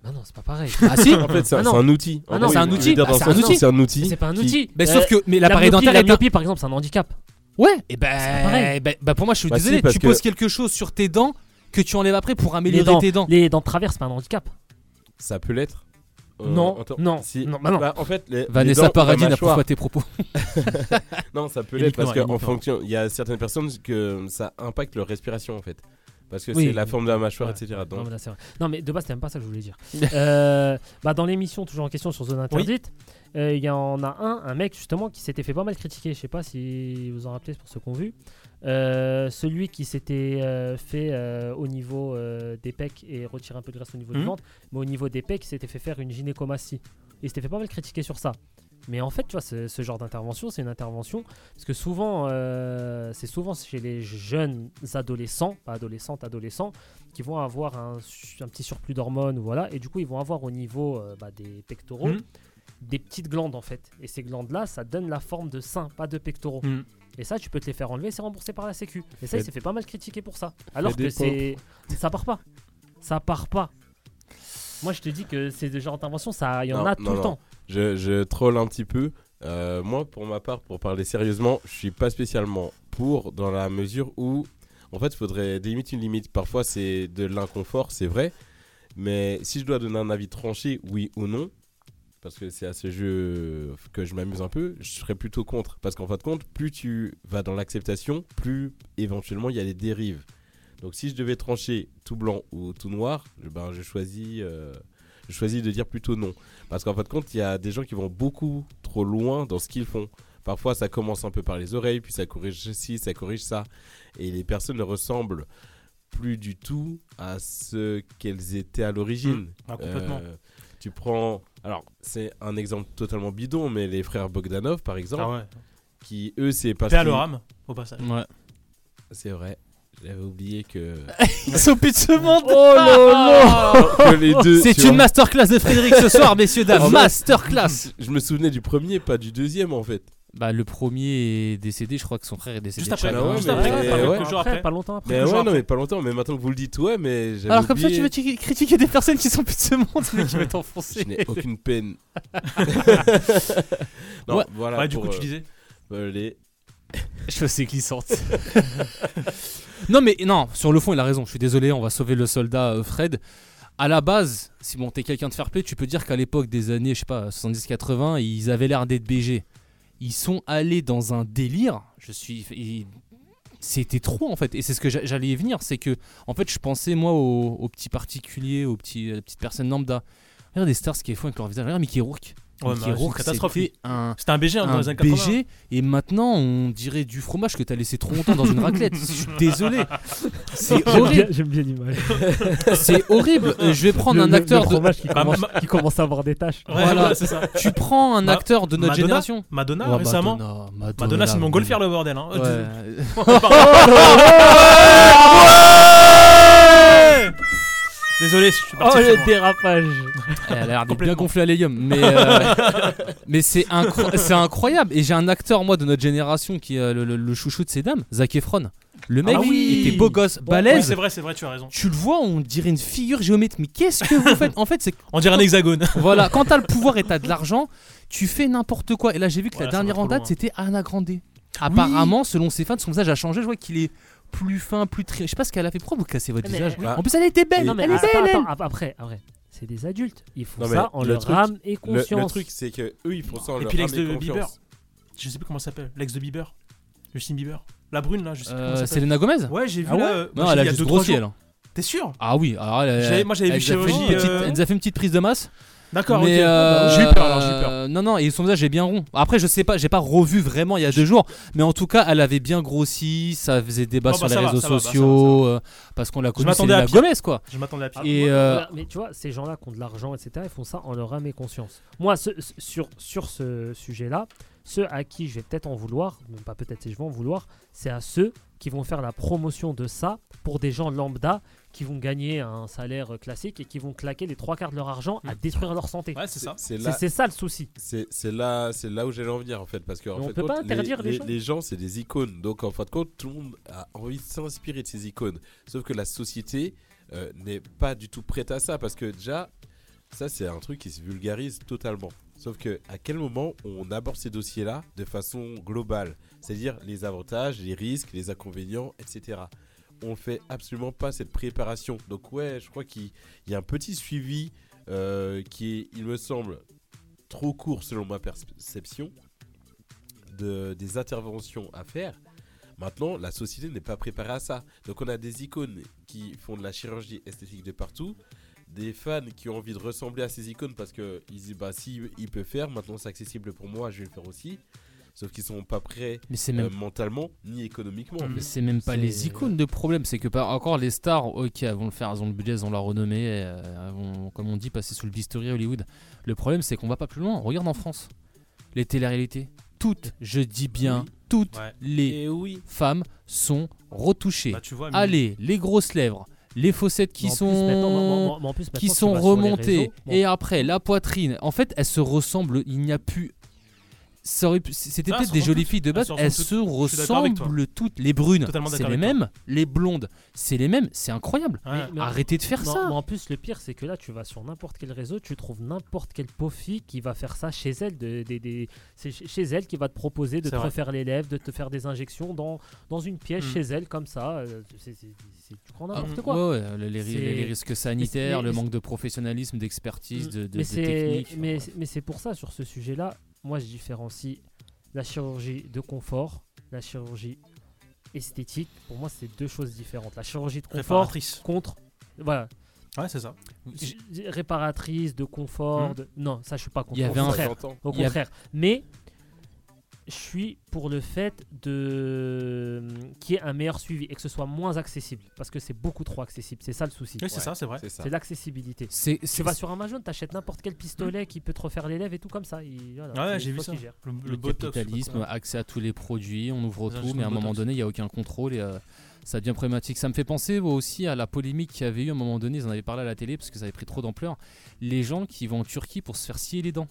Ah non, c'est pas pareil.
Ah si
En fait, c'est un-
Ah non.
c'est un outil. En
Ah non,
fait,
c'est un
tu veux
outil.
dire dans
Ah,
le sens où c'est un outil
Mais C'est pas un
qui-
outil.
Mais
Euh,
sauf que- mais l'appareil
la myopie-
dentaire
La
est un-
myopie, par exemple, c'est un handicap.
Ouais. Et ben,
C'est pas pareil.
ben- ben, pour moi, je suis
Bah, si,
désolé.
parce
tu poses
que-
quelque chose sur tes dents que tu enlèves après pour améliorer
les dents,
tes dents.
Les dents de travers, c'est pas un handicap.
Ça peut l'être. Euh,
Non, non, non, bah non.
en fait, les,
Vanessa
les dents,
Paradis
la
n'a pas
mâchoire-
tes propos.
non, ça peut
Il y a
l'être
une
parce
différence,
qu'en
il y a une
fonction, il y a certaines personnes que ça impacte leur respiration en fait, parce que
Oui.
c'est la forme de la mâchoire,
Ouais,
etc.
ouais,
Donc,
Non, mais là, c'est vrai. Non, mais de base, c'était même pas ça que je voulais dire. Euh, bah, dans l'émission, toujours en question sur Zone Interdite, euh, il y en a un, un mec justement qui s'était fait pas mal critiquer. Je sais pas si vous en rappelez pour ceux qu'on vu. Euh, celui qui s'était euh, fait euh, au niveau euh, des pecs et retirer un peu de graisse au niveau du
Mhm.
ventre, mais au niveau des pecs, il s'était fait faire une gynécomastie. Il s'était fait pas mal critiquer sur ça. Mais en fait, tu vois, ce, ce genre d'intervention, c'est une intervention parce que souvent, euh, c'est souvent chez les jeunes adolescents, pas adolescentes, adolescents, qui vont avoir un, su- un petit surplus d'hormones, voilà, et du coup, ils vont avoir au niveau euh, bah, des pectoraux
Mhm.
des petites glandes en fait. Et ces glandes-là, ça donne la forme de seins, pas de pectoraux.
Hmm.
Mhm.
Et ça, tu peux te les faire enlever, c'est remboursé par la Sécu. Et ça, il
Faites-
s'est fait pas mal critiquer pour ça. Alors
des
que c'est. Ça part pas. Ça part pas. Moi, je te dis que ces genres d'interventions, ça, il y en
Non,
a tout
non,
le
non.
temps.
Je, je troll un petit peu. Euh, moi, pour ma part, pour parler sérieusement, je suis pas spécialement pour dans la mesure où, en fait, il faudrait des limites une limite. Parfois, c'est de l'inconfort, c'est vrai. Mais si je dois donner un avis tranché, oui ou non, parce que c'est à ce jeu que je m'amuse un peu, je serais plutôt contre. Parce qu'en fin de compte, plus tu vas dans l'acceptation, plus éventuellement il y a des dérives. Donc si je devais trancher tout blanc ou tout noir, je- ben, je, choisis, euh, je choisis de dire plutôt non. Parce qu'en fin de compte, il y a des gens qui vont beaucoup trop loin dans ce qu'ils font. Parfois, ça commence un peu par les oreilles, puis ça corrige ceci, ça corrige ça. Et les personnes ne ressemblent plus du tout à ce qu'elles étaient à l'origine.
Mmh. Ah, complètement.
Euh, tu prends. Alors, c'est un exemple totalement bidon, mais les frères Bogdanov, par exemple,
Ah ouais.
qui eux, c'est parce
Paix à
qu'ils-
leur âme, au passage.
Ouais.
C'est vrai. J'avais oublié que.
Ils sont plus de ce monde.
Oh
Que les deux,
C'est
tu
une
vois.
masterclass de Frédéric ce soir, messieurs
Oh,
dames.
non.
Masterclass.
Je me souvenais du premier, pas du deuxième en fait.
Bah, le premier est décédé, je crois que son frère est décédé.
Juste après,
de
Bah
chagrin.
ouais,
juste
mais-
après,
mais
pas quelques
ouais.
jours après.
Pas longtemps après.
Mais
Quelques
ouais,
jours
non,
après.
mais pas longtemps, mais maintenant que vous le dites, ouais, mais j'avais
Alors, comme ça, tu
oublié.
veux ti- critiquer des personnes qui sont plus de ce monde, mais qui veulent t'enfoncer.
Je n'ai aucune peine. non,
Ouais.
voilà.
Ouais, du
pour,
coup, tu
euh,
disais
euh, les-
Chose glissante. non, mais non, sur le fond, il a raison. Je suis désolé, on va sauver le soldat euh, Fred. À la base, si bon, t'es quelqu'un de fair play, tu peux dire qu'à l'époque des années, je sais pas, 70-80, ils avaient l'air d'être BG. Ils sont allés dans un délire. Je suis. ils- C'était trop en fait, et c'est ce que j'a- j'allais y venir. C'est que, en fait, je pensais moi aux, aux petits particuliers, aux, petits, à la petite personne lambda. Regarde des stars ce qu'ils font avec leur visage. Regarde Mickey Rourke.
Ouais, mais
Mickey
c'est une
Rourke,
catastrophe,
c'était
lui.
un,
C'était un BG, hein, dans les années 80.
BG, et maintenant, on dirait du fromage que t'as laissé trop longtemps dans une raclette. Je suis désolé. C'est
J'aime bien-
horrible.
J'aime bien l'image.
C'est horrible. Euh, Je vais prendre
Le-
un
le-
acteur
le
de-
fromage qui
Ma-
commence,
Bah, ma-
qui commence à avoir des taches.
Ouais,
Voilà.
voilà, c'est ça.
Tu prends un
Ma-
acteur de notre
Madonna
génération.
Madonna,
Ouais,
récemment.
Madonna,
Madonna,
Madonna,
c'est mon golfière le bordel. Hein.
Ouais.
Pardon. Désolé, je suis parti.
Oh,
sur
le
moi.
dérapage.
Elle a l'air d'être bien
Complètement.
gonflée à l'hélium, mais, euh, mais c'est incro- c'est incroyable. Et j'ai un acteur, moi, de notre génération qui est euh, le, le- le chouchou de ces dames, Zac Efron. Le mec
Ah oui.
était beau gosse,
Ouais, ouais,
balèze.
c'est vrai, c'est vrai, tu as raison.
Tu le vois, on dirait une figure géométrique. Mais qu'est-ce que vous faites En fait, c'est
On dirait un hexagone.
Voilà, quand t'as le pouvoir et t'as de l'argent, tu fais n'importe quoi. Et là, j'ai vu que
Ouais,
la
ça va
dernière
trop
en date,
loin.
c'était Anna Grande. Apparemment, selon ses fans, son visage a changé. Je vois qu'il est plus fin, plus tri. Je sais pas ce qu'elle a fait. Pourquoi vous cassez votre
Mais- Ah,
visage
oui.
En plus, elle était belle.
Non, mais
elle est
attends,
belle.
attends,
elle.
ap- après, après. C'est des adultes. Ils font
Non, mais
ça en
le
leur
truc-
âme et
le-
conscience.
Oh, Le, truc, c'est que eux, ils font ça en
Et
leur
puis l'ex
âme et
de Bieber.
conscience.
Je sais plus comment ça s'appelle. L'ex de Bieber. Justin Bieber. La brune, là, je sais plus
Euh,
comment ça s'appelle.
Selena Gomez
Ouais, j'ai vu.
Ah ouais
là,
Non,
j'ai-
elle a
il y
juste
deux, trois
grossi,
jours.
elle, hein.
T'es sûr
Ah oui, alors elle,
J'avais- moi, j'avais
elle
vu
nous a fait une
chirurgie,
petite-
euh,
Elle nous a fait une petite prise de masse.
D'accord,
Mais,
ok. Ah bah, j'ai eu peur, alors, j'ai eu peur.
euh, Non, non, et son visage est bien rond. Après, je sais pas, j'ai pas revu vraiment il y a deux jours, mais en tout cas, elle avait bien grossi, ça faisait débat
Oh, bah,
sur les
ça va,
réseaux
ça va, bah, ça va,
sociaux, euh, parce qu'on l'a
Je
connue,
m'attendais à
Selena
pire.
Gomez, quoi.
Je m'attendais à pire.
Et,
Ah,
euh,
voilà, mais tu vois, ces gens-là qui ont de l'argent, etc., ils font ça en leur âme et conscience. Moi, ce- ce- sur, sur ce sujet-là, ceux à qui je vais peut-être en vouloir, même pas peut-être si je vais en vouloir, c'est à ceux qui vont faire la promotion de ça pour des gens lambda qui vont gagner un salaire classique et qui vont claquer les trois quarts de leur argent à détruire leur santé.
Hmm. Ouais, c'est ça.
C'est
C'est
là-
c'est ça le souci.
C'est c'est là, c'est là où j'allais en venir en fait, parce que en
Mais on
fait,
peut pas
compte,
interdire les gens.
c'est des icônes, donc en fin de compte, tout le monde a envie de s'inspirer de ces icônes. Sauf que la société euh, n'est pas du tout prête à ça, parce que déjà, ça c'est un truc qui se vulgarise totalement. Sauf que à quel moment on aborde ces dossiers-là de façon globale, c'est-à-dire les avantages, les risques, les inconvénients, etc. On fait absolument pas cette préparation. Donc ouais, je crois qu'il il y a un petit suivi euh, qui est, il me semble, trop court selon ma perception de, des interventions à faire. Maintenant, la société n'est pas préparée à ça. Donc on a des icônes qui font de la chirurgie esthétique de partout, des fans qui ont envie de ressembler à ces icônes parce que ils disent bah si il peut faire, maintenant c'est accessible pour moi, je vais le faire aussi. Sauf qu'ils sont pas prêts
Mais c'est même-
euh, mentalement ni économiquement. en
Mais
Mm.
fait.
c'est même pas les icônes de problème, c'est que pas encore les stars, ok, elles vont le faire, elles ont le budget, elles ont la renommée, euh, elles vont, comme on dit, passer sous le bistouri à Hollywood. Le problème, c'est qu'on va pas plus loin. Regarde en France, les téléréalités, toutes, je dis bien, toutes
Ouais.
les femmes sont retouchées.
Bah, tu vois, mais-
Allez, les grosses lèvres. Les faussettes qui
Mais en plus,
sont,
maintenant, mais en- mais en plus,
qui
maintenant,
sont
tu vas sur les
remontées
réseaux, bon.
et après la poitrine. En fait, elles se ressemblent. Il n'y a plus. ça aurait pu- C'était
Ah,
peut-être
elles
des
se
jolies
ressemblent
filles de
toutes.
base.
Elles
Elles
se
se
ressemblent toutes. Je suis d'accord avec toi.
ressemblent toutes. Les brunes,
Totalement
c'est
d'accord
les
avec toi.
mêmes. Les blondes, c'est les mêmes. C'est incroyable.
Mais- mais-
Arrêtez de faire
non,
ça.
mais en plus, le pire, c'est que là, tu vas sur n'importe quel réseau, tu trouves n'importe quelle pauvre fille qui va faire ça chez elle. De, des- des- c'est ch- chez elle qui va te proposer de
C'est
te
vrai.
refaire les lèvres, de te faire des injections dans, dans une pièce
Mm.
chez elle, comme ça. euh, c'est- c'est- c'est- tu crois n'importe
Ah,
quoi.
ouais, ouais, les, les-
C'est-
les risques sanitaires, le manque de professionnalisme, d'expertise, de, de-
mais
de technique.
c'est mais, mais c'est pour ça sur ce sujet-là, moi je différencie la chirurgie de confort, la chirurgie esthétique. Pour moi, c'est deux choses différentes. La chirurgie de confort
Réparatrice.
contre voilà.
Ouais, c'est ça.
J- j- Réparatrice de confort.
Mhm.
de- Non, ça je suis pas contre.
Il y avait
au
un-
contraire.
J'entends.
Au
Il y avait-
contraire. Mais je suis pour le fait de qu'il y ait un meilleur suivi et que ce soit moins accessible parce que c'est beaucoup trop accessible. C'est ça le souci.
Oui, c'est ça, c'est vrai. C'est ça.
C'est l'accessibilité.
C'est-
Tu
c'est-
vas sur Amazon, t'achètes n'importe quel pistolet qui peut te refaire les lèvres et tout comme ça. Il- voilà,
Ouais,
c'est
j'ai vu
toi
ça.
qui gères.
Le-
Le,
le botox,
capitalisme,
le-
accès à tous les produits, on ouvre
Les
tout, mais à
injections
un
de
moment
botox.
donné, il n'y a aucun contrôle et euh, ça devient problématique. Ça me fait penser aussi à la polémique qu'il y avait eu à un moment donné, ils en avaient parlé à la télé parce que ça avait pris trop d'ampleur. Les gens qui vont en Turquie pour se faire scier les dents.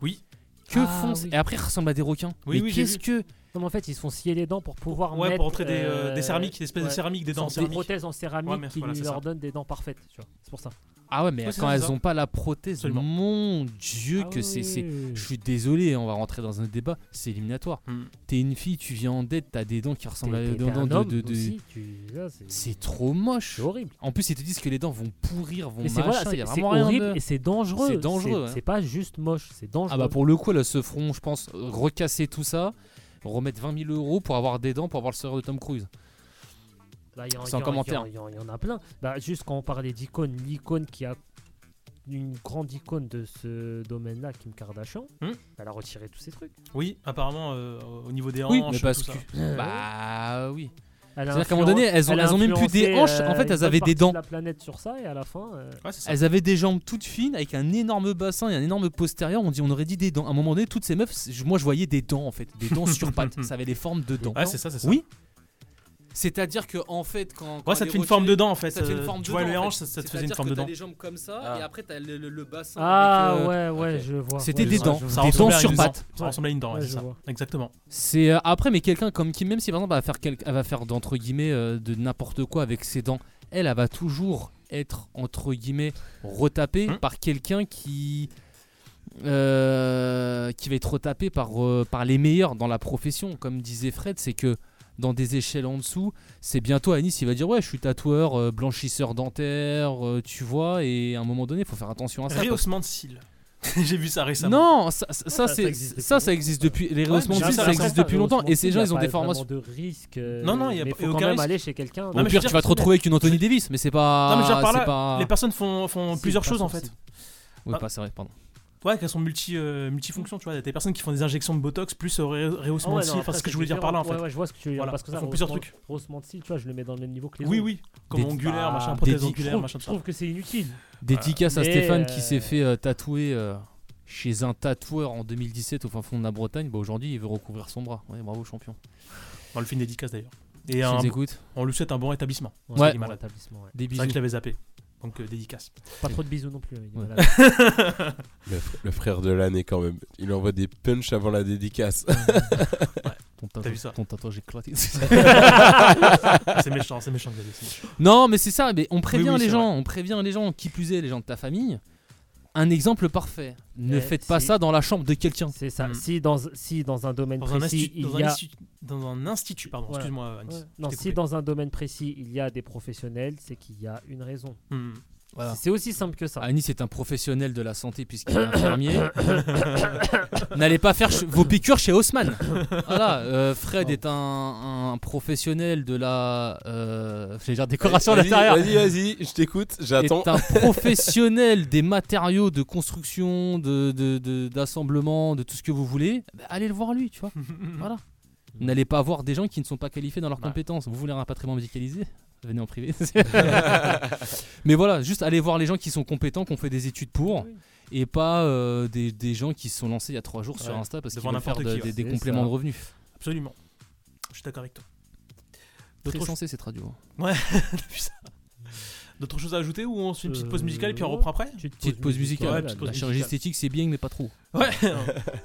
Oui.
Que
Ah,
font
oui.
Et après, ils ressemblent à des requins.
Oui,
mais
oui, j'ai
qu'est-ce
vu.
que.
Non, mais en fait, ils se font scier les dents pour pouvoir
Ouais,
mettre,
pour entrer des, euh, des céramiques, des espèces de céramiques, des dents en
Des
céramique.
prothèses en céramique
Ouais, merci,
qui
voilà, c'est
leur
ça.
donnent des dents parfaites. tu vois. C'est pour ça.
Ah ouais, mais
Ouais, c'est
quand
ça,
elles
c'est ça.
n'ont pas la prothèse,
Absolument.
mon dieu,
Ah
que c'est.
oui,
c'est-
oui, oui, oui.
Je suis désolé, hein, on va rentrer dans un débat, c'est éliminatoire.
Hmm.
T'es une fille, tu viens en dette, t'as des dents qui ressemblent
T'es-
à
t'es
des dents
un
de.
homme
de- de-
aussi, tu- là, c'est-
C'est trop moche.
horrible.
En plus, ils te disent que les dents vont pourrir, vont
Mais c'est
machin,
voilà,
y a
c'est- c'est
vraiment rien
horrible
de-
et c'est dangereux.
C'est dangereux.
C'est-
hein.
C'est pas juste moche, c'est dangereux.
Ah bah pour le coup, là, ce front, je pense, euh, recasser tout ça, remettre 20 000 euros pour avoir des dents, pour avoir le sourire de Tom Cruise.
Bah, il y en-
C'est
il y
en
en-
commentaire.
Il y, en- il y en a plein. Bah, juste quand on parlait d'icône, l'icône qui a une grande icône de ce domaine-là, Kim Kardashian,
Hmm
Bah,
elle a retiré tous ses trucs.
Oui, apparemment, euh, au niveau des hanches,
Oui, mais parce
tout ça.
que. Bah oui.
Elle a
C'est-à-dire qu'à un moment
influen-
donné, elles ont,
elle a
elles ont même plus des hanches.
influencé,
en
euh,
fait,
une
elles
bonne
avaient
partie
des
de
dents.
La planète sur ça et à la fin. euh,
Elles avaient des jambes toutes fines avec un énorme bassin et un énorme postérieur. On dit, on aurait dit des dents. À un moment donné, toutes ces meufs, c'est- moi je voyais des dents en fait, des dents sur pattes. Ça avait des formes de dents.
Ouais, c'est ça, c'est ça.
Oui. C'est-à-dire que en fait, quand, quand
Ouais, ça te
les
fait une
rochers-
forme de dent, en fait.
ça te fait
Euh,
une forme
tu
de
vois,
dent,
les
en fait.
hanches, ça- ça te faisait une
C'est-à-dire
forme
que
de
t'as
dent.
les jambes comme ça et après t'as le, le- le bassin.
Ah,
avec, euh,
ouais, ouais, je vois.
C'était
Ouais,
des
je
dents,
vois, je
des
vois.
dents
ressemblait à
sur
une dent.
pattes.
Ça ressemblait à une dent, ouais,
Ouais,
c'est
je
ça.
vois.
Exactement.
C'est euh, après, mais quelqu'un comme Kim, même si par exemple elle va faire, quel- elle va faire d'entre guillemets euh, de n'importe quoi avec ses dents, elle, elle va toujours être entre guillemets retapée par quelqu'un qui euh, qui va être retapé par euh, par les meilleurs dans la profession, comme disait Fred, c'est que dans des échelles en dessous, c'est bientôt à Nice, il va dire ouais, je suis tatoueur, euh, blanchisseur dentaire, euh, tu vois, et à un moment donné, il faut faire attention à ça. parce-
Rehaussement de cils. J'ai vu ça récemment.
Non, ça,
Ah,
ça, ça, c'est- ça, ça existe depuis. Les rehaussements de
mais
prix,
ça
ça
reste
existe
pas-
depuis longtemps. Et ces gens,
Il y a
ils ont
pas
des
vraiment
formations.
de risque.
Non, non, il y a
mais
pas-
faut
aucun
quand même
risque.
aller chez quelqu'un.
Non,
Au
mais
pire,
je veux
tu vas
dire,
te retrouver avec une Anthony Davis, mais c'est pas.
non, mais je veux dire par là,
c'est pas-
les personnes font, font
C'est
plusieurs
pas
choses en fait.
sensible. Oui,
Ah.
pas, c'est vrai,
Bah,
pardon.
Ouais, qu'elles sont multi, euh, multifonctions, tu vois. Des personnes qui font des injections de botox plus euh, ré-
Ah
rehaussement
ouais,
de cils.
non,
Enfin,
après,
c'est ce que
c'est
je voulais dire par là en fait.
différent. Ouais, ouais, je vois ce que tu veux dire.
Voilà,
Parce que
elles
ça,
font plusieurs
haussement-
trucs.
Haussement de cils, tu vois, je le mets dans le même niveau que les
Oui,
autres.
oui. Comme
Des-
angulaire,
Bah,
machin,
des-
prothèse
je
angulaire,
trouve-
machin, tout
Je trouve que c'est inutile.
Dédicace à
Mais,
Stéphane
euh,
qui s'est fait euh, tatouer euh, chez un tatoueur en 2017 au fin fond de la Bretagne. Bah, aujourd'hui, il veut recouvrir son bras. Ouais, bravo, champion.
On le fait une dédicace d'ailleurs.
Si
Et un-
vous écoute.
on lui souhaite un bon rétablissement.
Ouais.
parce qu'il est
Bon
malade.
rétablissement, ouais.
Des
C'est vrai que
bisous.
je l'avais zappé. Donc euh, dédicace.
Pas trop de bisous non plus. il est
Ouais.
malade.
Le, fr- le frère de l'année, quand même. Il envoie des punchs avant la dédicace.
Ton
T'as vu ça
Ton tatouage éclaté.
C'est méchant, c'est méchant, Xavier, c'est méchant.
Non, mais c'est ça. Mais on prévient
oui,
les
c'est
gens. On prévient les gens. Qui plus est, les gens de ta famille. Un exemple parfait. Ne
Eh,
faites pas
si.
ça dans la chambre de quelqu'un.
C'est ça.
Mm.
Si, dans, si dans un domaine
Dans un,
précis,
institut,
il
dans,
y
un
a.
institut- dans un institut, pardon,
Voilà.
excuse-moi, Anis.
Ouais.
je
Non,
t'ai
si
coupé.
dans un domaine précis, il y a des professionnels, c'est qu'il y a une raison.
Hmm.
Voilà.
C'est aussi simple que ça.
Anis Ah, est un professionnel de la santé puisqu'il est infirmier. N'allez pas faire ch- vos piqûres chez Haussmann. Voilà, euh, Fred est un, un professionnel de la euh, j'allais dire décoration
Vas-y,
d'intérieur.
Vas-y, vas-y, je t'écoute, j'attends.
Est un professionnel des matériaux de construction, de, de- de- d'assemblement, de tout ce que vous voulez. Bah, allez le voir lui, tu vois. voilà.
Mmh.
N'allez pas voir des gens qui ne sont pas qualifiés dans leurs compétences. Vous voulez un patrimoine médicalisé Venez en privé. Mais voilà, juste aller voir les gens qui sont compétents, qu'on fait des études pour, et pas euh, des, des gens qui se sont lancés il y a trois jours sur
Ouais,
Insta parce qu'ils
devant
veulent faire
n'importe qui,
de- des,
ouais.
des
C'est
compléments
ça.
de revenus.
Absolument. Je suis d'accord avec toi.
Très
D'autres
sensé cette radio.
cho- Ouais, depuis ça. D'autres choses à ajouter ou on se fait une petite pause musicale puis on
Euh,
reprend après
Petite
Petite pause musicale.
Ouais, petite pause
La chirurgie
musicale.
esthétique, c'est bien, mais pas trop.
Ouais.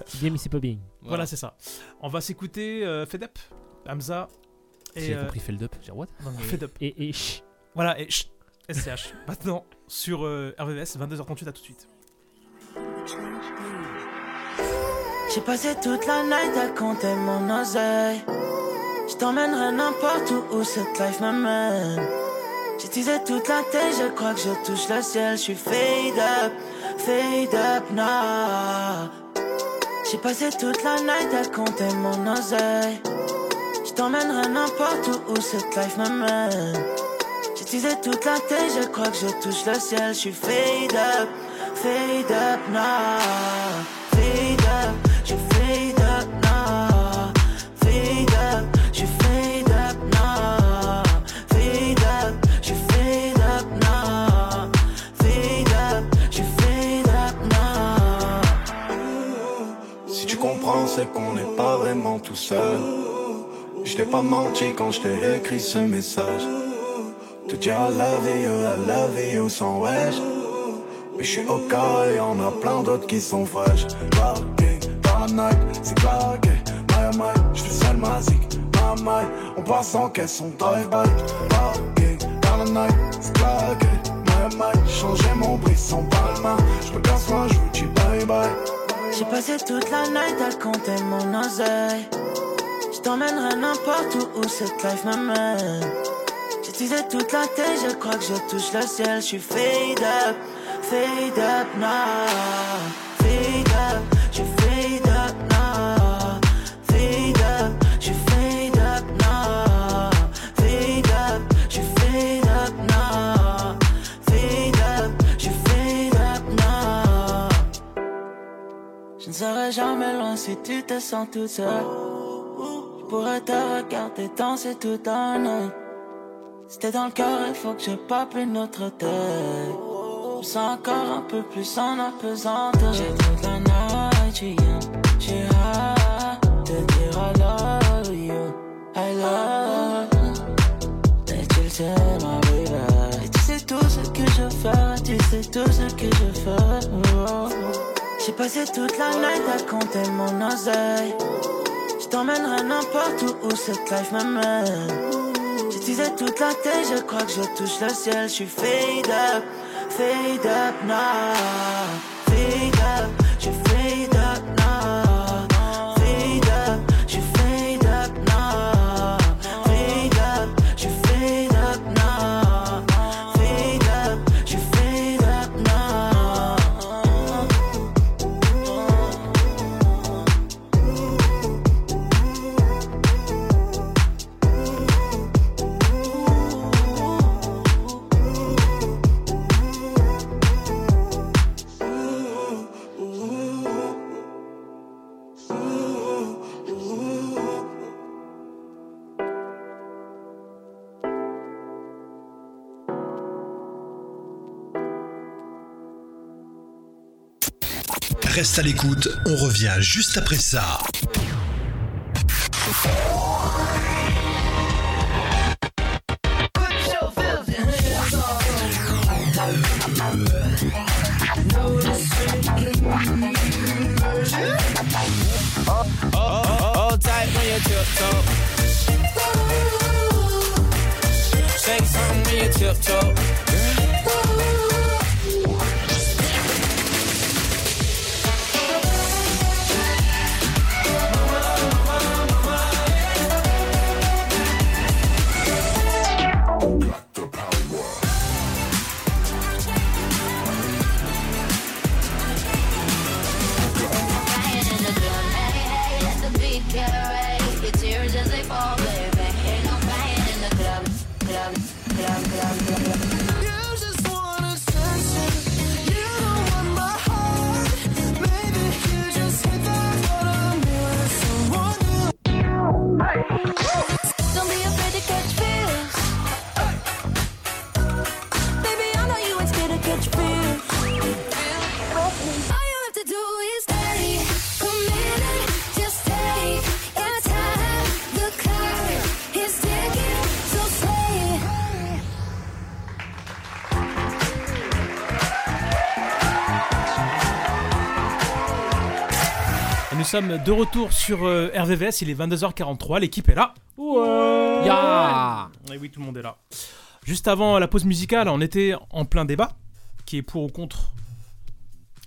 C'est Bien, mais c'est pas bien.
Voilà, c'est ça. On va s'écouter euh, Fed Up, Hamza. et,
J'ai
euh,
compris Feld Up. J'ai dit, what
non, non, Fed Up.
Et, et chut.
Voilà, et chut, SCH. Maintenant, sur euh, RVVS, 22h38, à tout de suite.
J'ai passé toute la night à compter mon oseille. Je t'emmènerai n'importe où où cette life m'amène. J'ai teasé toute la tête, je crois que je touche le ciel. Je suis fade up, fade up now. J'ai passé toute la night à compter mon oseille. Je t'emmènerai n'importe où où cette life m'amène. J'ai teasé toute la tête, je crois que je touche le ciel. Je suis fade up, fade up now. Fade up, je fade up now. Fade up, je fade up now. Fade up, je fade up now. Fade up, je fade up now.
Si tu comprends, c'est qu'on n'est pas vraiment tout seul. Je t'ai pas menti quand je t'ai écrit ce message. Te dire I love you, I love you sans wesh. Mais je suis au cas et on a plein d'autres qui sont fraîches. Parking, paranoïaque, c'est claqué. My oh my, je fais seul ma zik. My my, on passe en caisse, on drive-by. Parking, paranoïaque, c'est claqué. My my, changer mon bris sans palma. Je me casse moi, je vous dis bye bye.
J'ai passé toute la night à compter mon oseille. Je t'emmènerai n'importe où où cette life m'amène. J'ai teasé toute la tête, je crois que je touche le ciel. Je suis fade up, fade up now. Fade up, je fade up now. Fade up, je fade up now. Fade up, je fade up now. Fade up, je fade up now. Je ne serai jamais loin si tu te sens toute seule. Je pourrais te regarder danser tout un œil. Si t'es dans le cœur, il faut que je pape une autre tête. Je me sens encore un peu plus en apesanteur. J'ai toute la night, j'suis young, j'suis high. Te dire I love you, I love you. Et tu le sais, ma baby. Et tu sais tout ce que je fais, tu sais tout ce que je fais. Oh. J'ai passé toute la night à compter mon oseille. Je t'emmènerai n'importe où où cette life m'amène. J'ai teasé toute la tête, je crois que je touche le ciel. Je suis fade up, fade up now. Fade up, je fade up now. Fade up, je fade up now. Fade up, je fade up now. Fade up, je fade up now.
Reste à l'écoute, on revient juste après ça.
Oh, oh, hold tight when you tiptoe. Shake something when you tiptoe.
Don't be afraid to catch feelings. Baby, I know you ain't scared to catch feelings. All you have to do is stay committed. Just take your time. The clock is ticking, so say it.
Et nous sommes de retour sur euh, RVVS, il est 22h43, l'équipe est là. Ouais
Ya
Et Eh oui, tout le monde est là. Juste avant la pause musicale, on était en plein débat, qui est pour ou contre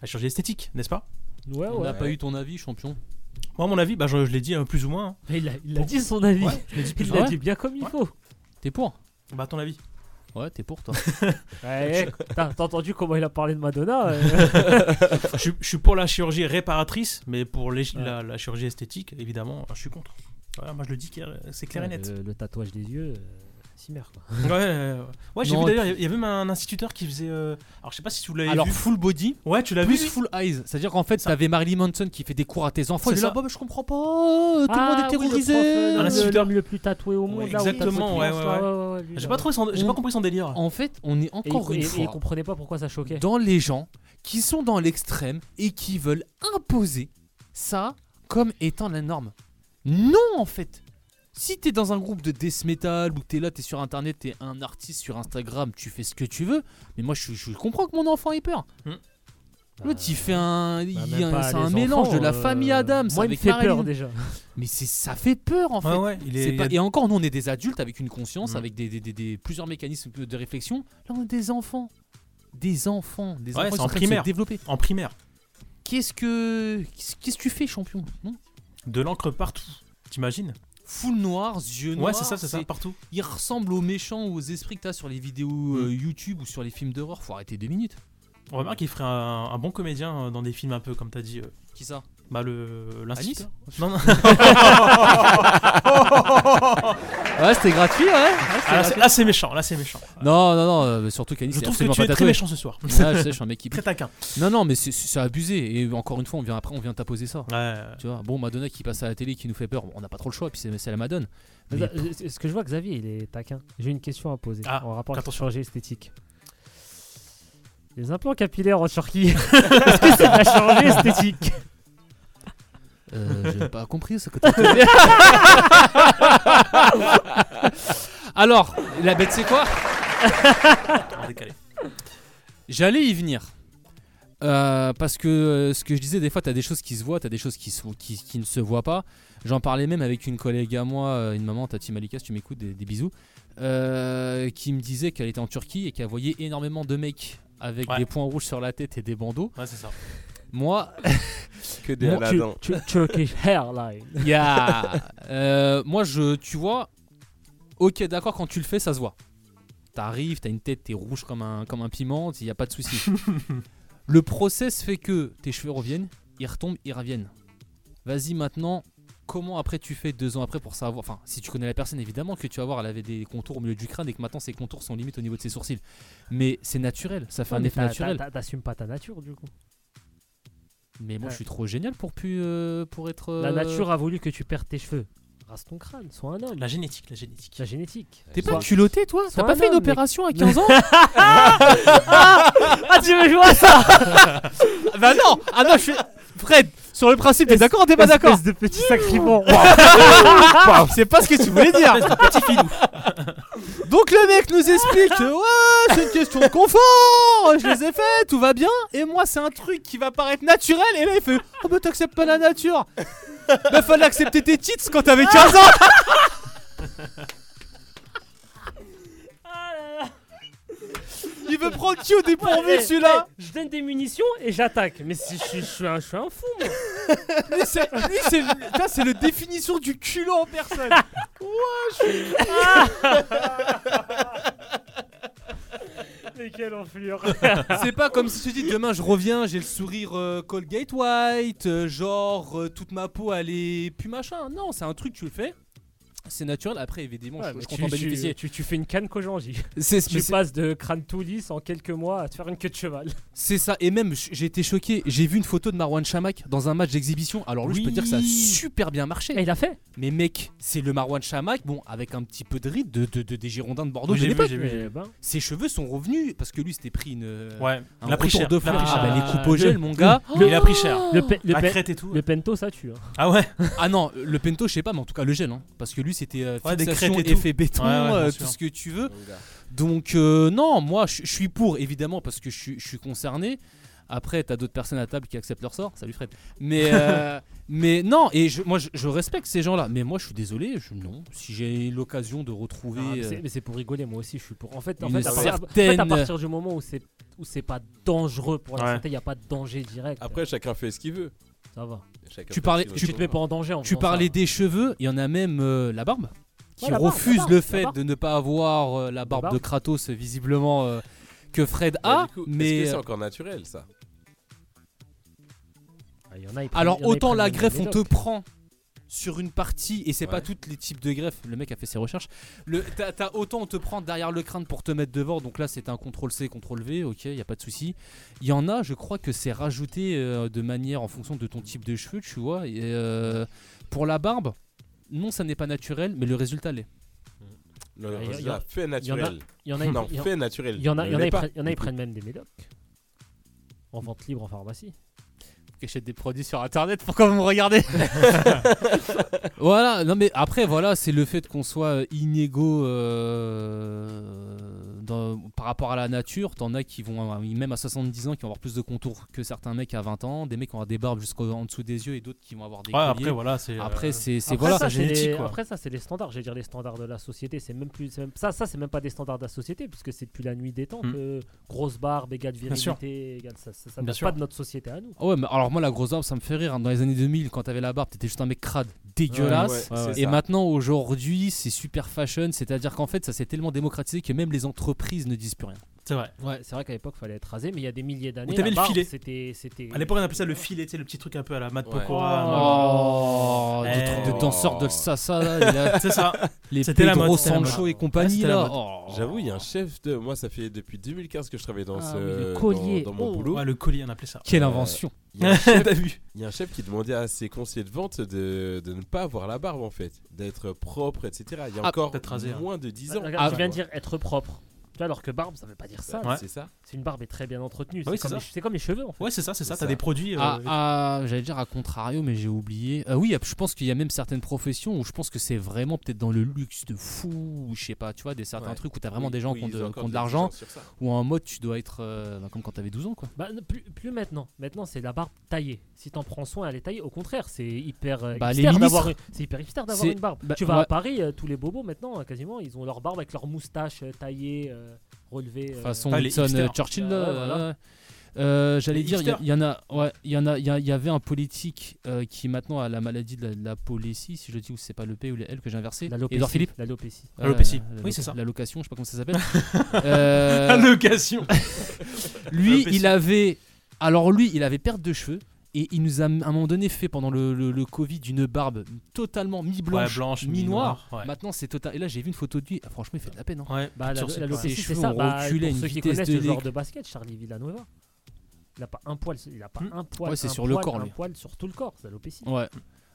la chirurgie esthétique, n'est-ce pas
Ouais,
On n'a pas eu ton avis, champion.
Moi, à mon avis, bah, je, je l'ai dit hein, plus ou moins. hein.
Mais il a, il a dit son avis.
Ouais, je l'ai dit plus
il
ou moins.
l'a dit bien comme il faut.
T'es pour
Bah, à ton avis.
Ouais, t'es pour toi.
Ouais, T'as t'as entendu comment il a parlé de Madonna euh.
je, suis- je suis pour la chirurgie réparatrice, mais pour les- la, la chirurgie esthétique, évidemment, je suis contre. Voilà, moi, je le dis, clair- c'est clair et
Ouais,
net.
Le, le tatouage des yeux, s'y merde quoi.
Ouais, ouais, ouais. Ouais, j'ai
Non,
vu d'ailleurs,
et
il y- il y a même un instituteur qui faisait. euh, Alors, je sais pas si vous l'avez
Alors
vu.
full body.
Ouais, tu l'as
plus
vu,
Full eyes. C'est-à-dire qu'en fait, t'avais Marilyn Manson qui fait des cours à tes enfants.
C'est
Et là,
ça.
bah, je comprends pas. euh, tout le
Ah
monde est terrorisé.
un
instituteur.
euh, le, plus tatoué au monde. là, où il tape
Exactement,
votre
ouais, ouais,
client,
ouais.
là, ouais, ouais, lui,
J'ai
là,
pas, trouvé son- j'ai
On-
pas compris son délire.
Mm. En fait, on est encore
et, il-
une
et-
fois
Et il comprenait pas pourquoi ça choquait.
dans les gens qui sont dans l'extrême et qui veulent imposer ça comme étant la norme. Non, en fait. Si t'es dans un groupe de death metal ou que t'es là, t'es sur internet, t'es un artiste sur Instagram, tu fais ce que tu veux. Mais moi, je, je comprends que mon enfant ait peur.
Hmm.
L'autre, il fait
Bah,
un, il-
même
un-
pas
c'est
les
un mélange
enfants,
de la
euh,
famille Adams
moi, il me
avec
fait peur,
Marilyn.
déjà.
Mais c'est, ça fait peur en fait.
Ouais, ouais, il est-
C'est pas-
il y a-
Et encore, nous, on est des adultes avec une conscience,
Hmm.
avec des, des- des- des- plusieurs mécanismes de réflexion. Là, on est des enfants. Des enfants. Des enfants
Ouais,
qui
c'est
sont
en
train de se
primaire.
développer.
En primaire.
Qu'est-ce que qu'est-ce qu'est-ce que tu fais, champion Non
De l'encre partout. T'imagines
Full noir, yeux noirs.
Ouais, c'est ça, c'est ça, partout.
Il ressemble aux méchants ou aux esprits que t'as sur les vidéos euh, YouTube ou sur les films d'horreur. Faut arrêter deux minutes.
On remarque qu'il ferait un, un bon comédien euh, dans des films un peu, comme t'as dit. euh,
Qui ça
Bah, le. L'instituteur.
Anis
Non, non.
Ouais, c'était gratuit, ouais. Ouais, c'était
Ah, là, c'est-
gratuit.
là, c'est méchant, là, c'est méchant.
Non, non, non, euh, surtout qu'Anis
Ah. Je
est
trouve que
absolument
tu
pas
es très
tatoué.
méchant ce soir.
Ouais, je sais, je suis un mec qui
Très taquin.
Non, non, mais c'est- c'est c'est abusé. Et encore une fois, on vient après, on vient t'apposer ça. Tu vois, bon, Madonna qui passe à la télé, qui nous fait peur, on n'a pas trop le choix, puis c'est c'est la Madone. Mais
Mais ça, c'est- Ce que je vois, Xavier, il est taquin. J'ai une question à poser
Ah,
en rapport à la
attention.
chirurgie esthétique. Les implants capillaires en Turquie, est-ce que c'est de la chirurgie esthétique
Euh, j'ai pas compris ce que t'as dit. Alors, la bête, c'est quoi
En décalé.
J'allais y venir. Euh, parce que euh, ce que je disais, des fois, t'as des choses qui se voient, t'as des choses qui, se- qui, qui ne se voient pas. J'en parlais même avec une collègue à moi, euh, une maman, Tati Malika, si tu m'écoutes, des, des bisous, euh, qui me disait qu'elle était en Turquie et qu'elle voyait énormément de mecs avec
Ouais.
des points rouges sur la tête et des bandeaux.
Ouais, c'est ça.
Moi,
Que des
Moi, tu-
Aladdin.
Tu- Turkish hairline.
Yeah. Euh, moi, je, tu vois, ok, d'accord, quand tu le fais, ça se voit. T'arrives, t'as une tête, t'es rouge comme un, comme un piment, il n'y a pas de souci. le process fait que tes cheveux reviennent, ils retombent, ils reviennent. Vas-y maintenant, comment après tu fais deux ans après pour savoir Enfin, si tu connais la personne, évidemment que tu vas voir, elle avait des contours au milieu du crâne et que maintenant ses contours sont limite au niveau de ses sourcils. Mais c'est naturel, ça fait
Ouais,
un
mais
effet
t'as-
naturel.
t'as- T'assumes pas ta nature du coup.
Mais moi,
Ouais.
je suis trop génial pour, pu, euh, pour être. euh,
La nature a voulu que tu perdes tes cheveux. Rase ton crâne, sois un homme.
La génétique, la génétique.
La génétique.
T'es pas
Sois-
culotté, toi
sois
T'as pas
un
fait une
homme, mec.
opération à 15 ans
ah, ah, tu veux jouer à ça
Bah non Ah non, je fais... Fred, sur le principe, t'es d'accord ou t'es pas d'accord
de petit sacriment.
Waouh. C'est pas ce que tu voulais dire. Donc le mec nous explique que, ouais, c'est une question de confort. Je les ai fait, tout va bien. Et moi, c'est un truc qui va paraître naturel. Et là, il fait, oh bah t'acceptes pas la nature. Bah fallait accepter tes titres quand t'avais 15 ans. Il veut prendre qui au dépourvu
Ouais, eh,
celui-là
eh, Je donne des munitions et j'attaque. Mais si je, suis- je suis un, je suis un fou, moi.
Lui, c'est lui, c'est le- putain, c'est le définition du culot en personne. Ouais, Ah, je suis-
Mais quelle enflure.
C'est pas comme si tu dis demain je reviens, j'ai le sourire euh, Colgate White, euh, genre euh, toute ma peau elle est plus machin. Non, c'est un truc tu le fais. C'est naturel, après évidemment
Ouais,
je,
mais
je
tu-
compte en
tu-
bénéficier.
Tu, tu fais une canne Kojanji.
C'est- mais
Tu
c'est- Euh,
passes de crâne tout lisse en quelques mois à te faire une queue de cheval.
C'est ça, et même j- j'ai été choqué, j'ai vu une photo de Marwan Chamak dans un match d'exhibition. Alors lui je peux
Oui.
dire que ça a super bien marché.
il a fait
Mais mec, c'est le Marwan Chamak, bon avec un petit peu de ride de, de- de- des Girondins de Bordeaux
Oui, j'ai
de
vu,
l'époque.
j'ai vu,
Eh
j'ai vu.
ben.
Ses cheveux sont revenus parce que lui c'était pris une euh,
Ouais,
un
il a pris
retour
cher,
de
il a
flamme.
pris
Ah
cher.
bah, les coupes au gel
Le-
mon gars.
le- Il a pris cher.
Le pe- le
La
pe-
crête et tout,
Le pento, ça tue. hein.
Ah ouais Ah non, le pento, je sais pas, mais en tout cas le gel, hein, parce que lui c'était euh,
Ouais, des
fixation,
crêtes et tout.
effet béton,
Ouais, ouais, bien
euh,
sûr.
tout ce que tu veux. Donc euh, non, moi je je suis pour évidemment parce que je suis- je suis concerné. Après, t'as d'autres personnes à table qui acceptent leur sort. Salut Fred. Mais euh, mais non, et je- moi je, je respecte ces gens-là. Mais moi je suis désolé, je, non. Si j'ai l'occasion de retrouver,
Ah, mais
euh,
c'est- mais c'est pour rigoler, moi aussi je suis pour. En fait, en
Une
fait, à, partir- en fait, à
certaine-
partir du moment où c'est où c'est pas dangereux pour la
Ouais.
santé, il n'y a pas de danger direct.
Après, chacun fait ce qu'il veut.
Ça va.
Chacun
Ah. tu
fait
parlais,
ce qu'il
tu
veut.
te mets pas en danger en
Tu
faisant
parlais
ça.
des cheveux. Il y en a même euh, la barbe qui
Ouais, la barbe, la
refuse
barbe,
le
la
fait
barbe.
de ne pas avoir euh, la barbe de
barbe.
Kratos visiblement euh, que Fred a.
Ah,
Bah, du coup,
mais
Est-ce que
euh,
c'est encore naturel ça
Ah, Il y en a, ils prennent- il
Alors
y en a, ils
autant
prennent
la
des
greffe on te
médocs.
prend sur une partie et c'est pas
Ouais.
tous les types de greffes. Le mec a fait ses recherches. Le t'as t'as- autant on te prend derrière le crâne pour te mettre devant. Donc là c'était un contrôle C, contrôle V. Ok, y a pas de souci. Il y en a, je crois que c'est rajouté euh, de manière en fonction de ton type de cheveux, tu vois. Et, euh, pour la barbe, non ça n'est pas naturel, mais le résultat l'est.
Le
Ah, il y a- il y
résultat
en- il
fait
y en a-
naturel.
il y en a-
non,
il y en-
fait naturel.
Il y en a,
Ne
il y en a,
l'est
ils
pas.
prennent- il y en a, ils prennent même des médocs. En vente libre en pharmacie.
Qui achètent des produits sur internet, pourquoi vous me regardez Voilà, non mais après voilà, c'est le fait qu'on soit inégaux euh, dans- par rapport à la nature. T'en as qui vont avoir- même à 70 ans qui vont avoir plus de contours que certains mecs à 20 ans, des mecs qui vont avoir des barbes jusqu'en dessous des yeux et d'autres qui vont avoir des
Ouais, après,
colliers.
voilà, c'est, euh,
après c'est c'est-
Après,
voilà
ça, c'est les- Après ça, c'est les standards. J'allais dire les standards de la société. C'est même plus. c'est même- Ça, ça c'est même pas des standards de la société puisque c'est depuis la nuit des temps
Mm.
que grosse barbe égale
sûr.
virilité égale ça. Ça, ça
Bien
date
sûr.
pas de notre société à nous.
Ah ouais, mais alors moi la grosse barbe ça me fait rire. hein. Dans les années 2000, quand t'avais la barbe, t'étais juste un mec crade, dégueulasse.
Ouais, ouais, ouais, c'est
et
ça.
maintenant aujourd'hui, c'est super fashion. C'est-à-dire qu'en fait, ça s'est tellement démocratisé que même les entreprises ne disent plus rien.
C'est vrai.
Ouais, c'est vrai qu'à l'époque, fallait être rasé, mais il y a des milliers d'années.
Ou t'avais
la
le
barbe,
filet.
C'était, c'était. Ah
À l'époque, on appelait ça le filet, tu sais, le petit truc un peu à la mat
Ouais.
Pokora.
Oh,
Eh,
des trucs de
oh.
danseurs de salsa là, et là,
C'est ça.
Les
C'était la
Pedro
mode, c'était la
Sancho
mode.
et
Ah,
compagnie
Ouais,
là. Oh.
c'était la mode.
J'avoue, il y a un chef de. Moi, ça fait depuis 2015 que je travaille dans
Ah
ce.
oui, le
dans-
collier.
Dans, mon
Oh.
boulot.
Ouais, le collier, on appelait ça.
Quelle invention.
Il y, a un chef-
T'as vu
il y a un chef qui demandait à ses conseillers de vente de, de ne pas avoir la barbe en fait, d'être propre, etc. Il y a
Ah,
encore
peut-être rasé, hein.
moins de 10 ans.
Regarde,
Ah,
tu viens de dire être propre. Tu vois, alors que barbe, ça veut pas dire ça.
Ouais, c'est ça.
C'est une barbe est très bien entretenue.
Ah oui,
c'est, comme
c'est
les,
ça.
c'est comme les cheveux en fait.
Ouais, c'est ça, c'est ça, t'as des produits. euh,
Ah, ah, j'allais dire à contrario, mais j'ai oublié. Ah oui, je pense qu'il y a même certaines professions où je pense que c'est vraiment peut-être dans le luxe de fou, ou je sais pas, tu vois, des certains
Ouais.
trucs où t'as vraiment
Oui,
des gens
oui,
qui ont
ils ont
de,
encore
qui ont de
des
l'argent,
exigences sur ça.
ou en mode tu dois être euh, bah, comme quand t'avais 12 ans, quoi.
Bah, ne- plus, plus maintenant. Maintenant, c'est la barbe taillée. Si t'en prends soin, elle est taillée. Au contraire, c'est hyper euh,
Bah, les
hipster d'avoir
ministres.
une- c'est hyper hipster d'avoir
C'est-
une barbe.
bah,
tu vas à
ouais.
Paris, euh, tous les bobos maintenant, euh, quasiment, ils ont leur barbe avec leur moustache euh, taillée, euh, relevée. euh.
façon Wilson euh, Churchill. là,
Ouais, voilà.
ouais. Euh, J'allais
Les
dire, il y a-
hipsters.
il y, en a, ouais, il y en a, il y, a- il y avait un politique euh, qui maintenant a la maladie de la, de la polécie, si je dis ou c'est pas le P ou le L que j'ai inversé.
L'alopécie,
Edouard Philippe.
l'alopécie.
Euh,
L'alopécie.
la
Oui,
lo-
c'est ça.
L'allocation, je sais pas comment ça s'appelle. Euh,
Allocation.
lui,
L'alopécie.
il avait, alors lui, il avait perte de cheveux. Et il nous a à un moment donné fait pendant le, le- le Covid une barbe totalement mi-blanche,
Ouais, blanche,
mi-noire.
mi-noire, ouais.
Maintenant c'est total. Et là j'ai vu une photo de lui. Ah, Franchement il fait de la peine. hein.
Bah, la,
Sur ses-
la
ses
Lopez, c'est
cheveux
ça.
ont
Bah,
reculé à
pour
une
ceux qui
vitesse
connaissent
de
le joueur
l'éc-
de basket, Charlie Villanueva, il n'a pas un poil, il a pas un poil,
Hmm. Ouais, c'est
un
sur le
poil,
corps,
un
lui.
poil sur tout le corps, c'est l'alopécie.
Ouais.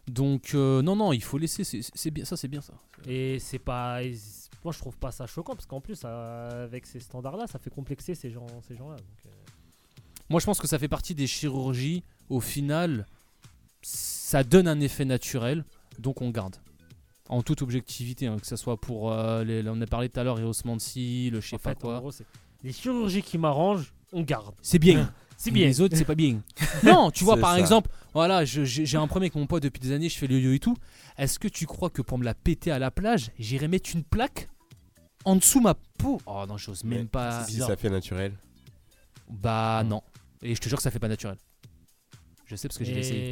Donc euh, non non, il faut laisser c'est- c'est c'est bien ça, c'est bien ça.
Et c'est pas, et c'est- moi je trouve pas ça choquant parce qu'en plus euh, avec ces standards-là, ça fait complexer ces gens, ces gens-là. donc, euh.
Moi je pense que ça fait partie des chirurgies au final ça donne un effet naturel, donc on garde. En toute objectivité, hein, que ce soit pour. euh, les- là, on a parlé tout à l'heure, Eros Mansi, le je sais Ah, pas
En
quoi.
gros, c'est les chirurgies qui m'arrangent, on garde.
C'est bien.
Hein. C'est bien.
Les autres, c'est pas bien. non, tu vois,
C'est
par
ça.
exemple, voilà, je- j'ai j'ai un problème avec mon poids depuis des années, je fais le yo et tout. Est-ce que tu crois que pour me la péter à la plage, j'irai mettre une plaque en dessous ma peau Oh non, j'ose même pas.
Si ça fait naturel.
Bah non. Et je te jure que ça fait pas naturel. Je sais parce que j'ai
Et-
essayé.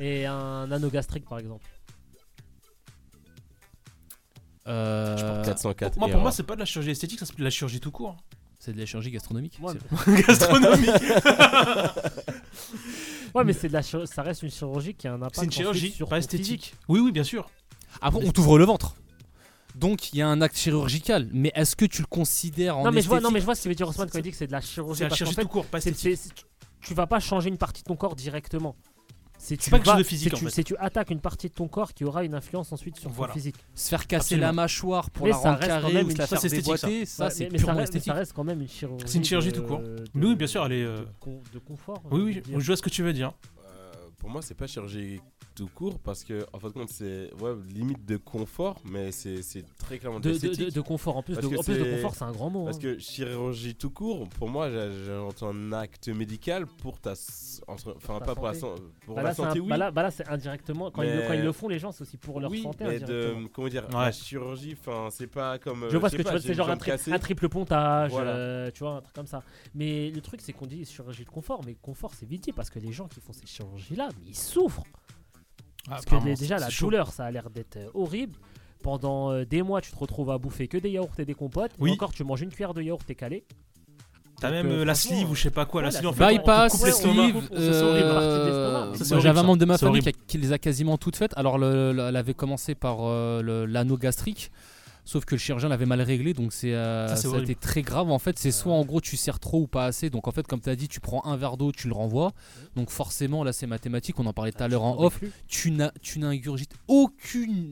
Et un anneau gastrique, par exemple.
Euh,
Je porte 404
Moi,
et euh,
pour
alors.
moi, c'est pas de la chirurgie esthétique, ça, c'est de la chirurgie tout court.
C'est de la chirurgie gastronomique.
Ouais,
mais- Gastronomique.
Ouais, mais c'est de la chir- ça reste une chirurgie qui a un impact
C'est une
ensuite
chirurgie,
sur
pas
ton
esthétique.
physique.
Oui, oui, bien sûr.
Après, Ah on t'ouvre le ventre. Donc il y a un acte chirurgical, mais est-ce que tu le considères en
Non mais, je vois,
esthétique
non mais je vois ce qu'il veut dire Osman quand il dit que c'est de la chirurgie.
C'est la
parce qu'en
chirurgie
fait,
tout court, pas
c'est- c'est- tu- Tu vas pas changer une partie de ton corps directement. C'est tu
pas quelque
vas-
chose de physique,
c'est
en
tu-
fait.
C'est tu attaques une partie de ton corps qui aura une influence ensuite sur
Voilà.
ton physique.
Se faire casser la mâchoire pour
Mais
la
ça
rendre
reste quand
carrée
même
ou
une
se la faire
chirurgie esthétique,
déboîter, ça,
Ouais,
c'est
mais- mais
purement
reste- mais
esthétique.
Ça reste quand même une chirurgie.
C'est une chirurgie tout
de-
court.
Euh, de-
Oui, oui, bien sûr, elle est. euh,
con- de confort. on
Oui,
peut
oui, je
dire.
vois ce que tu veux dire.
Euh, Pour moi, c'est pas chirurgie tout court parce que, en fin de compte, c'est ouais, limite de confort, mais c'est c'est très clairement
De- de-
d'esthétique.
de- de confort. En plus,
Parce
de-
que
en plus de confort, c'est un grand mot,
Parce
hein.
que chirurgie tout court, pour moi, j'a- j'entends un acte médical pour ta. s- entre- Enfin,
Ta
pas pour la,
santé.
san- pour
Bah
la
là, c'est un-
santé, oui.
bah là- bah là, c'est indirectement. Quand, ils le,
Mais-
quand ils le font, les gens, c'est aussi pour leur
oui,
santé. hein,
mais
indirectement.
de, comment dire,
Ouais.
la chirurgie, enfin, c'est pas comme. euh,
je vois ce
sais
que tu
pas,
veux,
j'ai
c'est
une
genre un,
jambe
tri-
cassée.
un triple pontage,
Voilà.
euh, tu vois, un truc comme ça. Mais le truc, c'est qu'on dit chirurgie de confort, mais confort, c'est vite dit parce que les gens qui font ces chirurgies-là, mais ils souffrent. parce que
Ah, apparemment,
dé- déjà,
c'est-
la
c'est chaud.
douleur, ça a l'air d'être euh, horrible. Pendant euh, des mois, tu te retrouves à bouffer que des yaourts et des compotes.
Oui.
Et encore, tu manges une cuillère de yaourt, t'es calé.
T'as
Donc,
même
euh,
euh, la
franchement,
sleeve ou je sais pas quoi.
ouais,
La
la
sleeve, en fait, on te
Bypass,
coupe l'estomac.
sleeve,
Ça, c'est horrible. Ça,
euh,
c'est
moi,
horrible,
J'avais un
ça.
membre de ma
C'est
famille
horrible.
qui, a- qui les a quasiment toutes faites. Alors, le- le- elle avait commencé par euh, le- l'anneau gastrique. Sauf que le chirurgien l'avait mal réglé, donc c'est euh,
Ça, c'est
ça a
horrible.
été très grave. En fait, c'est soit en gros tu sers trop ou pas assez. Donc en fait, comme tu as dit, tu prends un verre d'eau, tu le renvoies. Donc forcément, là c'est mathématique. On en parlait tout à l'heure en
t'en
off.
plus.
Tu n'as- tu n'ingurgites aucune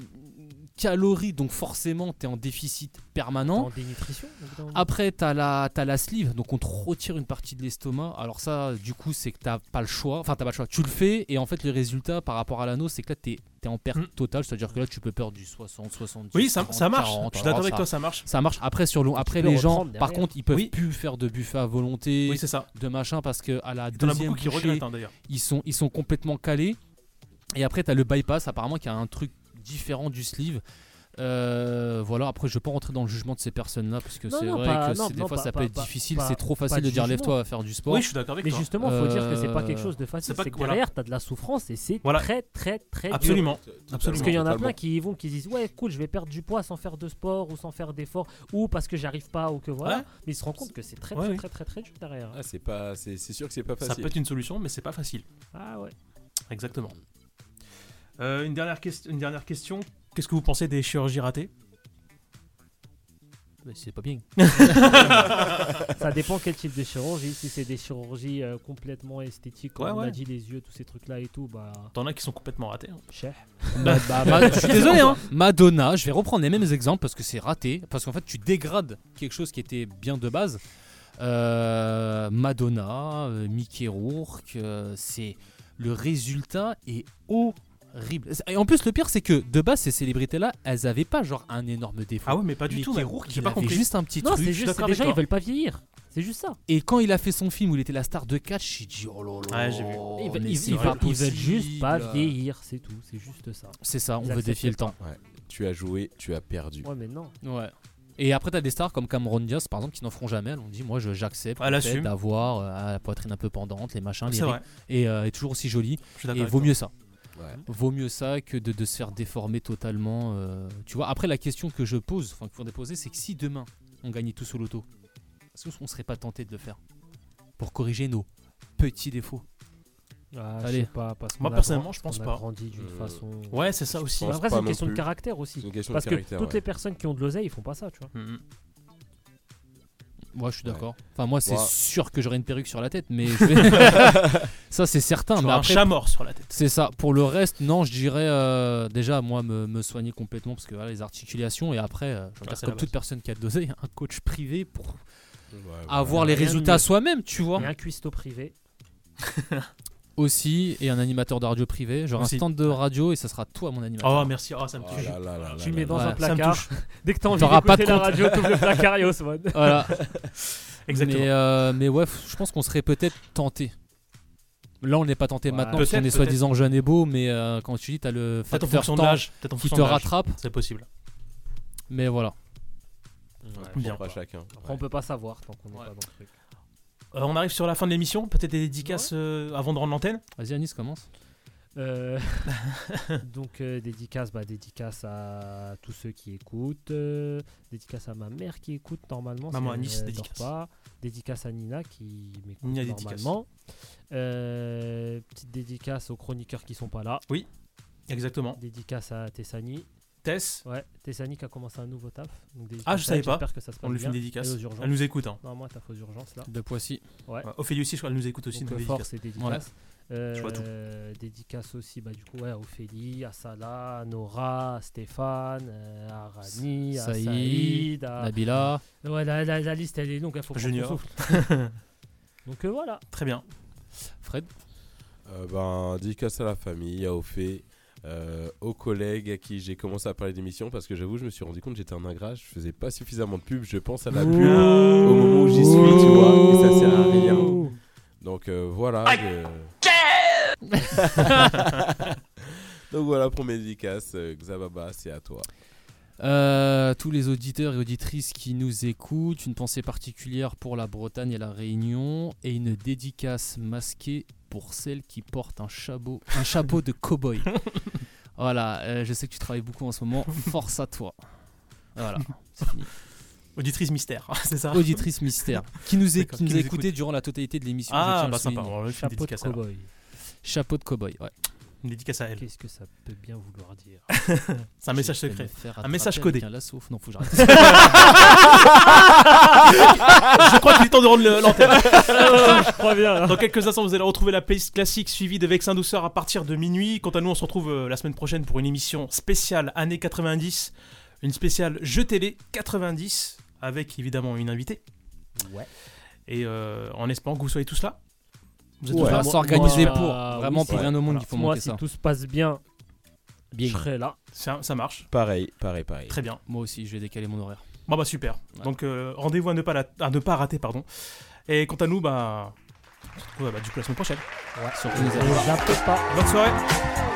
calorie, donc forcément tu es en déficit permanent.
en dénutrition, au bout d'un moment.
Après, t'as la, t'as la sleeve, donc on te retire une partie de l'estomac. Alors ça, du coup, c'est que t'as pas le choix. Enfin, t'as pas le choix. Tu le fais, et en fait, le résultat par rapport à l'anneau, c'est que là, t'es es en perte totale. C'est-à-dire que là, tu peux perdre du 60, 70.
Hmm. Oui, ça-
40,
ça marche.
40,
Je suis d'accord
alors
avec toi, ça marche.
Ça marche. Après, sur le- après
peux
les gens,
reprendre
par
derrière.
contre, ils peuvent
Oui.
plus faire de buffet à volonté,
Oui, c'est ça.
de machin, parce que à la
Il y en a
deuxième
beaucoup qui
bouchée,
regrettent, hein, d'ailleurs.
ils sont, ils sont complètement calés. Et après, t'as le bypass, apparemment, qui a un truc différent du sleeve. Euh, voilà, après, je vais pas rentrer dans le jugement de ces personnes-là, parce que
Non,
c'est
non,
vrai
pas-
que
non,
c'est- des
non,
fois
pas-
ça
pas-
peut être
pas-
difficile.
pas-
C'est trop
pas
facile
de
de dire
jugement.
lève-toi, va faire du sport.
Oui, je suis d'accord avec
Mais
toi.
justement, faut dire que c'est pas quelque chose de
Euh,
facile.
c'est pas-
C'est que
voilà.
derrière, t'as de la souffrance et c'est
Voilà.
très, très, très dur.
Absolument, absolument.
Parce qu'il y en a
Totalement.
plein qui y vont, qui disent Ouais, cool, je vais perdre du poids sans faire de sport ou sans faire d'effort ou parce que j'arrive pas ou que voilà.
Ouais.
Mais ils se rendent compte que c'est très,
Ouais,
très,
oui.
très, très, très dur derrière.
Ah, c'est pas, c'est c'est sûr que c'est pas facile.
Ça peut être une solution, mais c'est pas facile.
Ah ouais.
Exactement. Euh, une, dernière question, une dernière question. Qu'est-ce que vous pensez des chirurgies ratées
Mais c'est pas bien.
Ça dépend quel type de chirurgie. Si c'est des chirurgies euh, complètement esthétiques, comme
Ouais,
on a
ouais.
dit les yeux, tous ces trucs-là et tout, bah.
T'en as qui sont complètement ratés. hein.
Cher.
Bah, bah, ma- je suis désolé, hein. Madonna, je vais reprendre les mêmes exemples parce que c'est raté. Parce qu'en fait, tu dégrades quelque chose qui était bien de base. Euh, Madonna, euh, Mickey Rourke, euh, c'est le résultat est horrible. Et en plus, le pire, c'est que de base, ces célébrités-là, elles avaient pas genre un énorme défaut.
Ah ouais, mais pas du tout,
Mickey
même.
Rourke,
J'ai
il
pas
avait
compris.
juste un petit
Non,
truc.
c'est juste, c'est des gens, ils veulent pas vieillir. C'est juste ça.
Et quand il a fait son film où il était la star de catch, il dit oh là là.
Ouais, j'ai vu.
Ils veulent-
mais
ils-
c'est
ils
pas
veulent- ils veulent juste
possible.
pas vieillir, c'est tout. C'est juste ça.
C'est ça, on
Ils
veut
acceptent
défier le temps.
Ouais. Tu as joué, tu as perdu.
Ouais, mais non.
Ouais. Et après, t'as des stars comme Cameron Diaz, par exemple, qui n'en feront jamais. Elles ont dit, moi, je- j'accepte
Ah, Elle
le fait
assume.
d'avoir euh, la poitrine un peu pendante, les machins, les
C'est
rides,
vrai.
et euh, est toujours aussi jolie.
Je suis d'accord
Et
avec
vaut
toi.
mieux ça.
Ouais.
Vaut mieux ça que de, de se faire déformer totalement. euh, tu vois, après, la question que je pose, enfin, qu'il faudrait poser, c'est que si demain, on gagnait tout au loto, est-ce qu'on serait pas tenté de le faire Pour corriger nos petits défauts.
Ah,
Allez.
Je sais pas, parce qu'on
Moi,
a
personnellement,
grand-
je pense
on a
pas.
grandi d'une
Euh,
façon.
ouais, c'est ça aussi.
Mais Après,
Pas
c'est une
non
question de
plus.
caractère aussi.
C'est une question de
Parce que
caractère,
toutes
ouais.
les personnes qui ont de l'oseille, ils font pas ça, tu vois.
Mm, Moi, je suis
Ouais.
d'accord. Enfin, moi, c'est
Ouais.
sûr que j'aurai une perruque sur la tête, mais je vais- ça, c'est certain.
Tu
mais
auras un
après,
chat mort sur la tête.
C'est ça. Pour le reste, non, je dirais euh, déjà, moi, me, me soigner complètement parce que voilà, les articulations et après, euh, je veux
Ah,
dire,
c'est la
comme
base.
toute personne qui a dosé, un coach privé pour
voilà.
avoir les
Rien de
résultats
mieux.
soi-même, tu vois.
Et un cuistot privé.
aussi et un animateur de radio privée. Genre
Aussi.
un stand de radio et ça sera toi mon animateur.
Oh merci, oh ça me touche.
Tu le mets dans
là
un
là. Ça me
placard.
touche.
Dès que t'as envie
T'auras pas de
d'écouter
compte.
la radio, t'ouvres le placard et Haussmann.
Voilà.
Exactement.
Mais, euh, mais ouais, f- je pense qu'on serait peut-être tenté. Là, on n'est pas tenté
Ouais.
maintenant parce qu'on
Peut-être,
est soi-disant jeune et beau, mais euh, quand tu dis, t'as le
Peut-être en
facteur
fonction de
temps
l'âge, peut-être en
qui
fonction
te
de l'âge.
rattrape.
C'est possible.
Mais voilà.
Bien.
Pas chacun.
Après, on peut pas savoir tant qu'on n'est pas dans le truc.
Euh, on arrive sur la fin de l'émission, peut-être des dédicaces euh, avant de rendre l'antenne
Vas-y Anis, commence.
Euh, donc euh, dédicace, bah, dédicace à tous ceux qui écoutent, euh, dédicace à ma mère qui écoute normalement.
Maman
si elle,
Anis,
euh, dort
dédicace.
pas. Dédicace à Nina qui m'écoute
Nina, dédicace.
normalement. Euh, petite dédicace aux chroniqueurs qui sont pas là.
Oui, exactement.
Dédicace à Tessani.
Tess
Ouais, Tessani qui a commencé un nouveau taf. Donc, dédicace
Ah, je
à
savais
elle,
pas.
j'espère Que ça se
On
passe
lui fait une
bien.
dédicace.
Et aux urgences.
Elle nous écoute, hein.
Normalement, elle taf aux urgences là.
De Poissy.
Ouais.
Ouais, Ophélie aussi, Bah, je crois, elle nous écoute aussi.
Donc,
nos
euh, force et
dédicaces.
dédicace.
Voilà. Je vois tout.
Euh, dédicace aussi bah, du coup, ouais, à Ophélie, à Salah, à Nora, à Stéphane, euh, à Rani, à
Saïd,
Saïd, à...
Nabila.
Ouais, la, la- la liste elle est longue, il faut prendre
Junior.
son souffle. Donc euh, voilà.
Très bien.
Fred
Euh, ben, dédicace à la famille, à Ophé, euh, aux collègues à qui j'ai commencé à parler d'émission parce que j'avoue, je me suis rendu compte que j'étais un ingrat, je faisais pas suffisamment de pub. Je pense à la pub au moment où j'y suis, tu vois, et ça sert à rien. Donc euh, voilà. je- Donc voilà pour mes dédicaces, euh, Xababa, c'est à toi.
Euh, tous les auditeurs et auditrices qui nous écoutent, une pensée particulière pour la Bretagne et la Réunion et une dédicace masquée pour celle qui porte un chapeau, un chapeau de cow-boy. voilà, euh, je sais que tu travailles beaucoup en ce moment, force à toi. Voilà, c'est fini.
Auditrice mystère, c'est ça
Auditrice mystère, qui nous, est,
D'accord,
qui nous a
écoute.
écouté durant la totalité de l'émission. je tiens à
Ah,
le
bah sympa,
souligner.
on va faire une
Chapeau de
dédicace alors.
cowboy.
Chapeau de cow-boy, ouais.
Une dédicace à elle.
Qu'est-ce que ça peut bien vouloir dire
C'est un message
Je vais me
secret.
faire
Un message
attraper
codé.
avec un lasso. Non, faut que j'arrête.
je crois qu'il est temps de rendre le- l'antenne.
Je crois bien.
Dans quelques instants, vous allez retrouver la playlist classique suivie de Vexin Douceur à partir de minuit. Quant à nous, on se retrouve euh, la semaine prochaine pour une émission spéciale années 90. Une spéciale Jeux télé 90 avec évidemment une invitée.
Ouais.
Et euh, en espérant que vous soyez tous là. Vous êtes
Ouais.
tous là
On va s'organiser
Moi,
pour.
euh,
Vraiment,
oui,
pour
si-
rien au monde,
voilà.
il faut
Moi,
manquer
si
ça.
tout se passe bien, je serai là.
Ça, ça marche.
Pareil, pareil, pareil.
Très bien.
Moi aussi, je vais décaler mon horaire.
Bon bah super. Donc euh, rendez-vous à ne pas la- à ne pas rater pardon. Et quant à nous bah on se retrouve bah, du coup la semaine prochaine.
Ouais.
Sur
Ne zappez pas.
Bonne soirée.